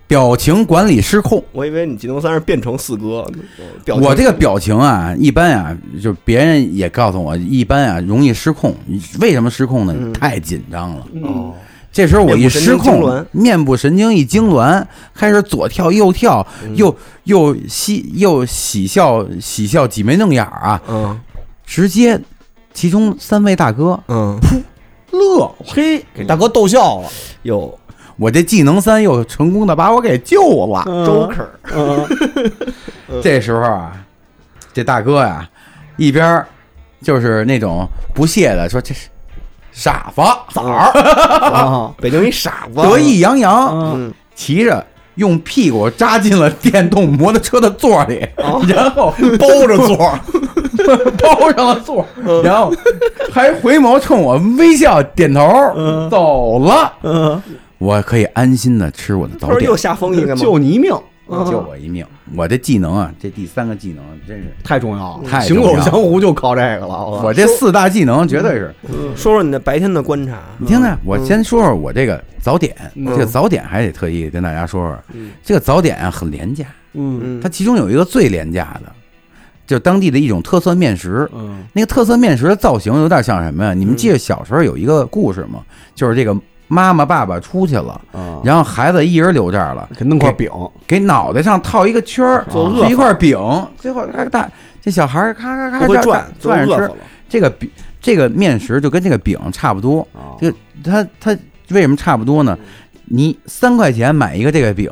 D: 表情管理失控。
A: 我以为你金龙三是变成四哥，嗯表情
D: 我这个表情啊，一般啊，就别人也告诉我，一般啊容易失控。你为什么失控呢？你太紧张了。
A: 哦，
D: 这时候我一
A: 嗯面部神经痉
D: 失控
A: 挛，
D: 面部神经一痉挛，开始左跳右跳，
A: 嗯
D: 又又嬉又喜笑喜笑挤眉弄眼儿啊！
A: 嗯
D: 直接，其中三位大哥，
A: 嗯，
C: 乐，嘿，给大哥逗笑了。
A: 有
D: 我这技能三又成功的把我给救了。
A: Joker，嗯
D: 这时候啊，这大哥呀、一边儿就是那种不屑的说：“这是傻子，崽儿，
C: 啊，
A: 北京一傻子，
D: 得意洋洋，
A: 嗯，
D: 骑着。”用屁股扎进了电动摩托车的座里，然后包着座，包上了座，然后还回眸冲我微笑点头，走了。
C: 嗯，
D: 我可以安心的吃我的早
A: 不是
D: 点
A: 又，下风一个吗？
C: 救你一命，
D: 嗯
C: 嗯
D: 救我一命。我这技能啊，这第三个技能真是，
C: 太重要了。
D: 太
C: 行
D: 重要
C: 走
D: 了
C: 江湖就靠这个了。好吧
D: 我这四大技能绝对是。
A: 说说你的白天的观察，
D: 你听听，我先说说我这个早点，这个早点还得特意跟大家说说，这个早点啊很廉价，
C: 嗯
A: 嗯
D: 它，其中有一个最廉价的，就是当地的一种特色面食。
C: 嗯
D: 那个特色面食的造型有点像什么呀？你们记得小时候有一个故事吗？就是这个妈妈爸爸出去了，
C: 啊，
D: 然后孩子一人留这儿了，
C: 给弄块饼，
D: 给脑袋上套一个圈儿，
A: 哦做
D: 是一块饼，最后咔大这小孩儿咔咔咔
A: 不会
D: 这样
A: 转，
D: 转
A: 就
D: 着
A: 饿死
D: 吃。
A: 了。
D: 这个饼这个面食就跟这个饼差不多，
C: 啊
D: 这个它它为什么差不多呢？你三块钱买一个这个饼，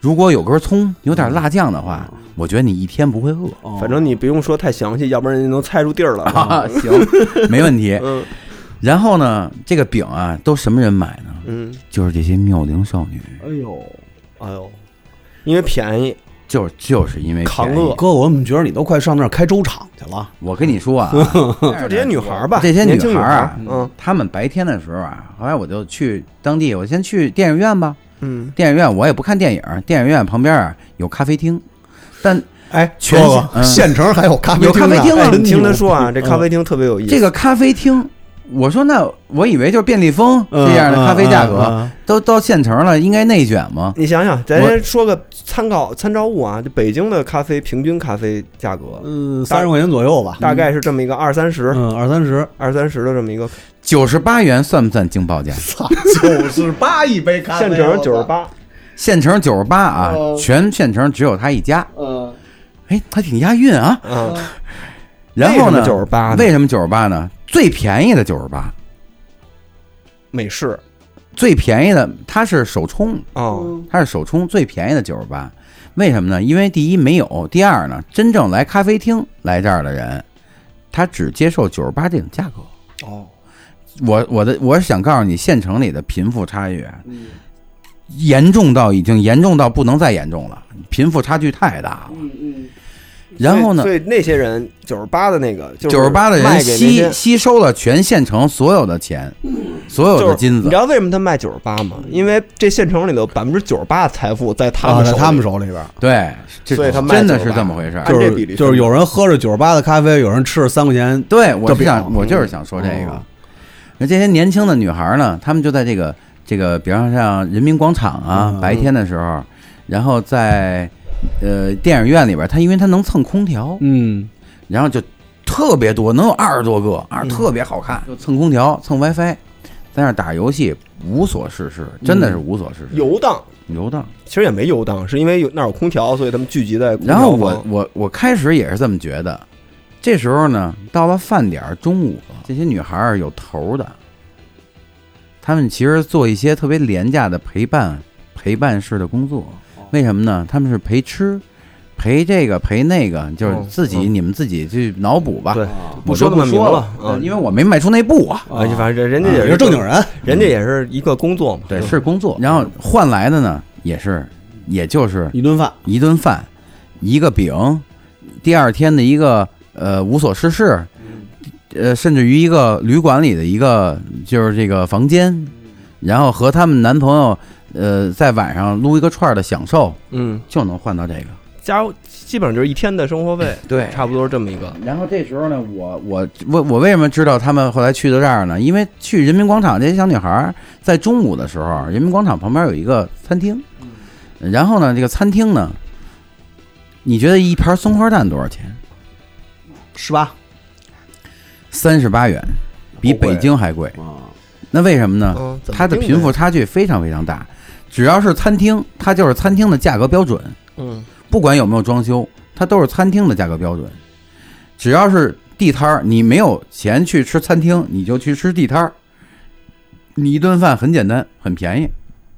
D: 如果有根葱，有点辣酱的话，
A: 嗯
D: 我觉得你一天不会饿。
C: 哦
A: 反正你不用说太详细，要不然人家能猜出地儿来。
D: 啊， 行，没问题。
A: 嗯
D: 然后呢，这个饼啊，都什么人买呢？
A: 嗯，
D: 就是这些妙龄少女，
C: 哎呦，
A: 哎呦，因为便宜，
D: 就就是因为
A: 扛
D: 便宜
A: 饿
C: 哥，我怎么觉得你都快上那儿开粥厂去了？
D: 我跟你说啊，
A: 就这些女孩儿吧，
D: 这些
A: 年
D: 女
A: 轻
D: 孩
A: 女
D: 儿
A: 孩
D: 啊
A: 儿，，嗯
D: 她们白天的时候啊，后来我就去当地，我先去电影院吧。
A: 嗯，
D: 电影院我也不看电影，电影院旁边啊有咖啡厅，但
C: 哎，
D: 全
C: 哥哥
D: 嗯
C: 县城还有咖啡
D: 有咖啡厅啊
C: 呢哎
A: 你听他
C: 牛
A: 说啊，这咖啡厅特别有意思。
D: 这个咖啡厅，我说那我以为就是便利蜂
C: 嗯
D: 这样的咖啡价格，
C: 嗯嗯嗯
D: 都到县城了，应该内卷吗？
A: 你想想，咱
D: 我
A: 先说个参考参照物啊，就北京的咖啡平均咖啡价格，
C: 嗯，三十块钱左右吧，
A: 大概是这么一个二三十、
C: 嗯二三十，
A: 二三十的这么一个，
D: 九十八元算不算惊报价？
C: 操，九十八一杯咖
A: 现成九十，八，
D: 县城九十八啊，
C: 哦
D: 全县城只有他一家。
C: 嗯，
D: 哎，还挺押韵啊。
A: 嗯，
D: 然后呢？
A: 为什么98呢
D: 为什么九十八呢？最便宜的九十八，
A: 美式
D: 最便宜的它是手冲，
A: 哦，
D: 它是手冲最便宜的九十八。为什么呢？因为第一没有，第二呢，真正来咖啡厅来这儿的人，他只接受九十八这种价格。
C: 哦，
D: 我我的我是想告诉你，县城里的贫富差距啊，
A: 嗯
D: 严重到已经严重到不能再严重了，贫富差距太大了。然后
A: 嗯
D: 呢？
A: 所以所以那些人九十八的那个
D: 九十八的人吸
A: 吸。
D: 吸收了全县城所有的钱，所有
A: 嗯就是
D: 的金
A: 你
D: 子
A: 知。道为什么他卖九十八吗？因为这县城里头百分之九十八的财富在他
C: 啊，
A: 们
C: 在
A: 手里，
C: 他们手里边儿。
D: 对，这
A: 所以他卖
D: 真的
A: 98
D: 是这么回事儿。
A: 按
C: 就
A: 这比例分
C: 是就是有人喝着九十八的咖啡，有人吃着三块钱，
D: 对，我
C: 这
D: 是
C: 表
D: 想，我就是想说这个
C: 哦。
D: 那这些年轻的女孩儿呢，她们就在这个这个，比方像人民广场啊
C: 嗯，
D: 白天的时候，然后在呃电影院里边儿，她因为她能蹭空调，
C: 嗯，
D: 然后就特别多，能有二十多个，二特别好看，就蹭空调、蹭 WiFi，在那儿打游戏，无所事事，真
C: 嗯
D: 的是无所事事，
A: 游荡，
D: 游荡。
A: 其实也没游荡，是因为有那儿有空调，所以他们聚集在空调
D: 然后
A: 房
D: 我我我开始也是这么觉得，这时候呢，到了饭点儿中午了，这些女孩儿有头儿的，她们其实做一些特别廉价的陪伴陪伴式的工作，
A: 哦
D: 为什么呢？她们是陪吃。陪这个陪那个，就是
A: 嗯
D: 自己、
A: 嗯
D: 你们自己去脑补吧。
A: 对
D: 我
A: 说
D: 就
A: 那
D: 不
A: 么明
D: 说
A: 了
D: 呃
A: 嗯
D: 因为我没迈出那步啊。
A: 哎，反正人家也
C: 也
A: 是
C: 是正经，人，
A: 人家也是一个工作嘛，
D: 对，是工作，然后换来的呢，也是，也就是
C: 一顿饭，
D: 一顿饭，一个饼，第二天的一个呃无所事事，呃，甚至于一个旅馆里的一个就是这个房间，然后和他们男朋友呃在晚上撸一个串儿的享受，
A: 嗯，
D: 就能换到这个。
A: 加入基本上就是一天的生活 费，
D: 对
A: 差不多是这么一个。
D: 然后这时候呢，我我我我为什么知道他们后来去到这儿呢？因为去人民广场这些小女孩儿在中午的时候，人民广场旁边有一个餐厅，然后呢，这个餐厅呢，你觉得一盘松花蛋多少钱？
C: 十八
D: 三十八元，比
C: 好贵
D: 北京还贵。
C: 啊，
D: 那为什么呢？
A: 嗯，怎么
D: 它的
A: 定
D: 贫富差距非常非常大。只要是餐厅，它就是餐厅的价格标准，
A: 嗯，
D: 不管有没有装修，它都是餐厅的价格标准。只要是地摊儿，你没有钱去吃餐厅，你就去吃地摊儿。你一顿饭很简单，很便宜。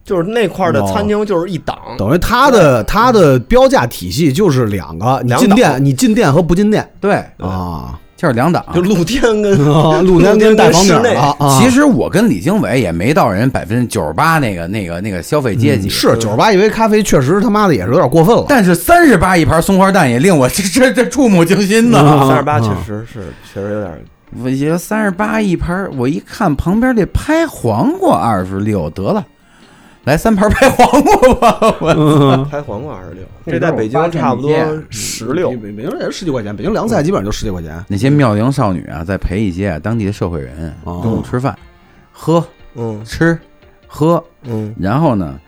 A: 就是那块儿的餐厅就是一档，
C: 等于它的它的标价体系就是两个，你
A: 两
C: 进
A: 档
C: 店你进店和不进店
D: 对，
C: 啊，
D: 就是两档。
A: 就露天跟
C: 啊 露天跟带房顶
A: 露天跟室内
C: 了 啊。
D: 其实我跟李经纬也没到人百分之九十八那个那个那个消费阶级，
C: 是九十八一杯咖啡，确实他妈的也是有点过分了。
D: 但是三十八一盘松花蛋也令我这 这这触目惊心呢。
C: 啊
A: 三十八，
C: 啊
A: 确实是确实有点
D: 我觉得三十八一盘儿，我一看旁边这拍黄瓜二十六，得了，来三盘拍黄瓜吧。 我
A: 拍黄瓜二十六，
D: 那
A: 这在北京差不多
D: 边儿有八
A: 十六
C: 北。北京也十几块钱，北京凉菜基本上就十几块钱。
D: 那些妙龄少女啊，再陪一些当地的社会人，
C: 哦
D: 中午吃饭、喝、
A: 嗯
D: 吃、喝，
A: 嗯，
D: 然后呢，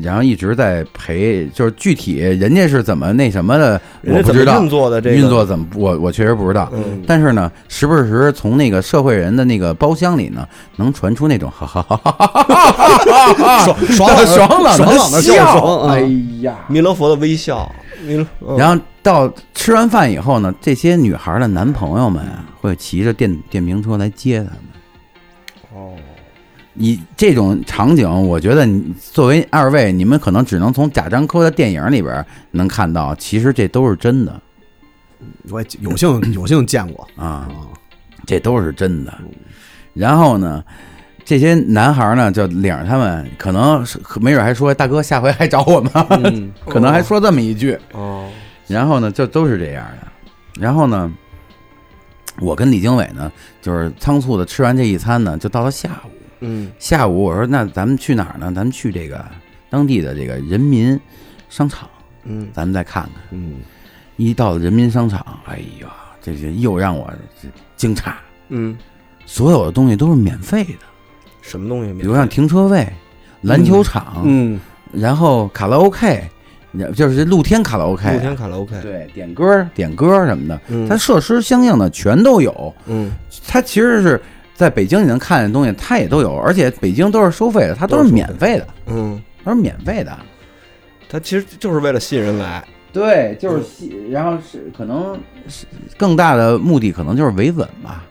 D: 然后一直在陪，就是具体人家是怎么那什么的，
A: 人
D: 我
A: 家
D: 不
A: 怎
D: 知
A: 么
D: 道
A: 运作的这个
D: 运作，怎么，我我确实不知道。
A: 嗯，
D: 但是呢，时不时从那个社会人的那个包厢里呢，能传出那种哈哈哈哈哈哈哈哈爽
C: 爽朗的
D: 爽朗
C: 爽朗的笑
D: 笑，
C: 声
D: 哎呀！
A: 弥勒佛的微笑，弥勒，嗯
D: 然后到吃完饭以后呢，这些女孩的男朋友们啊，会骑着电电瓶车来接她们。
A: 哦，
D: 你这种场景，我觉得你作为二位，你们可能只能从贾樟柯的电影里边能看到，其实这都是真的
C: 我也有幸有幸见过
D: 啊。
C: 啊，
D: 这都是真的。然后呢，这些男孩呢就领着他们，可能是没准还说大哥下回还找我们， 可能还说这么一句。
A: 嗯哦，
D: 然后呢，就都是这样的。然后呢，我跟李经纬呢，就是仓促的吃完这一餐呢，就到了下午。
A: 嗯
D: 下午我说那咱们去哪儿呢？咱们去这个当地的这个人民商场，
A: 嗯
D: 咱们再看看。
C: 嗯，
D: 一到人民商场，哎呀，这些又让我惊诧，
A: 嗯，
D: 所有的东西都是免费的。
A: 什么东西？
D: 比如像停车位、篮球场，
C: 嗯，
D: 然后卡拉 OK，就是露天卡拉 OK，
A: 露天卡拉 OK，
D: 哎对，点歌、点歌什么的，
A: 嗯
D: 它设施相应的全都有。
A: 嗯，
D: 它其实是在北京你能看见的东西，它也都有，而且北京都是收费的，它都
A: 都是
D: 是
A: 收
D: 免费的，
A: 嗯，
D: 都是免费的。
A: 他其实就是为了吸引人来，
D: 对，就是吸，然后是可能是更大的目的，可能就是维稳吧，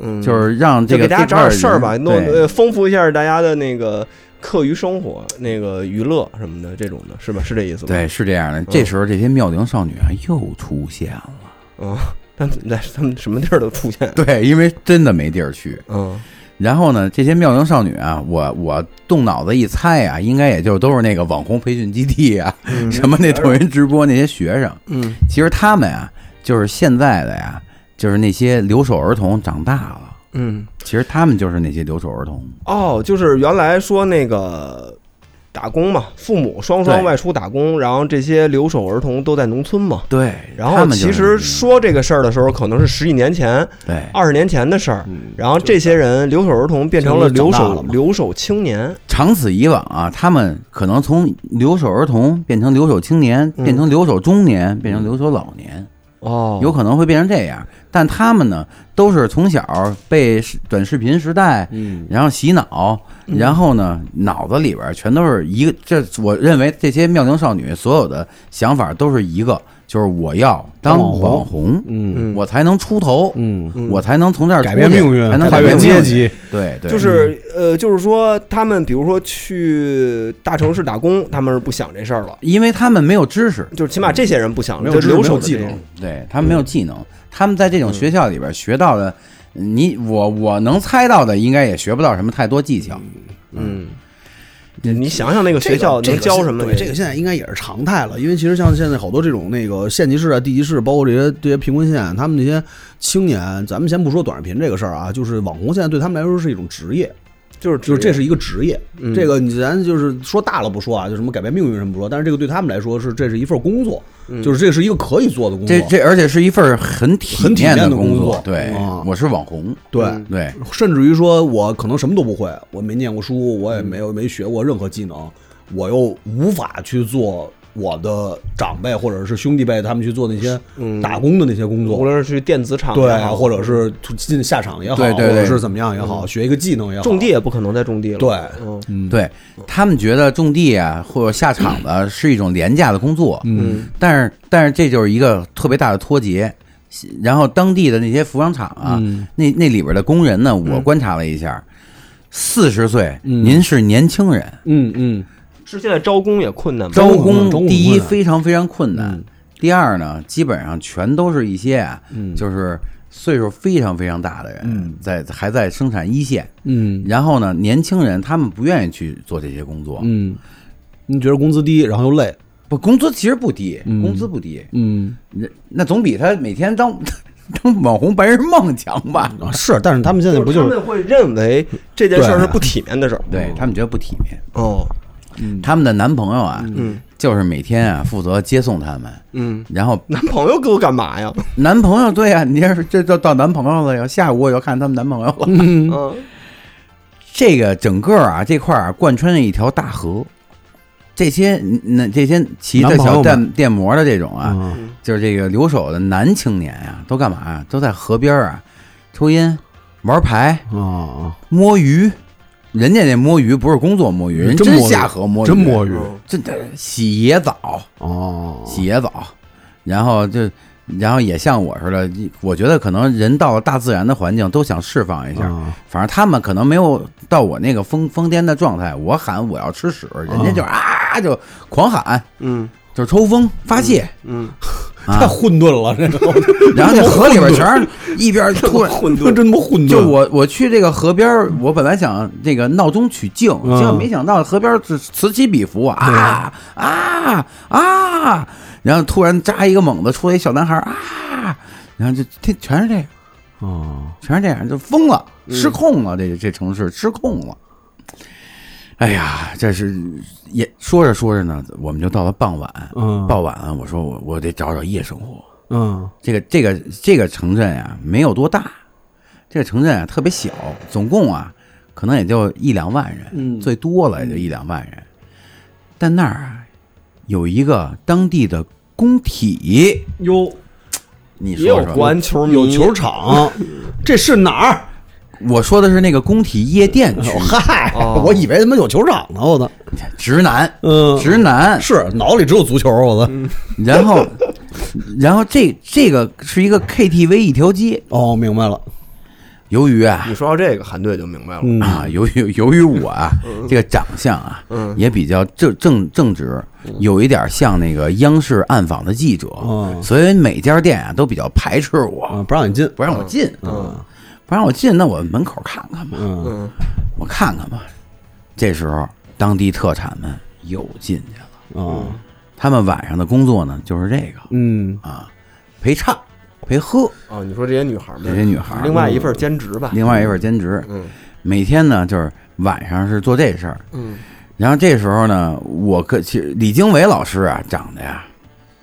A: 嗯，
D: 就是让这
A: 就给
D: 个
A: 大家
D: 这
A: 找
D: 块
A: 点事儿
D: 人
A: 吧，弄
D: 对
A: 呃丰富一下大家的那个课余生活、那个娱乐什么的这种的，是吧？是这意思吗？，
D: 对，嗯是这样的。这时候这些妙龄少女啊又出现了，
A: 嗯， 他们在他们什么地儿都出现，
D: 对，因为真的没地儿去。
A: 嗯
D: 然后呢，这些妙龄少女啊，我我动脑子一猜啊，应该也就都是那个网红培训基地啊， 什么那抖音直播那些学生。
A: 嗯
D: 其实他们啊，就是现在的呀，就是那些留守儿童长大了。
A: 嗯，
D: 其实他们就是那些留守儿童，
A: 哦，就是原来说那个。打工嘛，父母双双
D: 对
A: 外出打工，然后这些留守儿童都在农村嘛。
D: 对。
A: 然后其实说这个事儿的时候，可能是十几年前、
D: 嗯对，嗯
A: 二十年前的事儿。然后这些人留守儿童变成了留
C: 长大
A: 守
C: 了嘛
A: 留守青年，
D: 长此以往啊，他们可能从留守儿童变成留守青年，变
C: 嗯
D: 成留守中年，变成留守老年。
A: 哦
D: 有可能会变成这样。但他们呢，都是从小被视短视频时代，
C: 嗯，
D: 然后洗脑，然后呢，脑子里边全都是一个。这我认为这些妙龄少女所有的想法都是一个，就是我要当
C: 当网红
D: 网红，
C: 嗯
D: 我才能出头，
C: 嗯，
A: 嗯
D: 我才能从这儿
C: 改变
D: 出去
C: 命运
D: 才能
C: 跨
D: 改
C: 越
D: 变
C: 阶
D: 命
C: 级
D: 运。对对，
A: 就是呃，就是说他们比如说去大城市打工，他们是不想这事儿了，
D: 因为他们没有知识，
A: 就是起码这些人不想，
C: 没有
A: 就
C: 知识
A: 留
C: 没
A: 守
C: 有技
A: 的这
C: 能
A: 些
D: 对他们没有技能，他们在
C: 嗯
D: 这种学校里边学到的，你我我能猜到的，应该也学不到什么太多技巧。
A: 嗯，你你想想那个学校
C: 这
A: 能
C: 个
A: 教什么？
C: 对，这个现在应该也是常态了，因为其实像现在好多这种那个县级市啊、地级市，包括这些这些贫困县，他们这些青年，咱们先不说短视频这个事儿啊，就是网红现在对他们来说是一种职业，
A: 就是
C: 就是这是一个职业。
A: 嗯
C: 这个你咱就是说大了不说啊，就什么改变命运什么不说，但是这个对他们来说是这是一份工作，
A: 嗯
C: 就是这是一个可以做的工作。
D: 这这，而且是一份儿很体
C: 很体面
D: 的
C: 的工
D: 作
C: 作。
D: 对
C: 啊，
D: 我是网红。
C: 对。
D: 对，
C: 甚至于说，我可能什么都不会，我没念过书，我也没有没学过任何技能，我又无法去做我的长辈或者是兄弟辈他们去做那些
A: 嗯
C: 打工的那些工作，
A: 无论是去电子厂也
C: 对，啊
A: 好
C: 或者是进下场也好，
D: 对对对
C: 或者是怎么样也好，学一个技能也好，
A: 种地也不可能再种地了。
C: 对
A: 嗯
C: 嗯，
D: 对他们觉得种地啊或者下场的是一种廉价的工作，
A: 嗯
D: 但是但是这就是一个特别大的脱节。然后当地的那些服装厂啊，
C: 嗯
D: 那那里边的工人呢，我
A: 嗯
D: 观察了一下，四十岁，
C: 嗯
D: 您是年轻人，
C: 嗯嗯，
A: 是现在招工也困难吗？
D: 招
C: 招工招
D: 工
C: 工
D: 第一
C: 困难啊
D: 非常非常困难
C: 嗯，
D: 第二呢，基本上全都是一些啊，就是岁数非常非常大的人
C: 嗯
D: 在还在生产一线，
C: 嗯
D: 然后呢，年轻人他们不愿意去做这些工作，
C: 嗯，你觉得工资低，然后又累，
D: 不，工资其实不低，
C: 嗯
D: 工资不低，
C: 嗯
D: 那那总比他每天当 当网红白日梦强吧？
C: 啊是，但是他们现在不
A: 就
C: 就是
A: 他
C: 是
A: 们会认为这件事儿是不体面的事儿。
C: 哦
D: 对他们觉得不体面，
A: 哦，
C: 嗯
D: 他们的男朋友啊，
A: 嗯
D: 就是每天啊负责接送他们，
A: 嗯，
D: 然后
A: 男朋友给我干嘛呀？
D: 男朋友对啊，你这是这就到男朋友了，要下午我要看他们男朋友了。
A: 嗯，
D: 这个整个啊这块儿啊贯穿着一条大河，这些嗯那这些骑着
C: 男朋
D: 小
C: 友
D: 电电摩的这种啊，
C: 啊
D: 就是这个留守的男青年啊，都干嘛呀、都在河边啊抽烟、玩牌、
C: 啊，
D: 摸鱼。人家那摸鱼不是工作摸鱼，人
C: 真摸鱼
D: 下河摸鱼，
C: 真摸鱼
A: 嗯
D: 真的洗野澡，
C: 哦，
D: 洗野澡，然后就，然后也像我似的，我觉得可能人到了大自然的环境都想释放一下，
C: 啊
D: 反正他们可能没有到我那个疯疯癫的状态，我喊我要吃屎，人家就啊就狂喊，
A: 嗯
D: 就是抽风发泄，
A: 嗯，
C: 太混沌了， 这个
D: 然后那河里边全是一边 突然。
A: 混
C: 真
A: 沌。
C: 他妈混沌，啊
D: 就我我去这个河边儿，我本来想这个闹中取静，
C: 嗯
D: 结果没想到河边儿是此起彼伏啊啊啊！然后突然扎一个猛子出来一小男孩儿啊，然后就这全是这个，
A: 嗯
C: 啊，
D: 全是这样，就疯了，失控了，这这城市失控了。哎呀，这是也说着说着呢，我们就到了傍晚，
C: 嗯
D: 傍晚啊，我说我我得找找夜生活。
C: 嗯
D: 这个这个这个城镇呀、没有多大，这个城镇啊特别小，总共啊可能也就一两万人，
C: 嗯
D: 最多了也就一两万人。但那儿啊有一个当地的工体，
C: 哟，
D: 你
A: 也
D: 说
A: 有
D: 说，
A: 篮球迷，
C: 有球
A: 啊
C: 场，这是哪儿？
D: 我说的是那个工体夜店区，
C: 嗨
A: 哦，
C: 我以为他妈有球场呢，我操！
D: 直男，
C: 嗯
D: 直男，
C: 是脑里只有足球，我操！
A: 嗯
D: 然 后，然后这这个是一个 KTV 一条街。
C: 哦，明白了，
D: 由于啊
A: 你说到这个，韩队就明白了。
C: 嗯
D: 啊，由于由于我啊这个长相啊
C: 嗯
D: 也比较正正正直，有一点像那个央视暗访的记者，
C: 嗯
D: 所以每家店啊都比较排斥
C: 啊，
D: 我，
C: 不让你进，
D: 不让我进，
C: 嗯
D: 不让我进，那我门口看看吧，
C: 嗯
A: 嗯
D: 我看看吧。这时候当地特产们又进去了，
A: 嗯
C: 啊，
D: 他们晚上的工作呢就是这个
C: 嗯
D: 啊，陪唱陪喝。
A: 哦，你说这些女孩
D: 这些
A: 们，
D: 女孩儿，
A: 另外一份兼职吧。
D: 另外一份兼职，
A: 嗯
D: 每天呢就是晚上是做这事儿，
A: 嗯
D: 然后这时候呢，我可其实李经纬老师啊，长得呀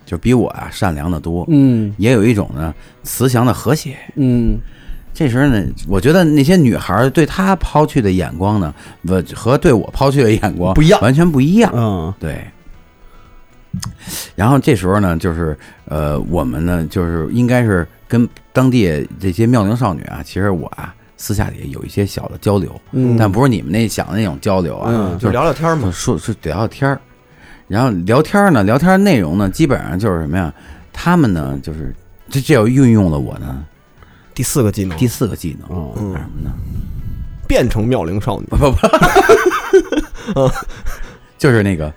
D: 就比我啊善良的多，
C: 嗯
D: 也有一种呢慈祥的和谐。
C: 嗯
D: 这时候呢，我觉得那些女孩儿对他抛去的眼光呢，不和对我抛去的眼光
C: 不一样
D: 完全不一样。
C: 嗯
D: 对。然后这时候呢，就是呃，我们呢，就是应该是跟当地这些妙龄少女啊，其实我啊私下里有一些小的交流，
C: 嗯
D: 但不是你们那想的那种交流啊，
C: 嗯
A: 就
D: 就是
A: 聊聊天
D: 就
A: 嘛。
D: 说是聊聊天儿，然后聊天儿呢，聊天儿内容呢，基本上就是什么呀？他们呢，就是这这要运用了我呢
A: 第四个技能
D: 第四个技能，
C: 哦
D: 是什么呢？
A: 变成妙龄少女。
D: 不不不，就是那个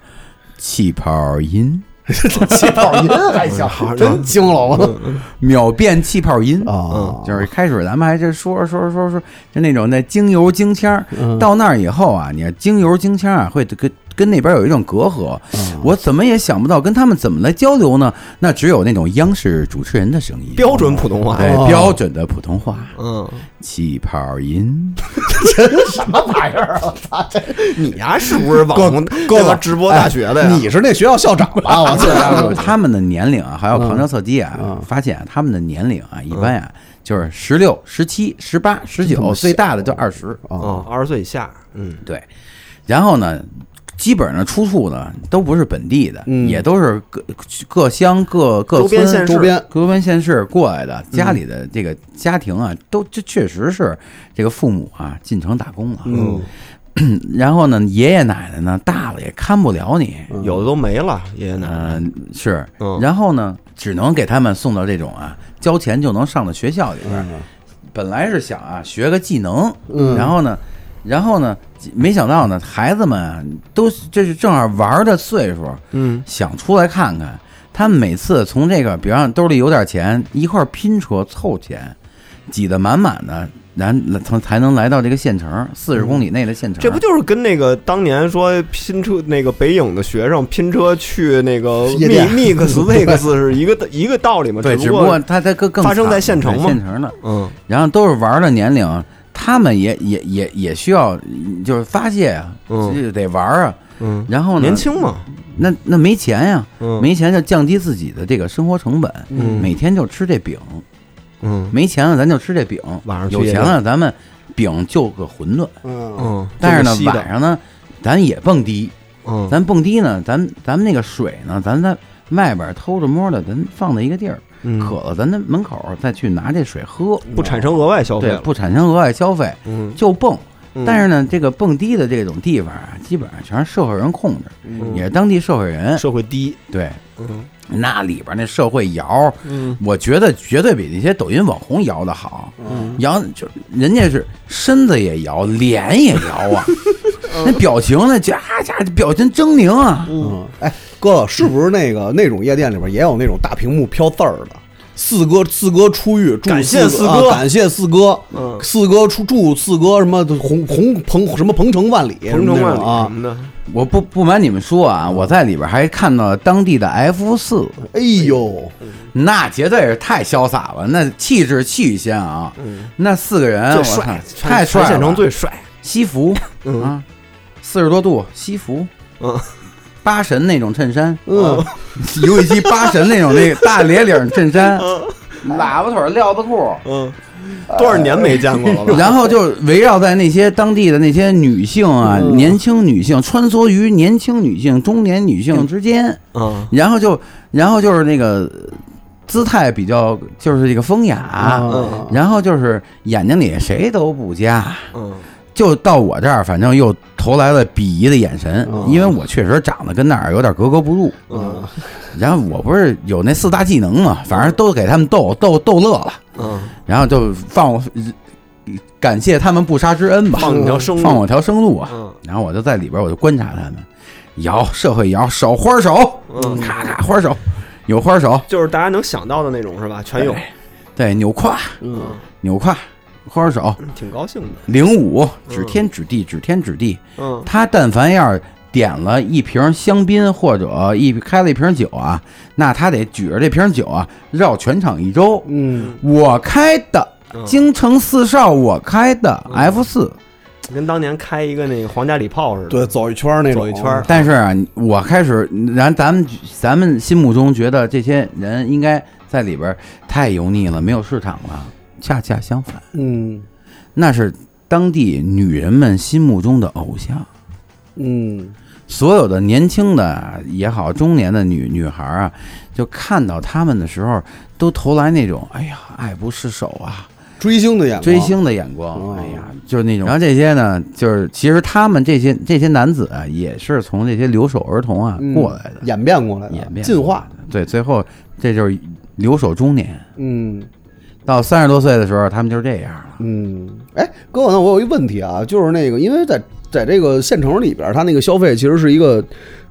D: 气泡音，
C: 气泡音还行，嗯真惊了，我操！
A: 嗯
D: 秒变气泡音嗯
C: 啊，
D: 就是开始咱们还是说着说着说着说着，就那种那精油精腔儿，
C: 嗯
D: 到那儿以后啊，你精油精腔啊，会跟跟那边有一种隔
C: 啊
D: 阂，我怎么也想不到跟他们怎么来交流呢？那只有那种央视主持人的声音，
A: 标准普通话。
D: 对、
C: 哦
D: 标准的普通话，
A: 嗯，
D: 气泡 音。
C: 什么玩意儿啊！我操，
A: 你呀是不是网红哎
C: 够
A: 那个
C: 了
A: 直播大学的呀？
C: 哎你是那学校校长吧？啊我 操！
D: 他们的年龄啊，还有旁敲侧击啊，
C: 嗯
D: 发现啊他们的年龄啊，一般啊、就是十六、十七、十八、十九，最大的就二十。
A: 哦哦，二十岁以下，嗯，
D: 对，然后呢，基本上出处呢都不是本地的，
C: 嗯
D: 也都是各各乡各各
A: 周边
D: 村
A: 县市嗯
C: 周边
D: 各边县市过来的，家里的这个家庭啊，都这确实是这个父母啊进城打工了，
C: 嗯，
D: 然后呢，爷爷奶奶呢大了也看不了你，
A: 有的都没了，爷爷奶奶。
D: 嗯、是
A: 嗯，
D: 然后呢，只能给他们送到这种啊交钱就能上的学校里边儿。
A: 嗯
D: 本来是想啊学个技能，
C: 嗯
D: 然后呢，然后呢，没想到呢，孩子们啊都这是正好玩的岁数，
A: 嗯，
D: 想出来看看。他们每次从这个，比方兜里有点钱，一块儿拼车凑钱，挤得满满的，然才才能来到这个县城，四十公里内的县城。啊
A: 这不就是跟那个当年说拼车那个北影的学生拼车去那个
C: 夜
A: Mi
C: 店
A: Mix Vex 是一个一个道理吗？
D: 对，只
A: 只
D: 不过他他更更
A: 发生在
D: 惨
A: 县城
D: 对
A: 吗
D: 县城的，
A: 嗯，
D: 然后都是玩的年龄，他们也也也也需要嗯就是发泄啊，
A: 嗯
D: 就得玩啊。
A: 嗯，
D: 然后呢，
A: 年轻嘛，
D: 那那没钱呀、
A: 嗯，
D: 没钱就降低自己的这个生活成本，
A: 嗯
D: 每天就吃这饼，
A: 嗯
D: 没钱了咱就吃这饼，
A: 晚上去
D: 有
A: 夜
D: 钱
A: 店
D: 了咱们饼就个馄饨，
C: 嗯
A: 嗯，
D: 但是呢
A: 这个稀
D: 晚
A: 的，
D: 上呢咱也蹦迪，
A: 嗯，
D: 咱蹦迪呢咱咱们那个水呢咱在外边偷着摸的咱放在一个地儿，
A: 嗯
D: 渴了咱在门口再去拿这水喝，
A: 不产生额外消费
D: 对，
A: 了，
D: 不产生额外消费。
A: 嗯，
D: 就蹦。
A: 嗯
D: 但是呢，这个蹦迪的这种地方啊，基本上全是社会人控制，
A: 嗯
D: 也是当地社会人。
A: 社会低，
D: 对，
A: 嗯
D: 那里边那社会摇，
A: 嗯
D: 我觉得绝对比那些抖音网红摇的好。
C: 嗯
D: 摇就人家是身子也摇，脸也摇 啊，那表情呢，家家表情狰狞啊。
C: 嗯，哎，哥，是不是那个那种夜店里边也有那种大屏幕飘字儿的？四哥，四哥出狱，祝
A: 感谢
C: 四
A: 四哥
C: 啊感谢四哥，
A: 嗯
C: 四哥出祝四哥什么红红鹏什么鹏程万里，
D: 嗯
A: 鹏程万里嗯
C: 什么那种
A: 什
C: 啊！
A: 么的，
D: 我不不瞒你们说啊，我在里边还看到了当地的 F 四，
C: 哎呦，
D: 那绝对是太潇洒了，那气质气仙啊！那四个人
A: 嗯最
D: 哎我看
A: 帅，
D: 太帅了，
A: 全县城最帅，
D: 西服、
A: 嗯
D: 啊，四十多度西服，
A: 嗯，
D: 八神那种衬衫，啊
C: 嗯，
D: 游戏机八神那种那个大咧领衬衫，喇叭腿料子裤，
A: 嗯，多少年没见过了吧？
D: 然后就围绕在那些当地的那些女性啊，
A: 嗯
D: 年轻女性穿梭于年轻女性、中年女性之间，
A: 嗯
D: 然后就然后就是那个姿态比较就是这个风雅，
C: 嗯
D: 然后就是眼睛里谁都不加，
A: 嗯
D: 就到我这儿，反正又投来了鄙夷的眼神，因为我确实长得跟那儿有点格格不入。
A: 嗯
D: 然后我不是有那四大技能嘛，反正都给他们逗逗逗乐了，
A: 嗯，
D: 然后就放我，感谢他们不杀之恩吧，
A: 放你条生路
D: 放我条生路啊。
A: 嗯
D: 然后我就在里边，我就观察他们，摇社会摇手花手，
A: 嗯
D: 咔咔花手，有花手，
A: 就是大家能想到的那种是吧？全有，
D: 对扭胯
A: 嗯，
D: 扭胯花手，
A: 挺高兴的，
D: 领舞指天指地指天指地，
A: 嗯
D: 他但凡要是点了一瓶香槟或者一开了一瓶酒啊，那他得举着这瓶酒啊绕全场一周。
C: 嗯，
D: 我开的
A: 嗯
D: 京城四少，我开的 F 四，
A: 跟当年开一个那个皇家礼炮似的，
C: 对，走一圈儿那种，
A: 走一圈儿
D: 但是啊，我开始，然咱们咱们心目中觉得这些人应该在里边太油腻了，没有市场了。恰恰相反，
C: 嗯
D: 那是当地女人们心目中的偶像。
C: 嗯
D: 所有的年轻的也好，中年的女女孩啊，就看到他们的时候，都投来那种哎呀爱不释手啊，
C: 追星的眼光，
D: 追星的眼光，
C: 哦
D: 哎呀，就是那种。然后这些呢，就是其实他们这些这些男子啊，也是从这些留守儿童啊
C: 嗯
D: 过来的，
C: 演变过来的，
D: 演变
C: 进
D: 过来
C: 化，
D: 的。对，最后这就是留守中年，
C: 嗯。
D: 到三十多岁的时候，他们就是这样了。
C: 嗯，哎，哥，那我有一问题啊，就是那个，因为在在这个县城里边儿，它那个消费其实是一个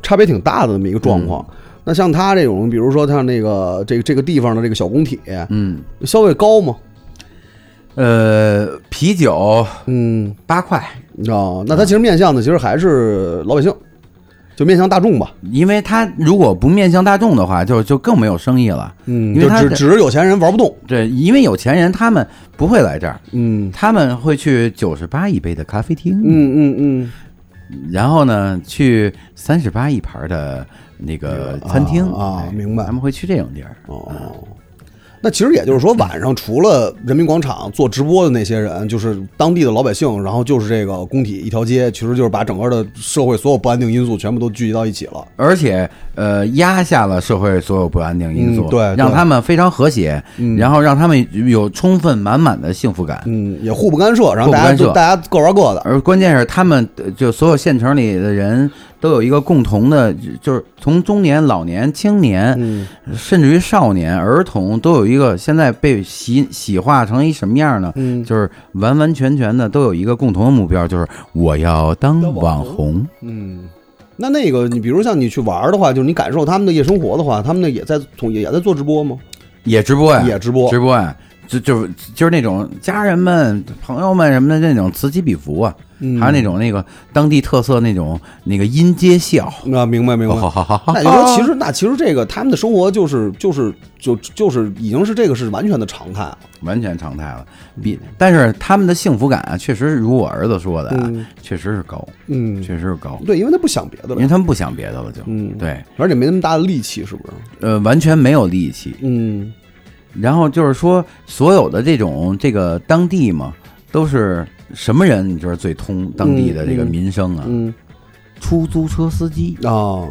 C: 差别挺大的这么一个状况。那像他这种，比如说像那个这个这个地方的这个小工体，
D: 嗯，
C: 消费高吗？
D: 呃，啤酒
C: 嗯，
D: 八块，
C: 你知道吗那他其实面向的其实还是老百姓，就面向大众吧。
D: 因为他如果不面向大众的话，就就更没有生意了。
C: 嗯
D: 因
C: 就
D: 为他
C: 只
D: 的
C: 只是有钱人玩不动。
D: 对，因为有钱人他们不会来这儿，
C: 嗯
D: 他们会去九十八一杯的咖啡厅，，
C: 嗯嗯
D: 然后呢去三十八一盘的那个餐厅
C: 啊啊
D: 哎
C: 明白
D: 他们会去这种地儿。
C: 嗯，哦，那其实也就是说，晚上除了人民广场做直播的那些人，就是当地的老百姓，然后就是这个工体一条街，其实就是把整个的社会所有不安定因素全部都聚集到一起了。
D: 而且呃压下了社会所有不安定因素，
C: 嗯对嗯对
D: 让他们非常和谐，然后让他们有充分满满的幸福感。
C: 嗯，也互不干涉，然后
D: 互不
C: 大家
D: 干涉
C: 就大家各玩各的。
D: 而关键是，他们呃就所有县城里的人都有一个共同的，就就是从中年、老年、青年，
C: 嗯，
D: 甚至于少年、儿童，都有一个现在被洗洗化成一什么样呢？
C: 嗯
D: 就是完完全全的都有一个共同的目标，就是我要当网红。
C: 嗯，那那个你比如像你去玩的话，就是你感受他们的夜生活的话，他们那也在从也也在做直播吗？
D: 也直播呀，
C: 也直播
D: 直播呀，就就就是那种家人们、朋友们什么的那种此起彼伏啊，
C: 嗯
D: 还有那种那个当地特色那种那个音阶笑，
C: 那、啊明白明白。
D: 好好好好，
C: 那你说，其实那其实这个他们的生活就是就是就就是已经是这个是完全的常态了。
D: 完全常态了。
C: 嗯
D: 比但是他们的幸福感啊，确实如我儿子说的啊，
C: 嗯
D: 确实是高，
C: 嗯
D: 确实是高，
C: 对，因为他不想别的
D: 因为
C: 了，
D: 他们不想别的了就，
C: 嗯
D: 对，
C: 而且没那么大的力气，是不是？
D: 呃，完全没有力气。
C: 嗯
D: 然后就是说，所有的这种这个当地嘛，都是什么人？你觉得最通当地的这个
C: 嗯嗯
D: 民生啊？
C: 嗯
D: 出租车司机。
C: 啊，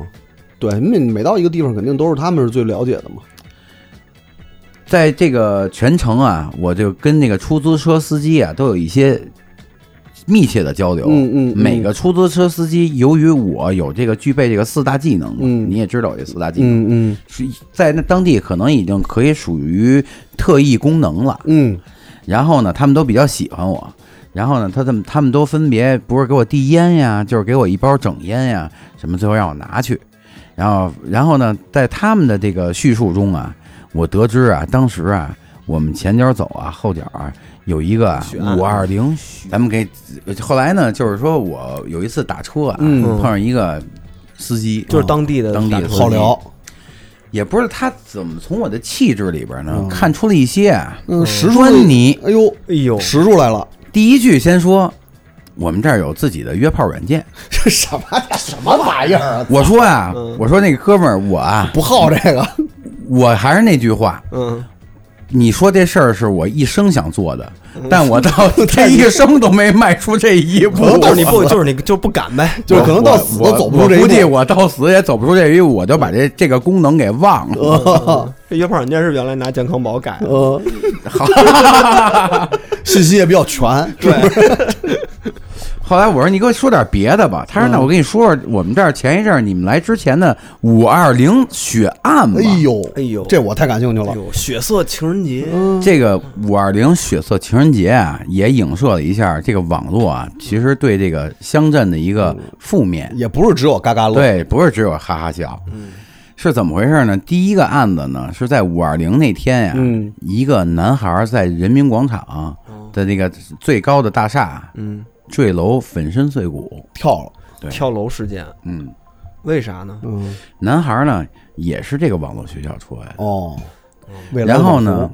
C: 对，每每到一个地方，肯定都是他们是最了解的嘛。
D: 在这个全程啊，我就跟那个出租车司机啊都有一些密切的交流。
C: 嗯嗯嗯
D: 每个出租车司机，由于我有这个具备这个四大技能嘛，
C: 嗯
D: 你也知道这四大技能，
C: 嗯
D: 是在那当地可能已经可以属于特异功能了。
C: 嗯
D: 然后呢，他们都比较喜欢我。然后呢，他们他们都分别不是给我递烟呀，就是给我一包整烟呀，什么最后让我拿去。然后，然后呢，在他们的这个叙述中啊，我得知啊，当时啊，我们前脚走啊，后脚啊，有一个
A: 案
D: 五二零，咱们给后来呢，就是说我有一次打车啊，
C: 嗯
D: 碰上一个司机，
A: 就是当地的
D: 当地的
C: 嗯，好聊。
D: 也不是他怎么从我的气质里边呢、
C: 嗯
D: 看出了一些啊，
C: 嗯，实出
D: 端倪。
C: 哎呦，
A: 哎呦，
C: 实出来了，
D: 第一句先说，我们这儿有自己的约炮 软件。
C: 这什么什么玩意儿啊？
D: 我说啊，我说那个哥们儿，我啊，
C: 不好这个，
D: 我还是那句话，
A: 嗯，
D: 你说这事儿是我一生想做的，
C: 嗯
D: 但我到这一生都没迈出这一 步。
A: 就是你不就是你就不敢呗，
C: 就是可能到
D: 我
C: 死
D: 我
C: 都走不出这一
D: 我
C: 步。
D: 估计我到死也走不出这一步，我就把这这个功能给忘了。
C: 嗯
A: 这约炮软件是原来拿健康宝改的，
C: 呃， 信息也比较全，
A: 对，
D: 后来我说你给我说点别的吧，他说那我跟你说说我们这儿前一阵儿你们来之前的五二零血案吧。
C: 哎呦，
A: 哎呦
C: 这我太感兴趣
A: 哎
C: 了。
A: 呦，血色情人节，
D: 这个五二零血色情人节啊，也影射了一下这个网络啊，其实对这个乡镇的一个负面。
C: 也不是只有嘎嘎乐，，
D: 对，不是只有哈哈笑，
C: 嗯
D: 是怎么回事呢？第一个案子呢，是在五二零那天呀、
C: 嗯
D: 一个男孩在人民广场的那个最高的大厦
C: 哦
A: 嗯，
D: 坠楼，粉身碎骨。
C: 跳了，
D: 对
A: 跳楼事件，
D: 嗯，
A: 为啥呢？
C: 嗯，
D: 男孩呢也是这个网络学校出来的，
C: 哦，为了
D: 嗯然后呢，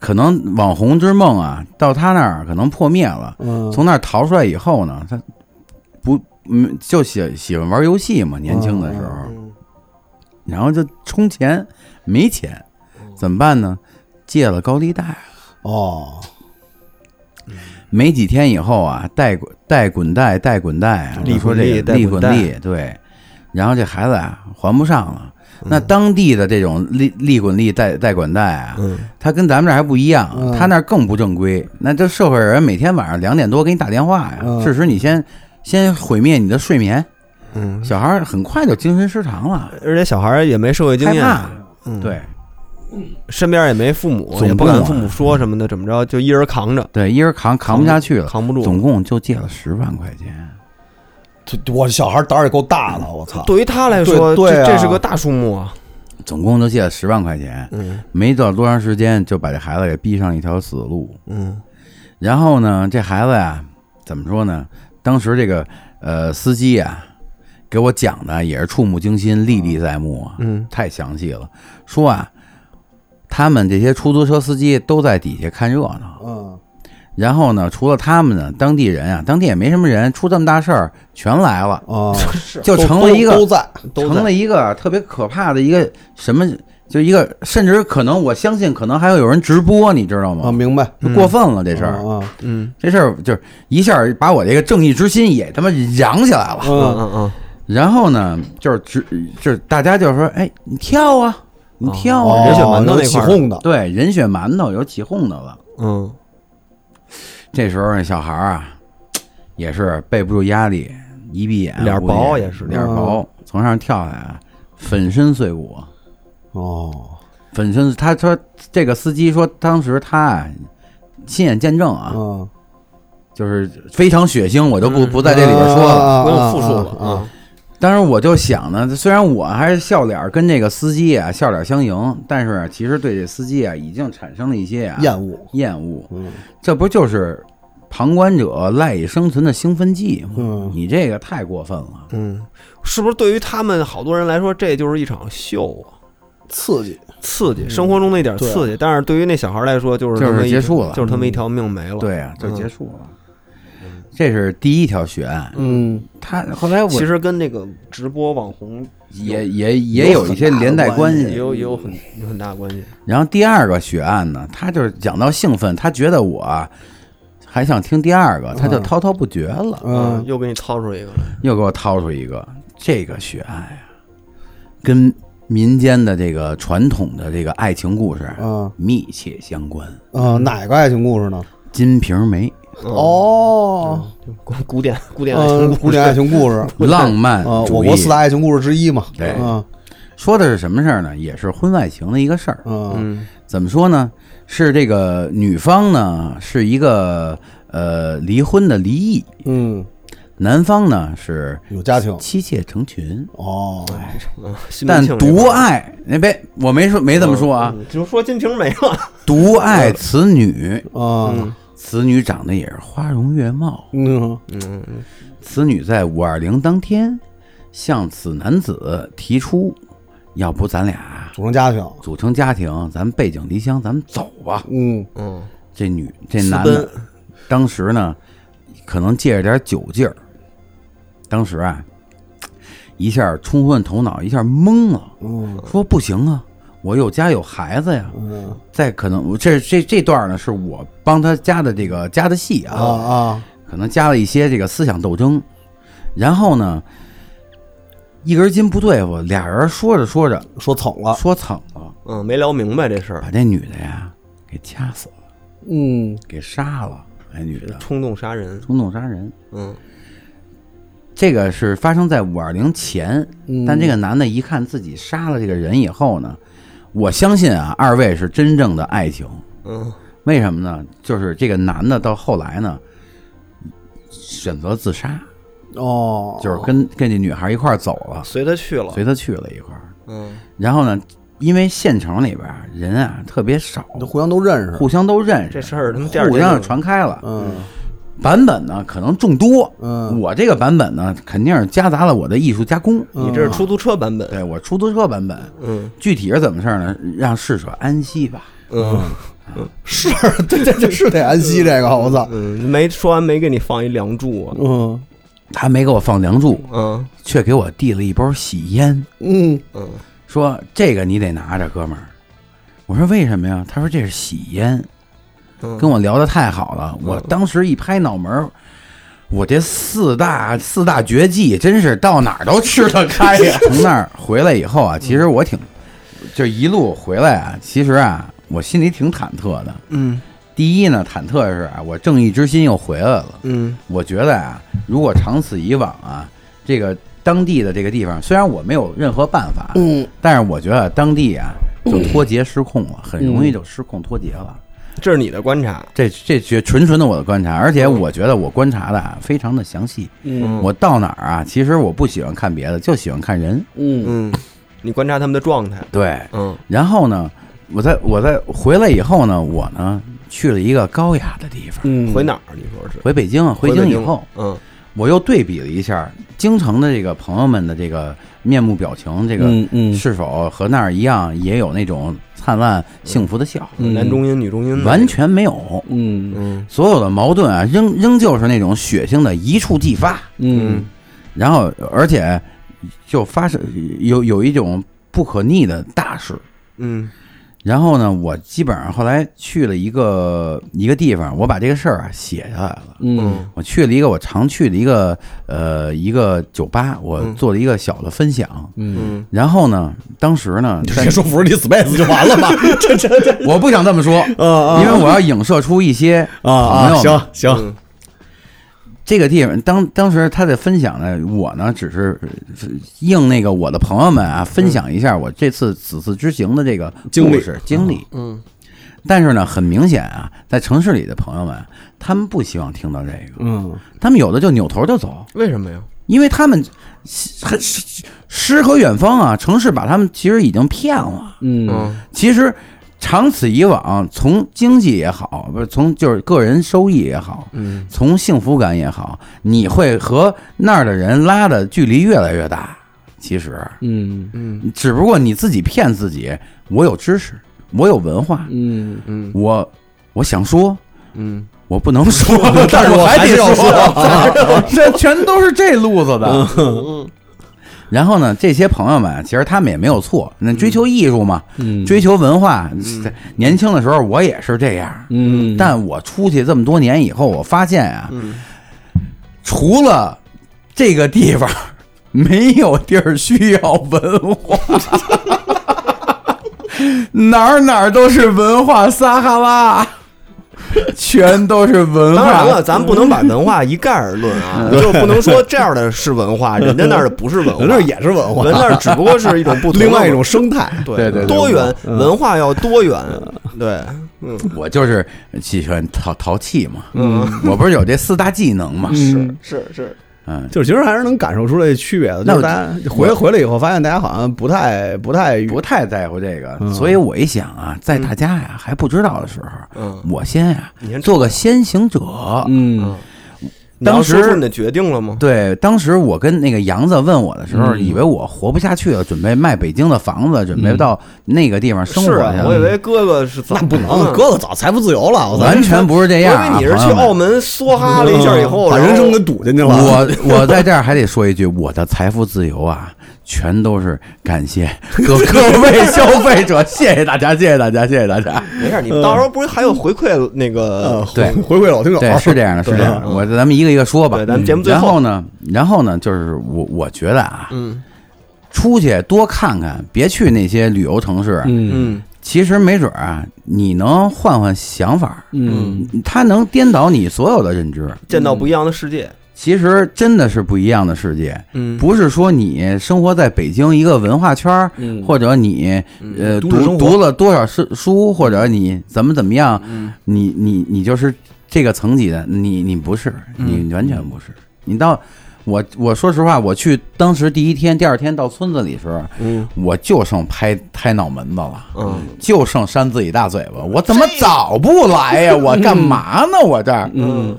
D: 可能网红之梦啊，到他那儿可能破灭了。
C: 嗯，
D: 从那儿逃出来以后呢，他不嗯就喜喜欢玩游戏嘛，年轻的时
A: 哦
D: 候，然后就充钱没钱，
A: 嗯
D: 怎么办呢？借了高利贷，
C: 哦，
D: 没几天以后啊，贷滚贷滚贷贷滚贷啊，
A: 利
D: 就说
A: 滚利
D: 这个
A: 贷
D: 利
A: 滚
D: 滚
A: 贷
D: 利对，然后这孩子啊还不上了。
A: 嗯
D: 那当地的这种利利滚利贷贷滚贷啊，
A: 嗯，
D: 他跟咱们这儿还不一样，
C: 嗯
D: 他那儿更不正规。那这社会人每天晚上两点多给你打电话呀，
C: 嗯
D: 致使你先先毁灭你的睡眠。
A: 嗯，
D: 小孩儿很快就精神失常了，
A: 而且小孩儿也没社会经
D: 害
A: 验，
D: 怕。
A: 嗯
D: 对
A: 身边也没父母，
D: 总
A: 也不
D: 不
A: 敢
D: 管
A: 父母说什么的，怎么着就一人扛着，
D: 对，一人扛扛不下去了，
A: 扛不住
D: 总共就借了十万块钱。
C: 这我小孩胆儿也够大的，我操，
A: 对于他来说，
C: 对
A: 这
C: 对啊
A: 这是个大数目啊，
D: 总共就借了十万块钱，
A: 嗯
D: 没到多长时间就把这孩子给逼上一条死路。
A: 嗯
D: 然后呢，这孩子呀、怎么说呢？当时这个呃司机呀、给我讲的也是触目惊心、历历在目啊，
A: 嗯，
D: 太详细了。说啊，他们这些出租车司机都在底下看热闹，
C: 嗯，
D: 然后呢，除了他们呢，当地人啊，当地也没什么人，出这么大事儿全来了，
C: 啊，
D: 就
C: 都
D: 成了一个
C: 都都在，
A: 都在
D: 成了一个特别可怕的一个什么就一个，甚至可能我相信，可能还会有人直播，你知道
C: 啊，
D: 吗？
C: 明白
D: 就过分了嗯这事儿，
C: 啊，
A: 嗯
D: 这事儿就是一下把我这个正义之心也他妈扬起来了。
A: 嗯
C: 嗯，
A: 嗯嗯，
D: 然后呢，就是直就是大家就是说，哎，你跳啊，你跳
A: 哦
D: 啊，
A: 人血馒头
C: 能
A: 那
C: 起
A: 块儿
C: 哄的，
D: 对，人血馒头有起哄的了。
A: 嗯
D: 这时候那小孩儿啊，也是备不住压力，一闭眼
A: 脸
D: 估计
A: 薄也是嗯
D: 脸薄，从上跳下来，啊粉身碎骨，
C: 哦，
D: 粉身。他说这个司机说，当时他啊亲眼见证啊，
C: 嗯，
D: 就是非常血腥，我就不
A: 嗯
D: 不在这里边说了。
C: 啊
A: 不用复述了
C: 啊啊啊
A: 啊，
D: 当时我就想呢，虽然我还是笑脸跟这个司机啊笑脸相迎，但是其实对这司机啊已经产生了一些啊
C: 厌恶，
D: 厌恶。
C: 嗯
D: 这不就是旁观者赖以生存的兴奋剂吗？
C: 嗯，
D: 你这个太过分了。
A: 嗯，是不是对于他们好多人来说，这就是一场秀啊？
C: 刺激，
A: 刺激，生活中那点
C: 对啊
A: 刺激，但是对于那小孩来说，就是
D: 就是
A: 他们一
D: 结束了
A: 就是他们一条命没了。
D: 对啊，就
A: 嗯
D: 结束了。这是第一条血案。
C: 嗯，
D: 他后来我
A: 其实跟那个直播网红
D: 也也也有一些连带关
A: 也
D: 系。
A: 有也有很有很大关系。
D: 然后第二个血案呢，他就是讲到兴奋，他觉得我啊还想听第二个，他就滔滔不绝了。
C: 嗯，
A: 啊又给你掏出一个来，
D: 又给我掏出一个，这个血案呀、跟民间的这个传统的这个爱情故事
C: 嗯
D: 密切相关。
C: 啊，哪个爱情故事呢？
D: 《金瓶梅
C: 哦，
A: 古嗯古典古典爱情
C: 嗯，
A: 故
C: 古
A: 事
C: 典爱情故事》
D: 浪漫
C: 啊，
D: 主
C: 我
D: 义，
C: 国四大爱情故事之一嘛，
D: 对
C: 嗯
D: 说的是什么事儿呢？也是婚外情的一个事儿。
C: 嗯
A: 嗯
D: 怎么说呢？是这个女方呢是一个呃离婚的离异，
C: 嗯，
D: 男方呢是
C: 有家 庭
D: 妻妾成群，
C: 哦，
A: 嗯，西门
D: 但
A: 庆这块
D: 独
A: 儿
D: 爱那别我没说没这么说啊，
A: 嗯，就说《金瓶梅》了。
D: 独爱此女，
C: 啊，
D: 此女长得也是花容月貌。
C: 嗯
A: 嗯，
D: 此女在五二零当天向此男子提出，要不咱俩
C: 组成家庭，
D: 组成家庭，咱背井离乡，咱们走吧。
C: 嗯
A: 嗯，
D: 这女这
A: 私
D: 男
A: 奔
D: 的当时呢，可能借着点酒劲儿，当时啊，一下冲昏头脑，一下懵了，
C: 嗯
D: 说不行啊，我有家有孩子呀。
C: 嗯
D: 再可能我这这这段呢，是我帮他加的这个加的戏
C: 啊啊，
D: 可能加了一些这个思想斗争。然后呢，一根筋不对付，俩人说着说着
C: 说蹭了，
D: 说蹭了，
A: 嗯，没聊明白这事儿，
D: 把这女的呀给掐死了，
C: 嗯
D: 给杀了。那女的
A: 冲动杀人。
D: 冲动杀人，
A: 嗯
D: 这个是发生在五二零前，
C: 嗯，
D: 但这个男的一看自己杀了这个人以后呢，我相信啊，二位是真正的爱情。
A: 嗯
D: 为什么呢？就是这个男的到后来呢，选择自杀，
C: 哦，
D: 就是跟跟这女孩一块儿走了，
A: 随他去了。
D: 随他去了一块儿。
A: 嗯
D: 然后呢，因为县城里边儿人啊特别少，
C: 都互相都认识，
D: 互相都认识，
A: 这事儿他妈第二
D: 互
A: 天
D: 相
A: 就
D: 传开了。
C: 嗯
D: 版本呢可能众多，
C: 嗯，
D: 我这个版本呢肯定是夹杂了我的艺术加工，
A: 你这是出租车版本。
D: 对我出租车版本。
A: 嗯
D: 具体是怎么事儿呢？让逝者安息吧。
A: 嗯
C: 是， 这这这是得安息这个，我操，
A: 嗯，没说完没给你放一梁祝啊。
C: 嗯
D: 他没给我放梁祝，
A: 嗯
D: 却给我递了一包喜烟，
C: 嗯
A: 嗯
D: 说这个你得拿着，哥们儿。我说为什么呀？他说这是喜烟，
A: 嗯，
D: 跟我聊的太好了，我当时一拍脑门儿，我这四大四大绝技真是到哪儿都吃得开 呀。从那儿回来以后啊，其实我挺，就一路回来啊，其实啊，我心里挺忐忑的。
A: 嗯
D: 第一呢，忐忑的是啊，我正义之心又回来了。
A: 嗯
D: 我觉得啊，如果长此以往啊，这个当地的这个地方，虽然我没有任何办法，啊
C: 嗯，
D: 但是我觉得当地啊就脱节失控了，很容易就失控脱节了。
A: 这是你的观察。
D: 这这绝纯纯的我的观察，而且我觉得我观察的啊非常的详细。
A: 嗯
D: 我到哪儿啊，其实我不喜欢看别的，就喜欢看人。
C: 嗯
A: 嗯，你观察他们的状态。
D: 对，
A: 嗯
D: 然后呢，我在我在回来以后呢，我呢去了一个高雅的地方，
C: 嗯，
A: 回哪儿？你说是？
D: 回北京啊，
A: 回
D: 回京以后，
A: 嗯
D: 我又对比了一下京城的这个朋友们的这个面目表情，这个
C: 嗯嗯
D: 是否和那儿一样也有那种灿烂幸福的笑？
C: 嗯
A: 男中音、女中音的
D: 完。全没有，
C: 嗯
A: 嗯
D: 所有的矛盾啊，仍仍旧是那种血腥的一触即发。
C: 嗯
D: 然后而且就发生有有一种不可逆的大事，
A: 嗯
D: 然后呢，我基本上后来去了一个一个地方，我把这个事儿啊写下来了。
A: 嗯
D: 我去了一个我常去的一个呃一个酒吧，我
A: 嗯
D: 做了一个小的分享。
C: 嗯，
A: 嗯
D: 然后呢，当时呢，
C: 就
D: 在
C: 别说不是你 space 就完了 吧？这这这
D: 我不想这么说，
C: 啊
D: 因为我要影射出一些
C: 啊
D: 朋
C: 啊！
D: 友们
C: 行行，
D: 这个地方。当当时他的分享呢，我呢只是呃应那个我的朋友们啊，分享一下我这次此次之行的这个
C: 经历
D: 故事经历。
A: 嗯
D: 但是呢，很明显啊，在城市里的朋友们，他们不希望听到这个，
C: 嗯，
D: 他们有的就扭头就走，
A: 为什么呀？
D: 因为他们很诗诗和远方啊，城市把他们其实已经骗了。
C: 嗯
A: 嗯
D: 其实长此以往，从经济也好，不是从就是个人收益也好，
A: 嗯
D: 从幸福感也好，你会和那儿的人拉的距离越来越大。其实，
C: 嗯
A: 嗯
D: 只不过你自己骗自己，我有知识，我有文化，
C: 嗯，
A: 嗯
D: 我我想说，
A: 嗯
D: 我不能说，但是
C: 我
D: 还
C: 还
D: 得
C: 是要
D: 说，这全都是这路子的。
A: 嗯
D: 然后呢，这些朋友们其实他们也没有错，那追求艺术嘛，
C: 嗯
D: 追求文化。年轻的时候我也是这样，
C: 嗯，
D: 但我出去这么多年以后，我发现啊，
A: 嗯
D: 除了这个地方，没有地儿需要文化。 哪儿哪儿都是文化撒哈拉，全都是文化。
A: 当然了，咱不能把文化一概而论啊， 就不能 说这样的是文化，人家那儿的不是文化，
C: 嗯人那儿也是文化
A: 人，那儿只不过是一种不同的
C: 另外一
A: 文
C: 种生态。
A: 对
D: 对对对
A: 多元
C: 嗯
A: 文化要多元，对，嗯
D: 我就是喜欢淘淘气嘛，
A: 嗯，
D: 我不是有这四大技能嘛，
C: 是，
A: 是是，
D: 嗯，
C: 就是其实还是能感受出来区别的。
D: 那
C: 就是
D: 我
C: 大家回回来以后，发现大家好像不太不太
D: 不太在乎这个，
C: 嗯
D: 所以我一想啊，在大家呀、还不知道的时候，
A: 嗯，
D: 我先呀、
A: 你先
D: 做个先行者。
C: 嗯
A: 你要
D: 当时
A: 说出你的决定了吗？
D: 对，当时我跟那个杨子问我的时候，
C: 嗯
D: 以为我活不下去了，准备卖北京的房子，准备到那个地方生
A: 嗯
D: 活
A: 是
D: 去
A: 啊，
D: 了。嗯
A: 我以为哥哥是怎
C: 那
A: 么
C: 不能，
A: 呢
C: 哥哥早财富自由了，我嗯
D: 完全不是这样、
A: 我以
D: 啊。
A: 为你是
D: 朋
A: 去
D: 友们
A: 澳门梭哈了一下以后，
C: 把
A: 然
C: 人
A: 后
C: 生给堵进去了。
D: 我我在这儿还得说一句，我的财富自由啊，全都是感谢各各位消费者，谢谢大家，谢谢大家，谢谢大 家。
A: 没事，你
C: 嗯
A: 们到时候不是还有回馈那
C: 呃
A: 个？
D: 对
C: 回回馈老听友
D: 对，是这样的，是这样的。
A: 嗯
D: 我咱们一个一个说吧。嗯
A: 对咱们节目最
D: 然
A: 后
D: 后呢，然后呢，就是我我觉得啊，
A: 嗯
D: 出去多看看，别去那些旅游城市。
C: 嗯
A: 嗯
D: 其实没准儿啊，你能换换想法，
C: 嗯
A: 嗯，
D: 它能颠倒你所有的认知。
A: 见到不一样的世界，
C: 嗯
D: 其实真的是不一样的世界，
A: 嗯
D: 不是说你生活在北京一个文化圈儿，
C: 嗯
D: 或者你
A: 嗯
D: 呃
C: 都市生
D: 读
C: 活
D: 读了多少书书，或者你怎么怎么样，
A: 嗯
D: 你你你就是这个层级的，你你不是，
A: 嗯
D: 你完全不是。你到我我说实话，我去当时第一天、第二天到村子里时候，
A: 嗯
D: 我就剩拍拍脑门子了。
A: 嗯
D: 就剩扇自己大嘴巴，我怎么早不来呀？我干嘛呢？我这儿，
A: 嗯，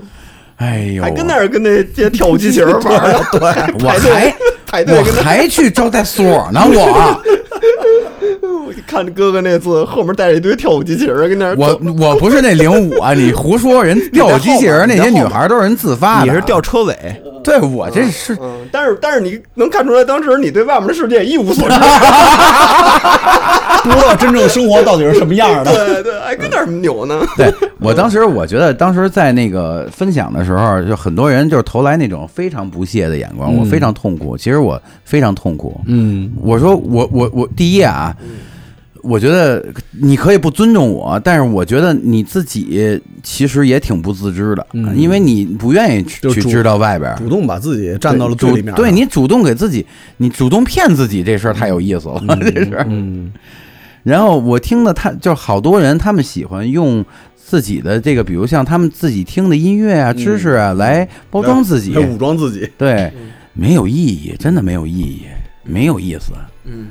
D: 哎呦，
A: 还跟那儿跟那街跳舞机器人玩呢，对，
D: 我
A: 排队
D: 还
A: 排队跟
D: 我还去招待所呢， 我啊
A: 那 看着哥哥那字后面带着一堆跳舞机器人跟那儿走。
D: 我我不是那零五啊，你胡说，人掉我机器人那些女孩都是人自发的，啊
A: 你是吊车尾，
D: 对我这是
A: 嗯，但是但是你能看出来，当时你对外面的世界一无所 知，
C: 不知道真正生活到底是什么样 的。
A: 对对，还跟那儿扭呢，
D: 对我当时我觉得当时在那个分享的时候，就很多人就是投来那种非常不屑的眼光，我非常痛苦，其实我非常痛苦，
C: 嗯
D: 我说我我我第一啊，我觉得你可以不尊重我，但是我觉得你自己其实也挺不自知的，
C: 嗯
D: 因为你不愿意去
C: 就
D: 去
C: 主
D: 知道外边儿。
C: 主动把自己站到了
D: 主
C: 最里面，
D: 对，你主动给自己，你主动骗自己这事儿太有意思了， 这事儿。
C: 嗯
D: 然后我听的他就是好多人，他们喜欢用自己的这个，比如像他们自己听的音乐啊、知识啊，来嗯包装自己
C: 来，武装自己，
D: 对，没有意义，真的没有意义，没有意思。
A: 嗯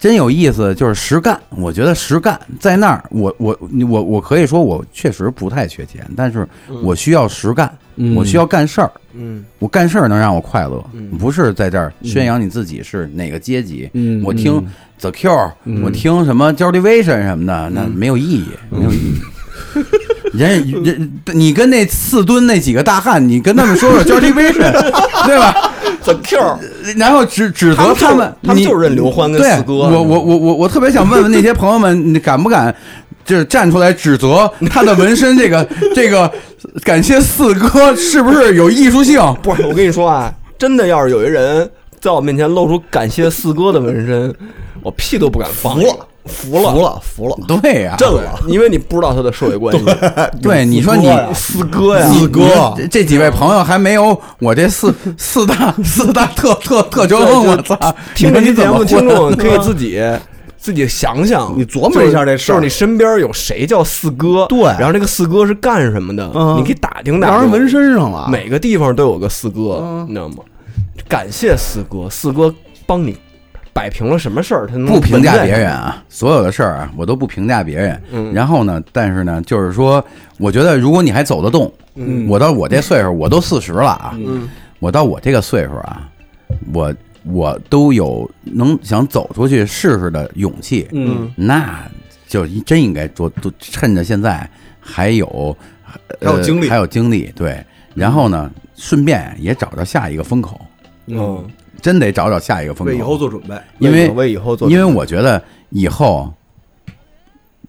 D: 真有意思，就是实干。我觉得实干在那儿，我我我我可以说我确实不太缺钱，但是我需要实干，
C: 嗯
D: 我需要干事儿，
A: 嗯
D: 我干事儿能让我快乐，
A: 嗯
D: 不是在这儿宣扬你自己是哪个阶级。
C: 嗯
D: 我听 The Cure，、
C: 嗯
A: 嗯
D: 我听什么 j o l d y v i s i o n 什么的，那没有意义，没有意义。人人你跟那四吨那几个大汉，你跟他们说说 Johnny Vision，对吧？
A: 怎 Q？
D: 然后指指责
A: 他
D: 们
A: 们，他们
D: 你
A: 就认刘欢跟
D: 对
A: 四哥
D: 我我我我我特别想问问那些朋友们，你 敢不敢就是站出来 指责他的纹身？这个这个，感谢四哥是不是有艺术性？
A: 不是，我跟你说啊，真的要是有一人在我面前露出感谢四哥的纹身，我屁都不敢放，服了，服了，服了，服了，
D: 对呀、
A: 震了，因为你不知道他的社会关系。哎
D: 对你说你
A: 四哥呀，
D: 你你这这几位朋友还没有我这四四大四大特特特征，我操！
A: 听
D: 着
A: 这期节目，听
D: 着，
A: 众可以自己。 自己想想，
E: 你琢磨一下这事
A: 就
E: 儿
A: 是你身边有谁叫四哥？
E: 对
A: 然后这个四哥是干什么的？
E: 嗯
A: 你可以打听打听。
C: 让人纹身啊上了，
A: 每个地方都有个四哥，你知道吗？感谢四哥，四哥帮你摆平了什么事儿，他能
D: 不评价
A: 纹在
D: 别人啊，所有的事儿啊，我都不评价别人。
A: 嗯
D: 然后呢，但是呢，就是说，我觉得如果你还走得动，
A: 嗯
D: 我到我这岁数，我都四十了啊，
A: 嗯
D: 我到我这个岁数啊，我我都有能想走出去试试的勇气。
E: 嗯，
D: 那就真应该多多趁着现在还有
E: 还有精力
D: 呃还有精力，对。然后呢，顺便也找着下一个风口，
A: 嗯，
D: 真得找找下一个风口，
E: 为以后做准备。
D: 因为
A: 为以后做
D: 因为我觉得以后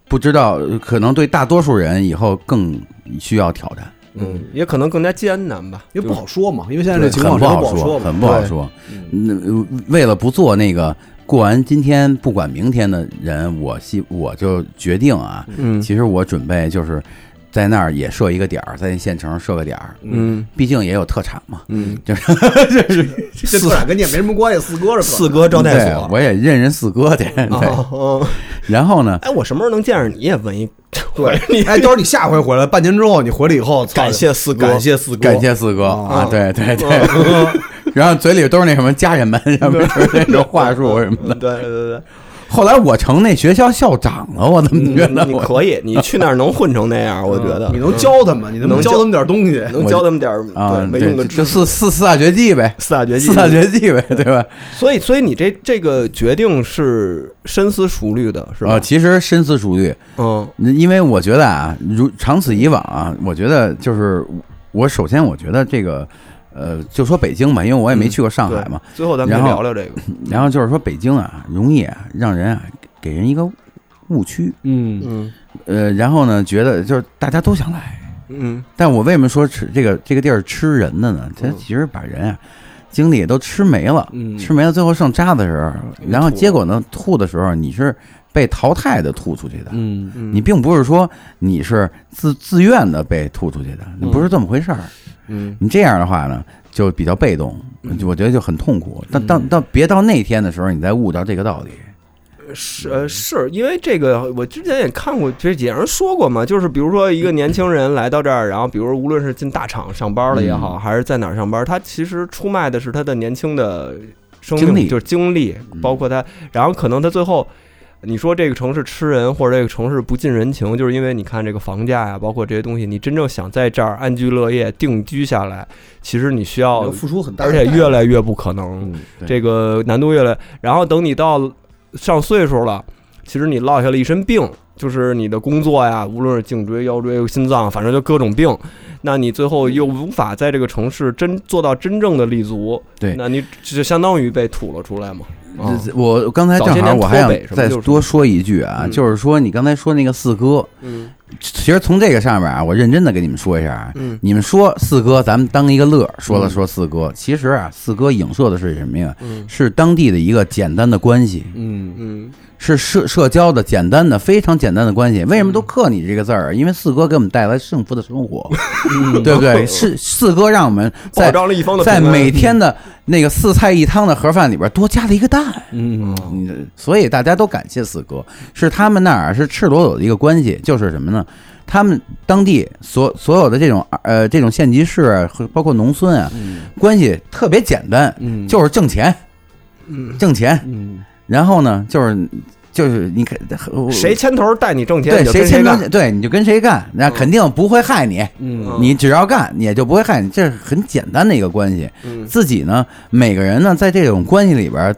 D: 不知道，可能对大多数人以后更需要挑战，
A: 嗯，也可能更加艰难吧，
E: 因为
C: 嗯
E: 不好说嘛，因为现在
D: 对
E: 这情况
D: 很
E: 谁
D: 不
E: 都
D: 好
E: 好说嘛，
D: 很不好
E: 对。
D: 说。那呃为了不做那个过完今天不管明天的人，我希我就决定啊，
A: 嗯
D: 其实我准备就是在那儿也设一个点儿，在县城设个点儿，
A: 嗯
D: 毕竟也有特产嘛。
A: 嗯，
E: 这特产跟你也没什么关系，四哥是
A: 四哥招待
D: 对，
A: 所。
D: 我也认认四哥去。对，
A: 啊，嗯
D: 然后呢，
A: 哎，我什么时候能见着你也纹一？
E: 对，哎，到时候你下回回来，半年之后你回来以后，操
A: 感谢四哥
E: 感谢四哥，
D: 感谢四哥
E: 哦
D: 啊，对对对， 然后嘴里都是那什么家人们什么就是那种话术什么的。
A: 嗯对对
D: 后来我成那学校校长了，我怎么觉得
A: 你
D: 我
A: 可以，你去那儿能混成那样，我觉得
E: 你能教他们，你能
A: 能
E: 教
A: 教
E: 他们点东西，
A: 能教他们点儿
D: 啊
A: 嗯对？没
D: 对
A: 用，的知
D: 就
A: 识
D: 四四四大绝技呗，
A: 四大绝技
D: 四，大绝技呗，对吧？
A: 所以所以你这这个决定是深思熟虑的，是
D: 啊，
A: 吧？
D: 其实深思熟虑，
A: 嗯
D: 因为我觉得啊，如长此以往啊，我觉得就是我首先我觉得这个，呃，就说北京吧，因为我
A: 嗯
D: 也没去过上海嘛，
A: 最后咱们
D: 然
A: 可以
D: 后
A: 聊聊这个，
D: 然后就是说北京啊，容易啊让人啊给人一个误区，
E: 嗯，
A: 嗯
D: 呃，然后呢，觉得就是大家都想来，
A: 嗯
D: 但我为什么说吃这个这个地儿吃人的呢？它
A: 嗯
D: 其实把人啊精力也都吃没了，
E: 嗯
D: 吃没了，最后剩渣的时候，然后
A: 嗯吐了
D: 结果呢吐的时候，你是被淘汰的吐出去的，
E: 嗯，
A: 嗯，
D: 你并不是说你是自自愿的被吐出去的，你不是这么回事儿。
A: 嗯
D: 你这样的话呢，就比较被动，就我觉得就很痛
A: 嗯
D: 苦。但到到别到那天的时候，你再悟到这个道理。
A: 是呃是因为这个，我之前也看过，这也有人说过嘛，就是比如说一个年轻人来到这儿，然后比如无论是进大厂上班了也好，
D: 嗯
A: 还是在哪儿上班，他其实出卖的是他的年轻的生
D: 经历嗯
A: 命，就是经历，包括他，然后可能他最后。你说这个城市吃人，或者这个城市不近人情，就是因为你看这个房价呀、包括这些东西，你真正想在这儿安居乐业、定居下来，其实你需要
E: 要付出很大
A: 而
E: 的
A: 且
E: 代价，
A: 越来越不可能，
D: 对
A: 嗯这个难度越来。然后等你到上岁数了，其实你落下了一身病，就是你的工作呀，无论是颈椎、腰椎、心脏，反正就各种病。那你最后又无法在这个城市真做到真正的立足，
D: 对
A: 那你就相当于被吐了出来嘛。啊
D: 这我刚才
A: 早
D: 正
A: 些
D: 好
A: 年
D: 我
A: 脱
D: 还
A: 北什么
D: 想再
A: 就是
D: 多说一句啊，
A: 嗯
D: 就是说你刚才说那个四哥，
A: 嗯
D: 其实从这个上面啊，我认真的跟你们说一下啊，
A: 嗯
D: 你们说四哥，咱们当一个乐儿，说了说四哥，其实啊，四哥影射的是什么呀？
A: 嗯
D: 是当地的一个简单的关系，
E: 嗯，
A: 嗯
D: 是社社交的简单的、非常简单的关系。为什么
A: 嗯
D: 都克你这个字儿啊？因为四哥给我们带来幸福的生活，
A: 嗯
D: 对不对？是四哥让我们
A: 保
D: 在
A: 障了一方的
D: 在
A: 平安
D: 每天的那个四菜一汤的盒饭里边多加了一个蛋。
E: 嗯，
D: 嗯，所以大家都感谢四哥，是他们那儿是赤裸裸的一个关系，就是什么呢？他们当地所所有的这种呃这种县级市啊和包括农村啊，关系特别简单，
E: 嗯
D: 就是挣钱，
A: 嗯
D: 挣钱，
E: 嗯，
D: 然后呢就是就是你看我
A: 谁牵头带你挣钱，
D: 嗯对
A: 你就跟
D: 谁牵
A: 干嗯
D: 头对你就跟谁干，那肯定不会害你，
E: 嗯，
D: 你只要干你也就不会害你，这是很简单的一个关系。
A: 嗯
D: 自己呢，每个人呢，在这种关系里边儿，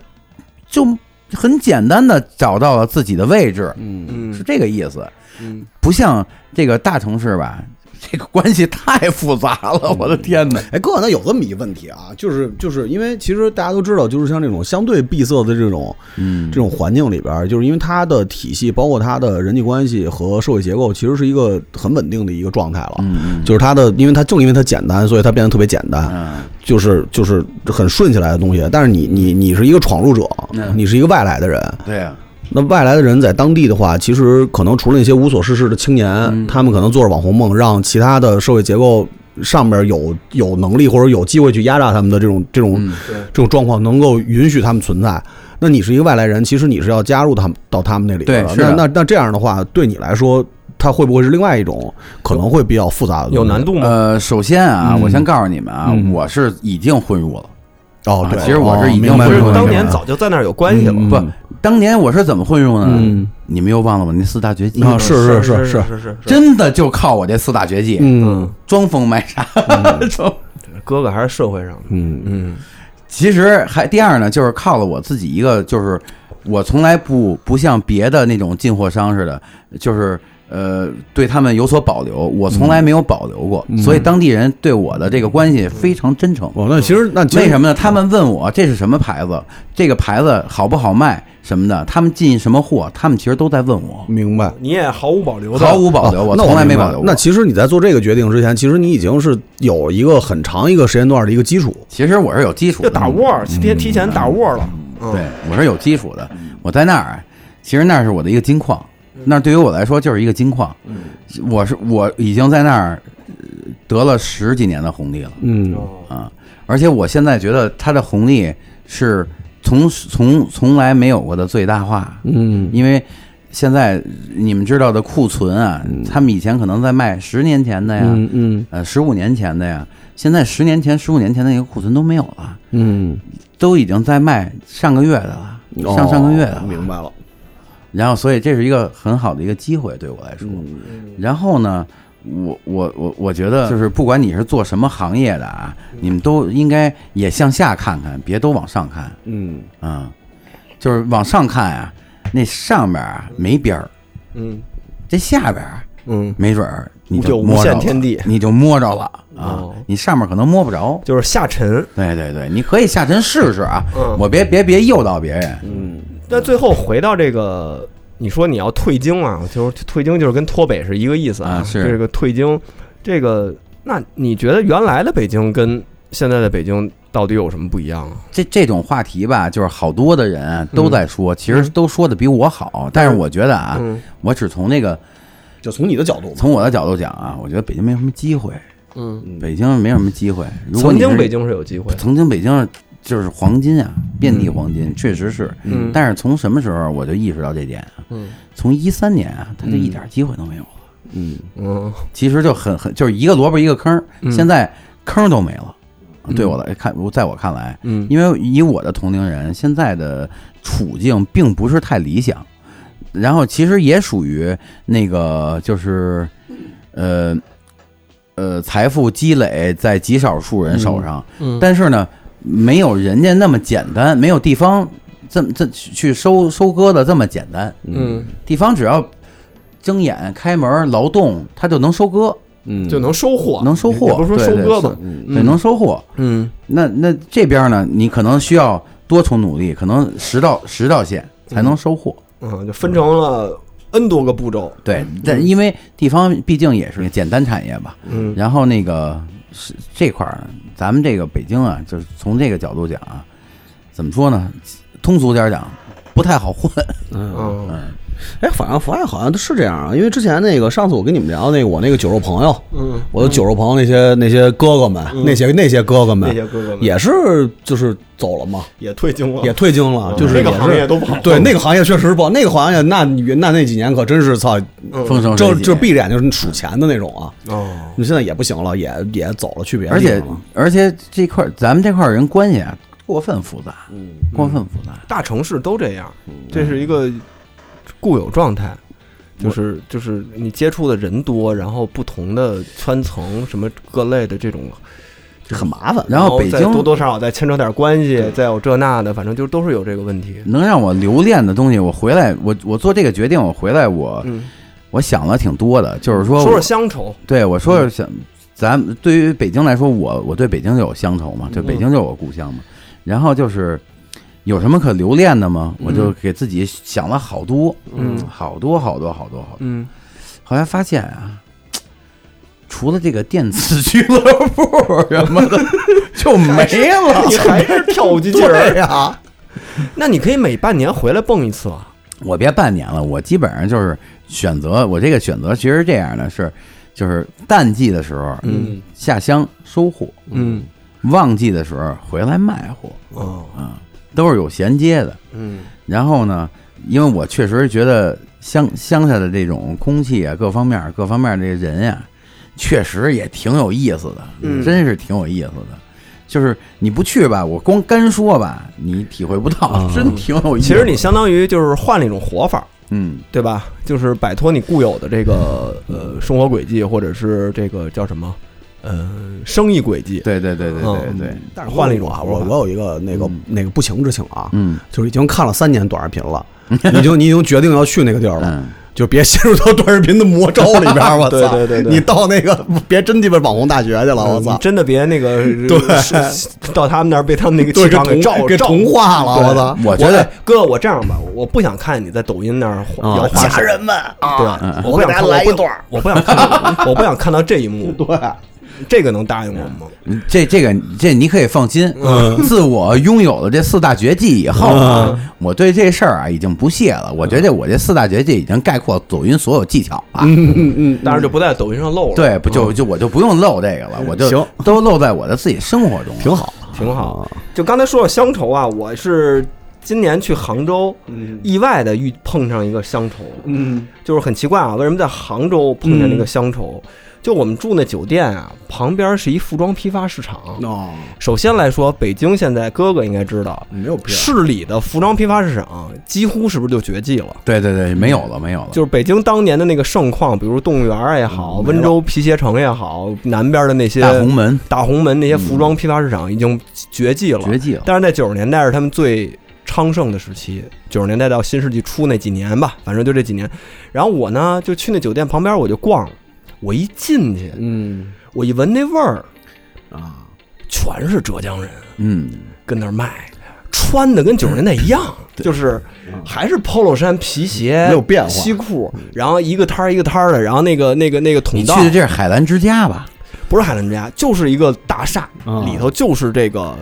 D: 就很简单的找到了自己的位置，
C: 嗯
A: 嗯
D: 是这个意思。
C: 嗯，
D: 不像这个大城市吧， 这个关系太复杂了，我的天哪！
C: 哎，哥，那有这么一问题啊，就是就是因为其实大家都知道，就是像这种相对闭塞的这种
D: 嗯
C: 这种环境里边儿，就是因为它的体系，包括它的人际关系和社会结构，其实是一个很稳定的一个状态了。
D: 嗯
C: 就是它的，因为它正因为它简单，所以它变得特别简单，
D: 嗯
C: 就是就是很顺起来的东西。但是你你你是一个闯入者，
D: 嗯
C: 你是一个外来的人，
D: 对啊呀，
C: 那外来的人在当地的话，其实可能除了那些无所事事的青年，
D: 嗯
C: 他们可能做着网红梦，让其他的社会结构上面有有能力或者有机会去压榨他们的这种这种、
D: 嗯
C: 这种状况，能够允许他们存在。那你是一个外来人，其实你是要加入他们到他们那里边的。
D: 对是的
C: 那那那这样的话，对你来说，它会不会是另外一种可能会比较复杂的东西
A: 有难度吗？
D: 呃，首先啊，
C: 嗯
D: 我先告诉你们啊，
C: 嗯
D: 我是已经混入了。
C: 哦
D: 啊，
C: 对，
D: 其实我是
C: 哦
D: 已经
C: 明白
A: 不是
C: 明
D: 混入
C: 白
A: 当
C: 明
A: 年
C: 白
A: 早就在那儿有关系了。
C: 嗯
D: 不，当年我是怎么混入呢？
C: 嗯
D: 你们又忘了我那四大绝技
C: 啊
A: 是
C: 是是
A: 是
C: 是
A: 是是，
D: 真的就靠我这四大绝技，
C: 嗯
D: 装疯卖傻。 装
A: 哥哥还是社会上的。
C: 嗯
A: 嗯，
D: 其实还第二呢，就是靠了我自己一个，就是我从来不不像别的那种进货商似的，就是呃对他们有所保留，我从来没有保留过，
C: 嗯
D: 所以当地人对我的这个关系非常真诚。
C: 哦，那其实那其实
D: 为什么呢？他们问我这是什么牌子，这个牌子好不好卖什么的，他们进什么货，他们其实都在问我，
C: 明白？
A: 你也毫无保留的，
D: 毫无保留，
C: 哦
D: 我
C: 那
D: 从来没
C: 明白
D: 保留
C: 了
D: 过。
C: 那其实你在做这个决定之前，其实你已经是有一个很长一个时间段的一个基础。
D: 其实我是有基础
A: 就
D: 的，
A: 打窝儿，提提前打窝儿了。嗯
D: 对，我是有基础的。
C: 嗯
D: 我在那儿，啊其实那是我的一个金矿，那对于我来说就是一个金矿。
C: 嗯
D: 我是我已经在那儿呃得了十几年的红利了
C: 嗯
A: 哦
D: 啊，而且我现在觉得它的红利是从从从来没有过的最大化，
C: 嗯
D: 因为。现在你们知道的库存啊，他们以前可能在卖十年前的呀，
C: 嗯
D: 呃，十五年前的呀，现在十年前、十五年前的一个库存都没有了，
C: 嗯，
D: 都已经在卖上个月的了，上上个月哦的了。
C: 明白了。
D: 然后，所以这是一个很好的一个机会对我来说。然后呢，我我我我觉得嗯就是不管你是做什么行业的啊，你们都应该也向下看看，别都往上看啊、
C: 嗯，
D: 嗯就是往上看啊，那上边啊没边儿，
A: 嗯
D: 这下边啊
A: 嗯，
D: 没准儿你
A: 有
D: 就
A: 无
D: 摸着
A: 限
D: 了
A: 天地
D: 你就摸着了啊
A: 哦，
D: 你上面可能摸不着。
A: 就是下沉。
D: 对对对，你可以下沉试试啊，
A: 嗯
D: 我别别别诱导别人。
A: 但最后回到这个，你说你要退经啊，就是退经就是跟脱北是一个意思
D: 啊是
A: 这个退经，这个那你觉得原来的北京跟现在的北京到底有什么不一样啊？
D: 这这种话题吧，就是好多的人啊都在说，其实都说的比我好，但是我觉得啊，
A: 嗯嗯
D: 我只从那个
C: 就从你的角度，
D: 从我的角度讲啊，我觉得北京没什么机会，
A: 嗯，
D: 北京没什么机会。如果
A: 曾
D: 你是
A: 经北，京是有机会，
D: 曾经北京就是黄金啊，遍地黄金，确实是。
A: 嗯
D: 但是从什么时候我就意识到这点啊？
A: 嗯
D: 从一三年啊，他就一点机会都没有了。
C: 嗯
A: 嗯
D: 其实就很很就是一个萝卜一个坑儿，
A: 嗯
D: 现在坑儿都没了。对我来看，我在我看来，
A: 嗯
D: 因为以我的同龄人现在的处境并不是太理想，然后其实也属于那个就是，呃呃，财富积累在极少数人手上，
A: 嗯
D: 但是呢，没有人家那么简单，没有地方这么这去收收割的这么简单，
A: 嗯
D: 地方只要睁眼开门劳动，它就能收割，
C: 嗯
A: 就能收获，
D: 能收获
A: 也不是说收割吧，
D: 对，能收获。
A: 嗯
D: 那那这边呢，你可能需要多重努力，可能十道十道线才能收获。
A: 嗯，就嗯分成了 N 多个步骤，
D: 对，但因为地方毕竟也是个简单产业吧，
A: 嗯
D: 然后那个是这块儿，咱们这个北京啊，就是从这个角度讲啊，怎么说呢？通俗点讲，不太好混。
A: 嗯
C: 哎，反正发现好像是这样啊，因为之前那个上次我跟你们聊那个我那个酒肉朋友，
A: 嗯，
C: 我的酒肉朋友那些那些哥哥们，那些那些哥哥们，
A: 那些哥哥们
C: 也是就是走了嘛，
A: 也退经了，
C: 也退经了，
A: 嗯
C: 就是
A: 那个
C: 也是
A: 行业都不好
C: 对
A: 混
C: 那个行业确实不好，那个行业那你那那几年可真是操，
A: 嗯
D: 风生水
C: 就
D: 起
C: 就闭着眼睛数钱的那种啊。
A: 哦，
C: 你现在也不行了，也也走了去别的
D: 而
C: 地
D: 且
C: 方了。
D: 而且这块儿咱们这块儿人关系啊，过分复杂，
A: 嗯
D: 过分复杂。
A: 大城市都这样，这是一个固有状态，就是就是嗯你接触的人多，然后不同的圈层什么各类的这种
C: 很麻烦。
D: 然后北
A: 再
D: 京
A: 多多少少再牵扯点关系，再有这那的，反正就都是有这个问题。
D: 能让我留恋的东西，我回来，我我做这个决定，我回来我，我、
A: 嗯，
D: 想了挺多的，就是说
A: 说嗯
D: 我，
A: 说乡愁，
D: 对我说说想，咱们对于北京来说，我我对北京就有乡愁嘛，对
A: 嗯
D: 北京就是我故乡嘛，然后就是有什么可留恋的吗？我就给自己想了好多，
A: 嗯
D: 好多好多好多好多，
A: 嗯，
D: 后来发现啊。除了这个电子俱乐部什么的， 就没了。
A: 你还 是跳舞机器人儿
C: 对呀，
A: 那你可以每半年回来蹦一次啊。
D: 我别半年了，我基本上就是选择，我这个选择其实是这样的，是就是淡季的时候
A: 嗯
D: 下乡收获，
A: 嗯
D: 旺季的时候回来卖货，啊
A: 哦
D: 都是有衔接的。
A: 嗯
D: 然后呢，因为我确实觉得乡乡下的这种空气啊，各方面各方面这人呀、确实也挺有意思的，
A: 嗯
D: 真是挺有意思的。就是你不去吧，我光干说吧，你体会不到，
A: 啊
D: 真挺有意思
A: 其
D: 的。
A: 实你相当于就是换了一种活法儿，
D: 嗯，
A: 对吧？就是摆脱你固有的这个呃生活轨迹，或者是这个叫什么呃生意轨迹。
D: 对对对对对
A: 嗯
D: 对，
C: 但
A: 换了一种
C: 啊，
A: 活
C: 我
A: 法
C: 我有一个那个那个不情之请啊，
D: 嗯
C: 就是已经看了三年短视频了，你就你已经决定要去那个地儿了，
D: 嗯。
C: 就别陷入到短视频的魔招里边儿。我操，
A: 对对对对嗯
C: 你到那个别真鸡巴网红大学去了，我
A: 呃你
C: 操，
A: 真的别那个
C: 对
A: 是到他们那儿被他们那个气
C: 对，给
A: 场
C: 同
A: 照
C: 给
A: 照
C: 同化了，我操，
D: 我觉得
A: 哎哥，我这样吧，我我不想看你在抖音那儿
C: 啊
A: 摇花手
C: 家人们
A: 对
C: 啊，，
A: 我不想看，我不我不想看 到，我不想看到这一幕。
C: 对，嗯
A: 这个能答应我吗？
D: 这这个这你可以放心，
A: 嗯
D: 自我拥有了这四大绝技以后啊，我对这事儿啊已经不屑了。我觉得我这四大绝技已经概括抖音所有技巧了。
A: 嗯 当然就不在抖音上露了，
D: 对，不就就我就不用露这个了，我就
C: 行
D: 都露在我的自己生活中了。
C: 挺好。
A: 挺好。
D: 哦
A: 就刚才说到乡愁啊，我是今年去杭州，
D: 嗯
A: 意外的遇碰上一个乡愁，
C: 嗯，
A: 就是很奇怪啊，为什么在杭州碰见那个乡愁？
D: 嗯
A: 就我们住那酒店啊，旁边是一服装批发市场。
C: 哦，
A: 首先来说，北京现在哥哥应该知道，
D: 嗯
C: 没有必要。
A: 市里的服装批发市场几乎是不是就绝迹了？
D: 对对对，没有了，没有了。
A: 就是北京当年的那个盛况，比如动物园儿也好，温州皮鞋城也好，南边的那些
D: 嗯大红门嗯
A: 大红门那些服装批发市场已经绝迹了。
D: 绝技了，
A: 但是在九十年代是他们最昌盛的时期，九十年代到新世纪初那几年吧，反正就这几年。然后我呢就去那酒店旁边我就逛，我一进去，
C: 嗯
A: 我一闻那味儿，
C: 啊，
A: 全是浙江人
D: 嗯，
A: 跟那儿卖，穿的跟九十年代一样，就是还是 polo 衫、皮鞋，
C: 嗯没有变化
A: 西裤，然后一个摊儿一个摊儿的，然后那个那个那个
D: 你
A: 桶
D: 去
A: 道
D: 的这是海澜之家吧？
A: 不是海澜之家，就是一个大厦，
C: 啊
A: 里头就是这个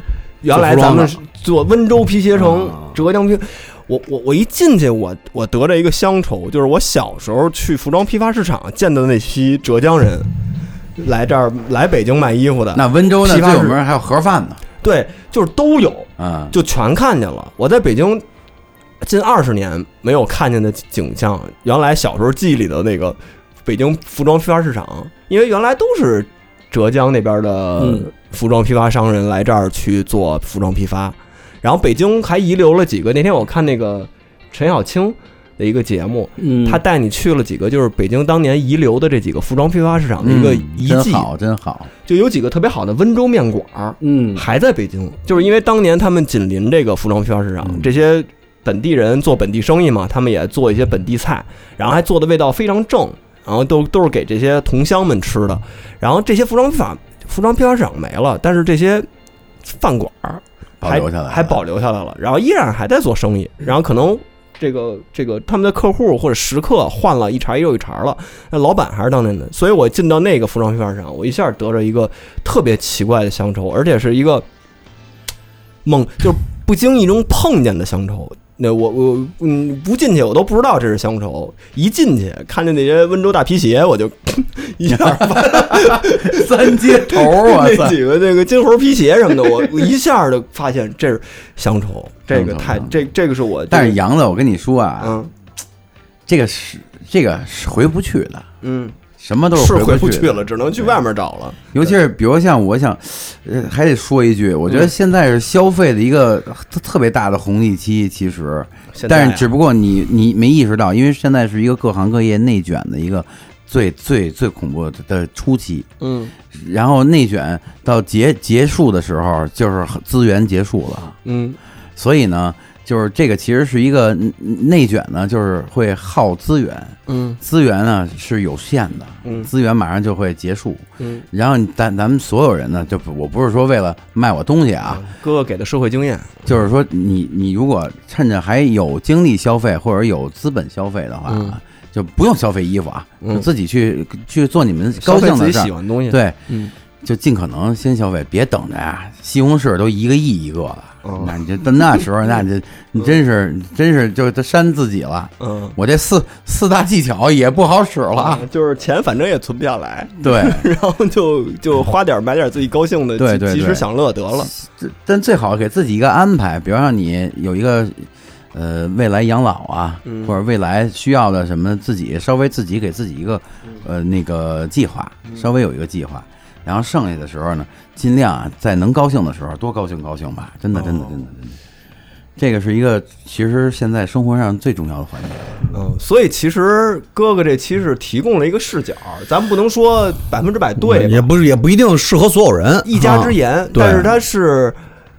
A: 原来咱们
C: 做
A: 做温州皮鞋城、
C: 啊
A: 浙江皮。我我我一进去，我我得着一个乡愁，就是我小时候去服装批发市场见到的那批浙江人，来这儿来北京卖衣服的，
D: 那温州呢？
A: 批
D: 最
A: 发市
D: 有名还有盒饭呢，
A: 对，就是都有，
D: 啊，
A: 就全看见了。我在北京近二十年没有看见的景象，原来小时候记忆里的那个北京服装批发市场，因为原来都是浙江那边的
C: 嗯
A: 服装批发商人来这儿去做服装批发，然后北京还遗留了几个。那天我看那个陈小青的一个节目，
C: 嗯
A: 他带你去了几个就是北京当年遗留的这几个服装批发市场的一个
D: 嗯
A: 遗迹
D: 真，好，真好，
A: 就有几个特别好的温州面馆儿。
C: 嗯
A: 还在北京，就是因为当年他们紧邻这个服装批发市场
D: 嗯，
A: 这些本地人做本地生意嘛，他们也做一些本地菜，然后还做的味道非常正，然后都都是给这些同乡们吃的。然后这些服装批发服装批发市场没了，但是这些饭馆儿
D: 保
A: 还
D: 留下来了
A: 还保留下来了，然后依然还在做生意，然后可能。这个这个，他们的客户或者食客换了一茬又一茬了，那老板还是当年的。所以我进到那个服装批发市场，我一下得着一个特别奇怪的乡愁，而且是一个猛，就是不经意中碰见的乡愁。那我我嗯，不进去我都不知道这是乡愁，一进去看见那些温州大皮鞋，我就 一下
D: 三接 头，我
A: 那
D: 操！
A: 几个这个金猴皮鞋什么的，我 我一下就发现这是乡愁， 这个太
D: 乡愁
A: 这这个是我，
D: 但是杨子，我跟你说啊，
A: 嗯
D: 这个是这个是回不去的，
A: 嗯
D: 什么都
A: 是
D: 回
A: 回不
D: 去
A: 去
D: 的
A: 了，只能去外面找了。
D: 尤其是比如像我想，呃，还得说一句，我
A: 嗯
D: 觉得现在是消费的一个特特别大的红利期，其实，
A: 现在啊
D: 但是只不过你你没意识到，因为现在是一个各行各业内卷的一个最最最恐怖的初期，
A: 嗯
D: 然后内卷到结结束的时候，就是资源结束了，
A: 嗯
D: 所以呢，就是这个其实是一个嗯内卷呢，就是会耗资源，
A: 嗯
D: 资源呢是有限的，
A: 嗯
D: 资源马上就会结束，
A: 嗯，
D: 然后你咱咱们所有人呢，就不我不是说为了卖我东西啊，
A: 哥哥给的社会经验，
D: 就是说你你如果趁着还有精力消费或者有资本消费的话，啊
A: 嗯
D: 就不用消费衣服啊，
A: 嗯
D: 就自己去去做你们
A: 消
D: 高
A: 费
D: 兴
A: 自
D: 的
A: 己
D: 事
A: 喜
D: 儿。
A: 欢的东西，，
D: 对，
A: 嗯
D: 就尽可能先消费，别等着呀、西红柿都一个亿一个了，
A: 哦
D: 那你就到那时候，那你就你真是真是就都扇自己了。
A: 嗯，
D: 我这四四大技巧也不好使了，
A: 啊就是钱反正也存不下来，
D: 对。
A: 然后就就花点买点自己高兴的，
D: 对
A: 及
D: 对对
A: 及时享乐得了，
D: 这但最好给自己一个安排，比方让你有一个呃未来养老啊，或者未来需要的什么，自己稍微自己给自己一个呃那个计划，稍微有一个计划。然后剩下的时候呢，尽量啊，在能高兴的时候多高兴高兴吧，真的真的真的真的，这个是一个其实现在生活上最重要的环节。
A: 嗯，所以其实哥哥这期是提供了一个视角，咱不能说百分之百对吧，
E: 也不是也不一定适合所有人，
A: 一家之言，
E: 啊对
A: 但是他是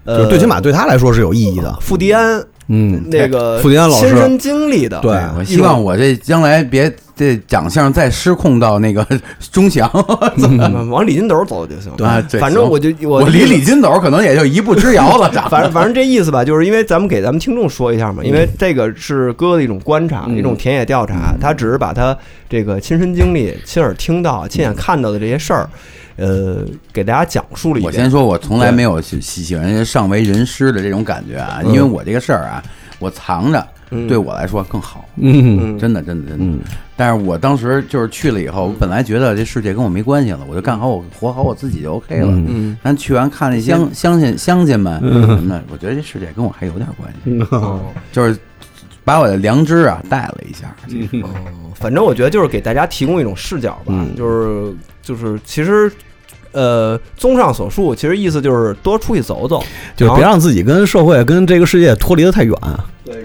E: 就
A: 呃，
E: 是最起码对他来说是有意义的。
A: 富迪安
E: 嗯，
A: 那个
E: 富迪安老师
A: 亲身经历的，
E: 对
D: 我希望我这将来别这奖项再失控到那个 钟祥，
A: 嗯往李金斗走就行。
D: 啊对
A: 反正
D: 行
A: 我就我
D: 我离李金斗可能也就一步之遥了。
A: 反正反正这意思吧，就是因为咱们给咱们听众说一下嘛，
E: 嗯
A: 因为这个是哥哥的一种观察，一种田野调查，他只是把他这个亲身经历、亲耳听到、
E: 嗯
A: 亲眼看到的这些事儿，呃，给大家讲述了一
D: 我先
A: 遍。
D: 说，我从来没有喜喜喜欢上为人师的这种感觉
A: 嗯
D: 啊，因为我这个事儿啊，我藏着，对我来说更好。
C: 嗯，
D: 真的，真的，真的。但是我当时就是去了以后，我本来觉得这世界跟我没关系了，我就干好我活好我自己就 OK 了。
A: 嗯，
D: 但去完看那乡乡亲乡亲们什么的，我觉得这世界跟我还有点关系，
A: 哦
D: 就是把我的良知啊带了一下。这
A: 嗯
D: 个
A: 反正我觉得就是给大家提供一种视角吧，就是就是其实。呃，综上所述，其实意思就是多出去走走，
C: 嗯
E: 就是别让自己跟社会、跟这个世界脱离的太远。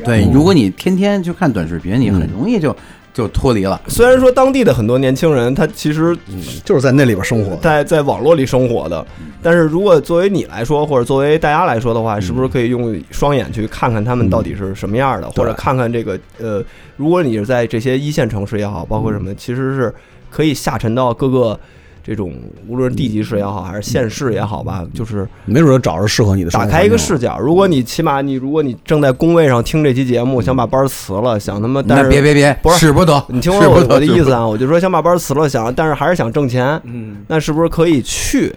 D: 对，
A: 嗯
D: 如果你天天去看短视频，你很容易就就脱离了。
A: 虽然说当地的很多年轻人，他其实
E: 就是在那里边生活的，
A: 在在网络里生活的，但是如果作为你来说，或者作为大家来说的话，是不是可以用双眼去看看他们到底是什么样的，或者看看这个呃，如果你是在这些一线城市也好，包括什么，其实是可以下沉到各个这种无论是地级市也好，还是县市也好吧，就是
E: 没准儿找着适合你的生活嗯环
A: 打
E: 境。
A: 开一个视角。如果你起码你如果你正在工位上听这期节
E: 嗯
A: 目，想把班儿辞了，想他妈但
D: 那
A: 是
D: 别别别，
A: 不是
D: 使不得，
A: 你听我
D: 使不
A: 我
D: 得
A: 的
D: 使不
A: 意
D: 得
A: 思啊，我就说想把班辞了，想但是还是想挣钱，嗯，那是不是可以去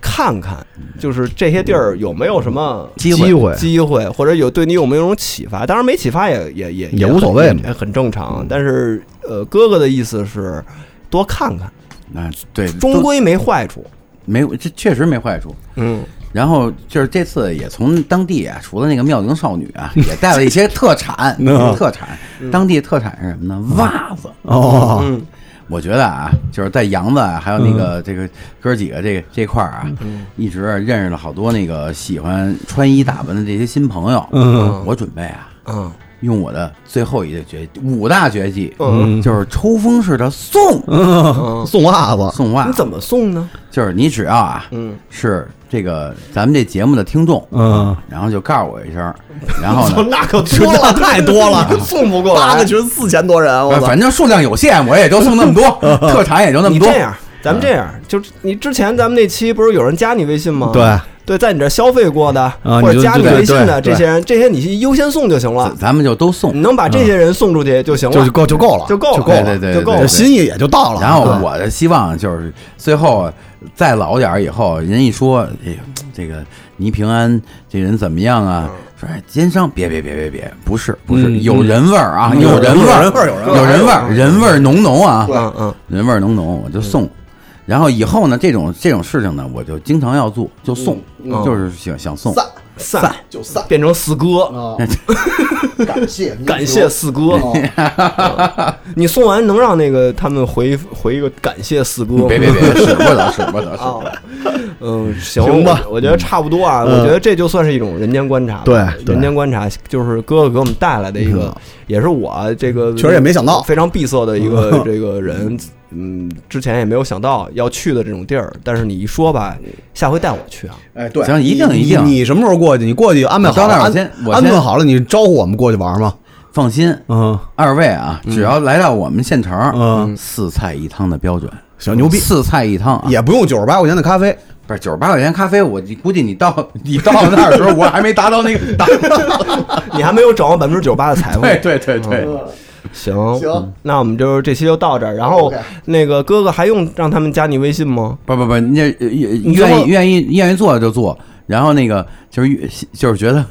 A: 看看，就是这些地儿有没有什么
D: 机
E: 嗯机会，
A: 机会，或者有对你有没有一种启发？当然没启发也也也
E: 也无所谓嘛嗯
A: 很也很正常。但是呃，哥哥的意思是多看看，
D: 啊，对，
A: 终
D: 都
A: 归没坏处。
D: 没有这确实没坏处。
A: 嗯，
D: 然后就是这次也从当地啊，除了那个妙龄少女啊，也带了一些特产
E: 嗯，
D: 特产，当地特产是什么呢？袜子。
E: 哦，
A: 嗯
D: 我觉得啊，就是在扬子啊，还有那个这个哥几个这个这块儿啊，一直认识了好多那个喜欢穿衣打扮的这些新朋友。
E: 嗯，
D: 我准备啊，
A: 嗯
D: 用我的最后一个绝五大绝技，
A: 嗯
D: 就是抽风式的送
A: 嗯，
E: 送袜子，
D: 送袜
A: 你
D: 子。
A: 怎么送呢？
D: 就是你只要啊，
A: 嗯，
D: 是这个咱们这节目的听众，
E: 嗯，
D: 然后就告诉我一声，然后 呢，
A: 那可
E: 多 了太多了
A: 送不过
E: 八
A: 来
E: 个。群四千多人，我
D: 呃
E: 操！
D: 反正数量有限，我也就送那么多， 特产也就那么
A: 你
D: 多
A: 这。样，咱们这样，就是你之前咱们那期不是有人加你微信吗？
E: 对，啊
A: 对，在你这儿消费过的或者
E: 你就
A: 加你
E: 对
A: 微信的
E: 对
A: 这些人，这些你优先送就行了
D: 咱，咱们就都送
A: 你，能把这些人送出去就行
E: 就
A: 了，
E: 够就够了，
A: 就够了，
E: 就够了，
D: 对对对
A: 就够
D: 对
A: 了
E: 这。心意也就到了。
D: 然后我的希望就是最后再老点儿以后，人一说，哎呦，这个倪平安这人怎么样啊？
E: 嗯
D: 说哎奸商，别别别别别，不是不是，有人味儿啊，有人味儿，
E: 有人味儿有人味儿
D: 有人味儿，人味儿浓浓啊，
A: 嗯嗯
D: 人味儿浓浓，我就送。然后以后呢，这种这种事情呢，我就经常要做，就送，就是想想送。
E: 嗯散
A: 散
E: 就散
A: 变成四哥，
D: 哦
E: 啊！ 感谢哦
A: 感谢四哥。
C: 哦
A: 嗯你送完能让那个他们回回一个感谢四哥吗？
D: 别别别，使不得，使不得，
A: 啊
D: 使不
E: 哦
D: 得。，
A: 嗯，行
E: 行吧嗯
A: 我我觉得差不多啊，我觉得这就算是一种人间观察吧，
E: 对对嗯
A: 人间观察就是哥哥给我们带来的一个，也是我这个
E: 确实也没想到嗯
A: 非常闭塞的一个这个人嗯之前也没有想到要去的这种地儿，但是你一说吧，下回带我 去啊，
C: 哎，对
D: 行，一定
E: 你
D: 一定，
E: 你什么时候过去？你过去安排好
D: 我到那
E: 了，
D: 儿我
E: 安
D: 先我
E: 安
D: 先
E: 顿好了，你招呼我们过去玩吗？
D: 放心，
E: 嗯，
D: 二位啊，只要来到我们县城，
E: 嗯，
D: 四菜一汤的标准，
E: 行牛逼
D: 四菜一汤啊，
E: 也不用九十八块钱的咖啡，
D: 不是九十八块钱咖啡，我估计你到 你到那儿的时候，我还没达到那个，达
A: 你还没有掌握百分之九十八的财富。
D: 对对对对，
A: 行
C: 行，
A: 那我们就是这期就到这儿。然后
C: OK
A: 那个哥哥还用让他们加你微信吗？
D: 不不不，你这呃
A: 你最
D: 愿
A: 后
D: 意愿意愿意做就做，然后那个就是就是觉得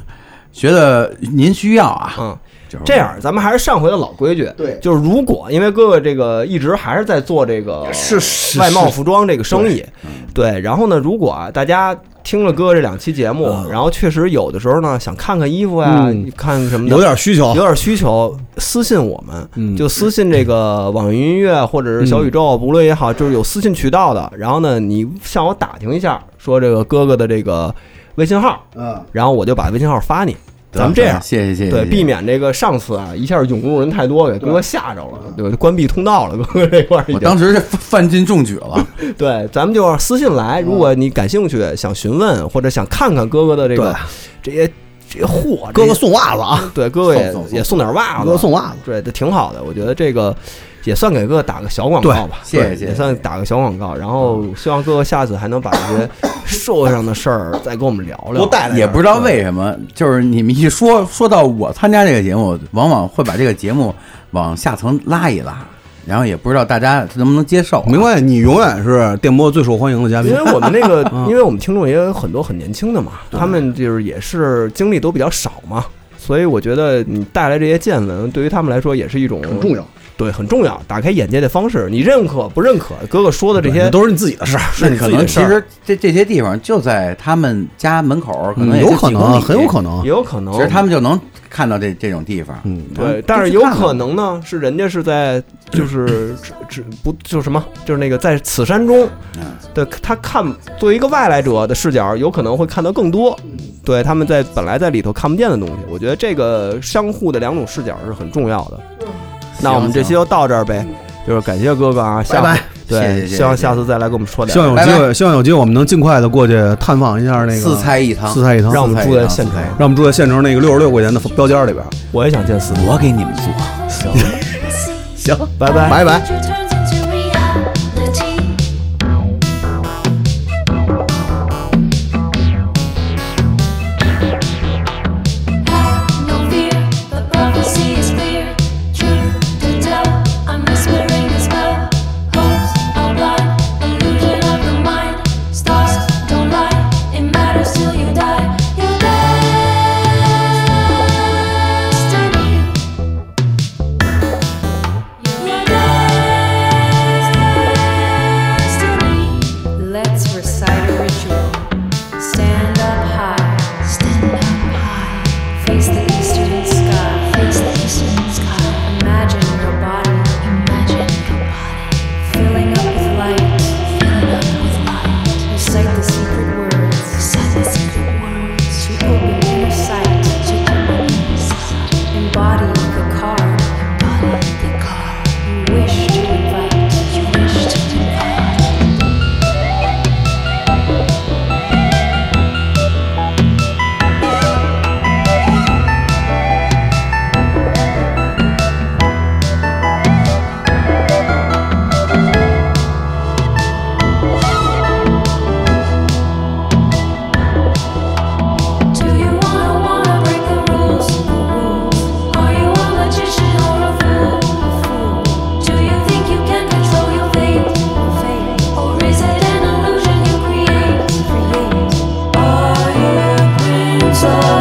D: 觉得您需要啊，
A: 嗯，
D: 就是
A: 这样咱们还是上回的老规矩，
C: 对
A: 就是如果因为哥哥这个一直还是在做这个
E: 是是嗯
A: 外贸服装这个生意，对，然后呢，如果啊大家。听了哥哥这两期节目，
E: 嗯
A: 然后确实有的时候呢，想看看衣服呀、看什么的，
E: 有点嗯需求
A: 有。点需求，私信我们，就私信这个网易云音乐或者是小
E: 嗯
A: 宇宙，无论也好，就是有私信渠道的。然后呢，你向我打听一下，说这个哥哥的这个微信号，
C: 嗯，
A: 然后我就把微信号发你。
D: 得
A: 咱们这样，
D: 谢谢谢谢，
A: 对，
D: 谢谢
A: 避免这个上次啊一下涌入人太多，给哥哥吓着了，对吧？关闭通道了， 哥哥这块儿已
D: 我
A: 经
D: 当。时是犯进中举了，
A: 对，咱们就是私信来，如
D: 嗯
A: 果你感兴趣，想询问或者想看看哥哥的这个这些这些货，
C: 哥
A: 这
C: 哥
A: 些
C: 送袜子 啊，
A: 对哥哥也
D: 送送送
A: 也送点袜子，
C: 哥哥送袜子。
A: 对，这挺好的，我觉得这个也算给各位打个小广告吧，
D: 对谢谢
A: 对
D: 谢谢嗯
A: 也算打个小广告。然后希望各位下次还能把这些 社会上的事儿再跟我们聊聊，
C: 多带来
D: 也不知道为什么，就是你们一说说到我参加这个节目，往往会把这个节目往下层拉一拉，然后也不知道大家能不能接受啊、
E: 没关系，你永远是电波最受欢迎的嘉
A: 因
E: 宾
A: 为。我们那个，
E: 嗯
A: 因为我们听众也有很多很年轻的嘛，他们就是也是经历都比较少嘛，所以我觉得你带来这些见闻，对于他们来说也是一种
C: 很重要，
A: 对，很重要，打开眼界的方式。你认可不认可？哥哥说的这些
E: 那都是你自己的事儿，
A: 是你
D: 可
A: 自己
D: 能
A: 的事
D: 其
A: 儿，
D: 实这这些地方就在他们家门口，可能
A: 啊
D: 也
E: 有
D: 就
E: 可
D: 几公
E: 能，啊
D: 里
E: 很有可。能
A: 也。有可能，
D: 其实他们就能看到这这种地方，
E: 嗯，
A: 对，
D: 就
A: 但是
D: 啊去
A: 有
D: 看
A: 可
D: 看
A: 能呢，是人家是在就是 只只不就是什么，就是那个在此山中
D: 嗯
A: 的他看作为一个外来者的视角，有可能会看到更多，
D: 嗯
A: 对他们在本来在里头看不见的东西。我觉得这个相互的两种视角是很重要的。那我们这期就到这儿呗，就是感谢哥哥啊，下
E: 拜拜
D: 谢谢
A: 对，
D: 谢谢
A: 希望
D: 谢谢
A: 下次再来给我们说
E: 希望
A: 点，
E: 有机会，希望有机会，我们能尽快的过去探访一下那个
D: 四菜一汤，
E: 四菜一汤，
A: 让我
E: 让
A: 们
D: 四菜
A: 住在
D: 一汤
A: 现
D: 四
A: 场
D: 菜一，
E: 我们住在县城那个六十六块钱的标间里边。
A: 我也想见思
D: 汤
A: 密，
D: 我给你们做。
E: 行，
A: 拜拜。
E: 拜拜。
F: Future turns into reality. Have no fear, the prophecy is clear. Truth to tell, I'm whispering a spell. Hopes are blind, illusion of the mind. Stars don't lie, it matters till you die. Your destiny.
G: Let's recite a ritual. Stand up high. Stand up high. Face the eastern sky. Face the eastern sky. Imagine your body. Imagine your body. Filling up with light. Filling up with light. Recite the secret words. Recite the secret words. To open inner sight. To open inner sight. Embody the card. Embody the card. You wish to invite. You wish to invite.
F: Do you wanna wanna break the rules? Are you a magician or a fool? Do you think you can control your fate? Or is it an illusion you create? Are you a prince or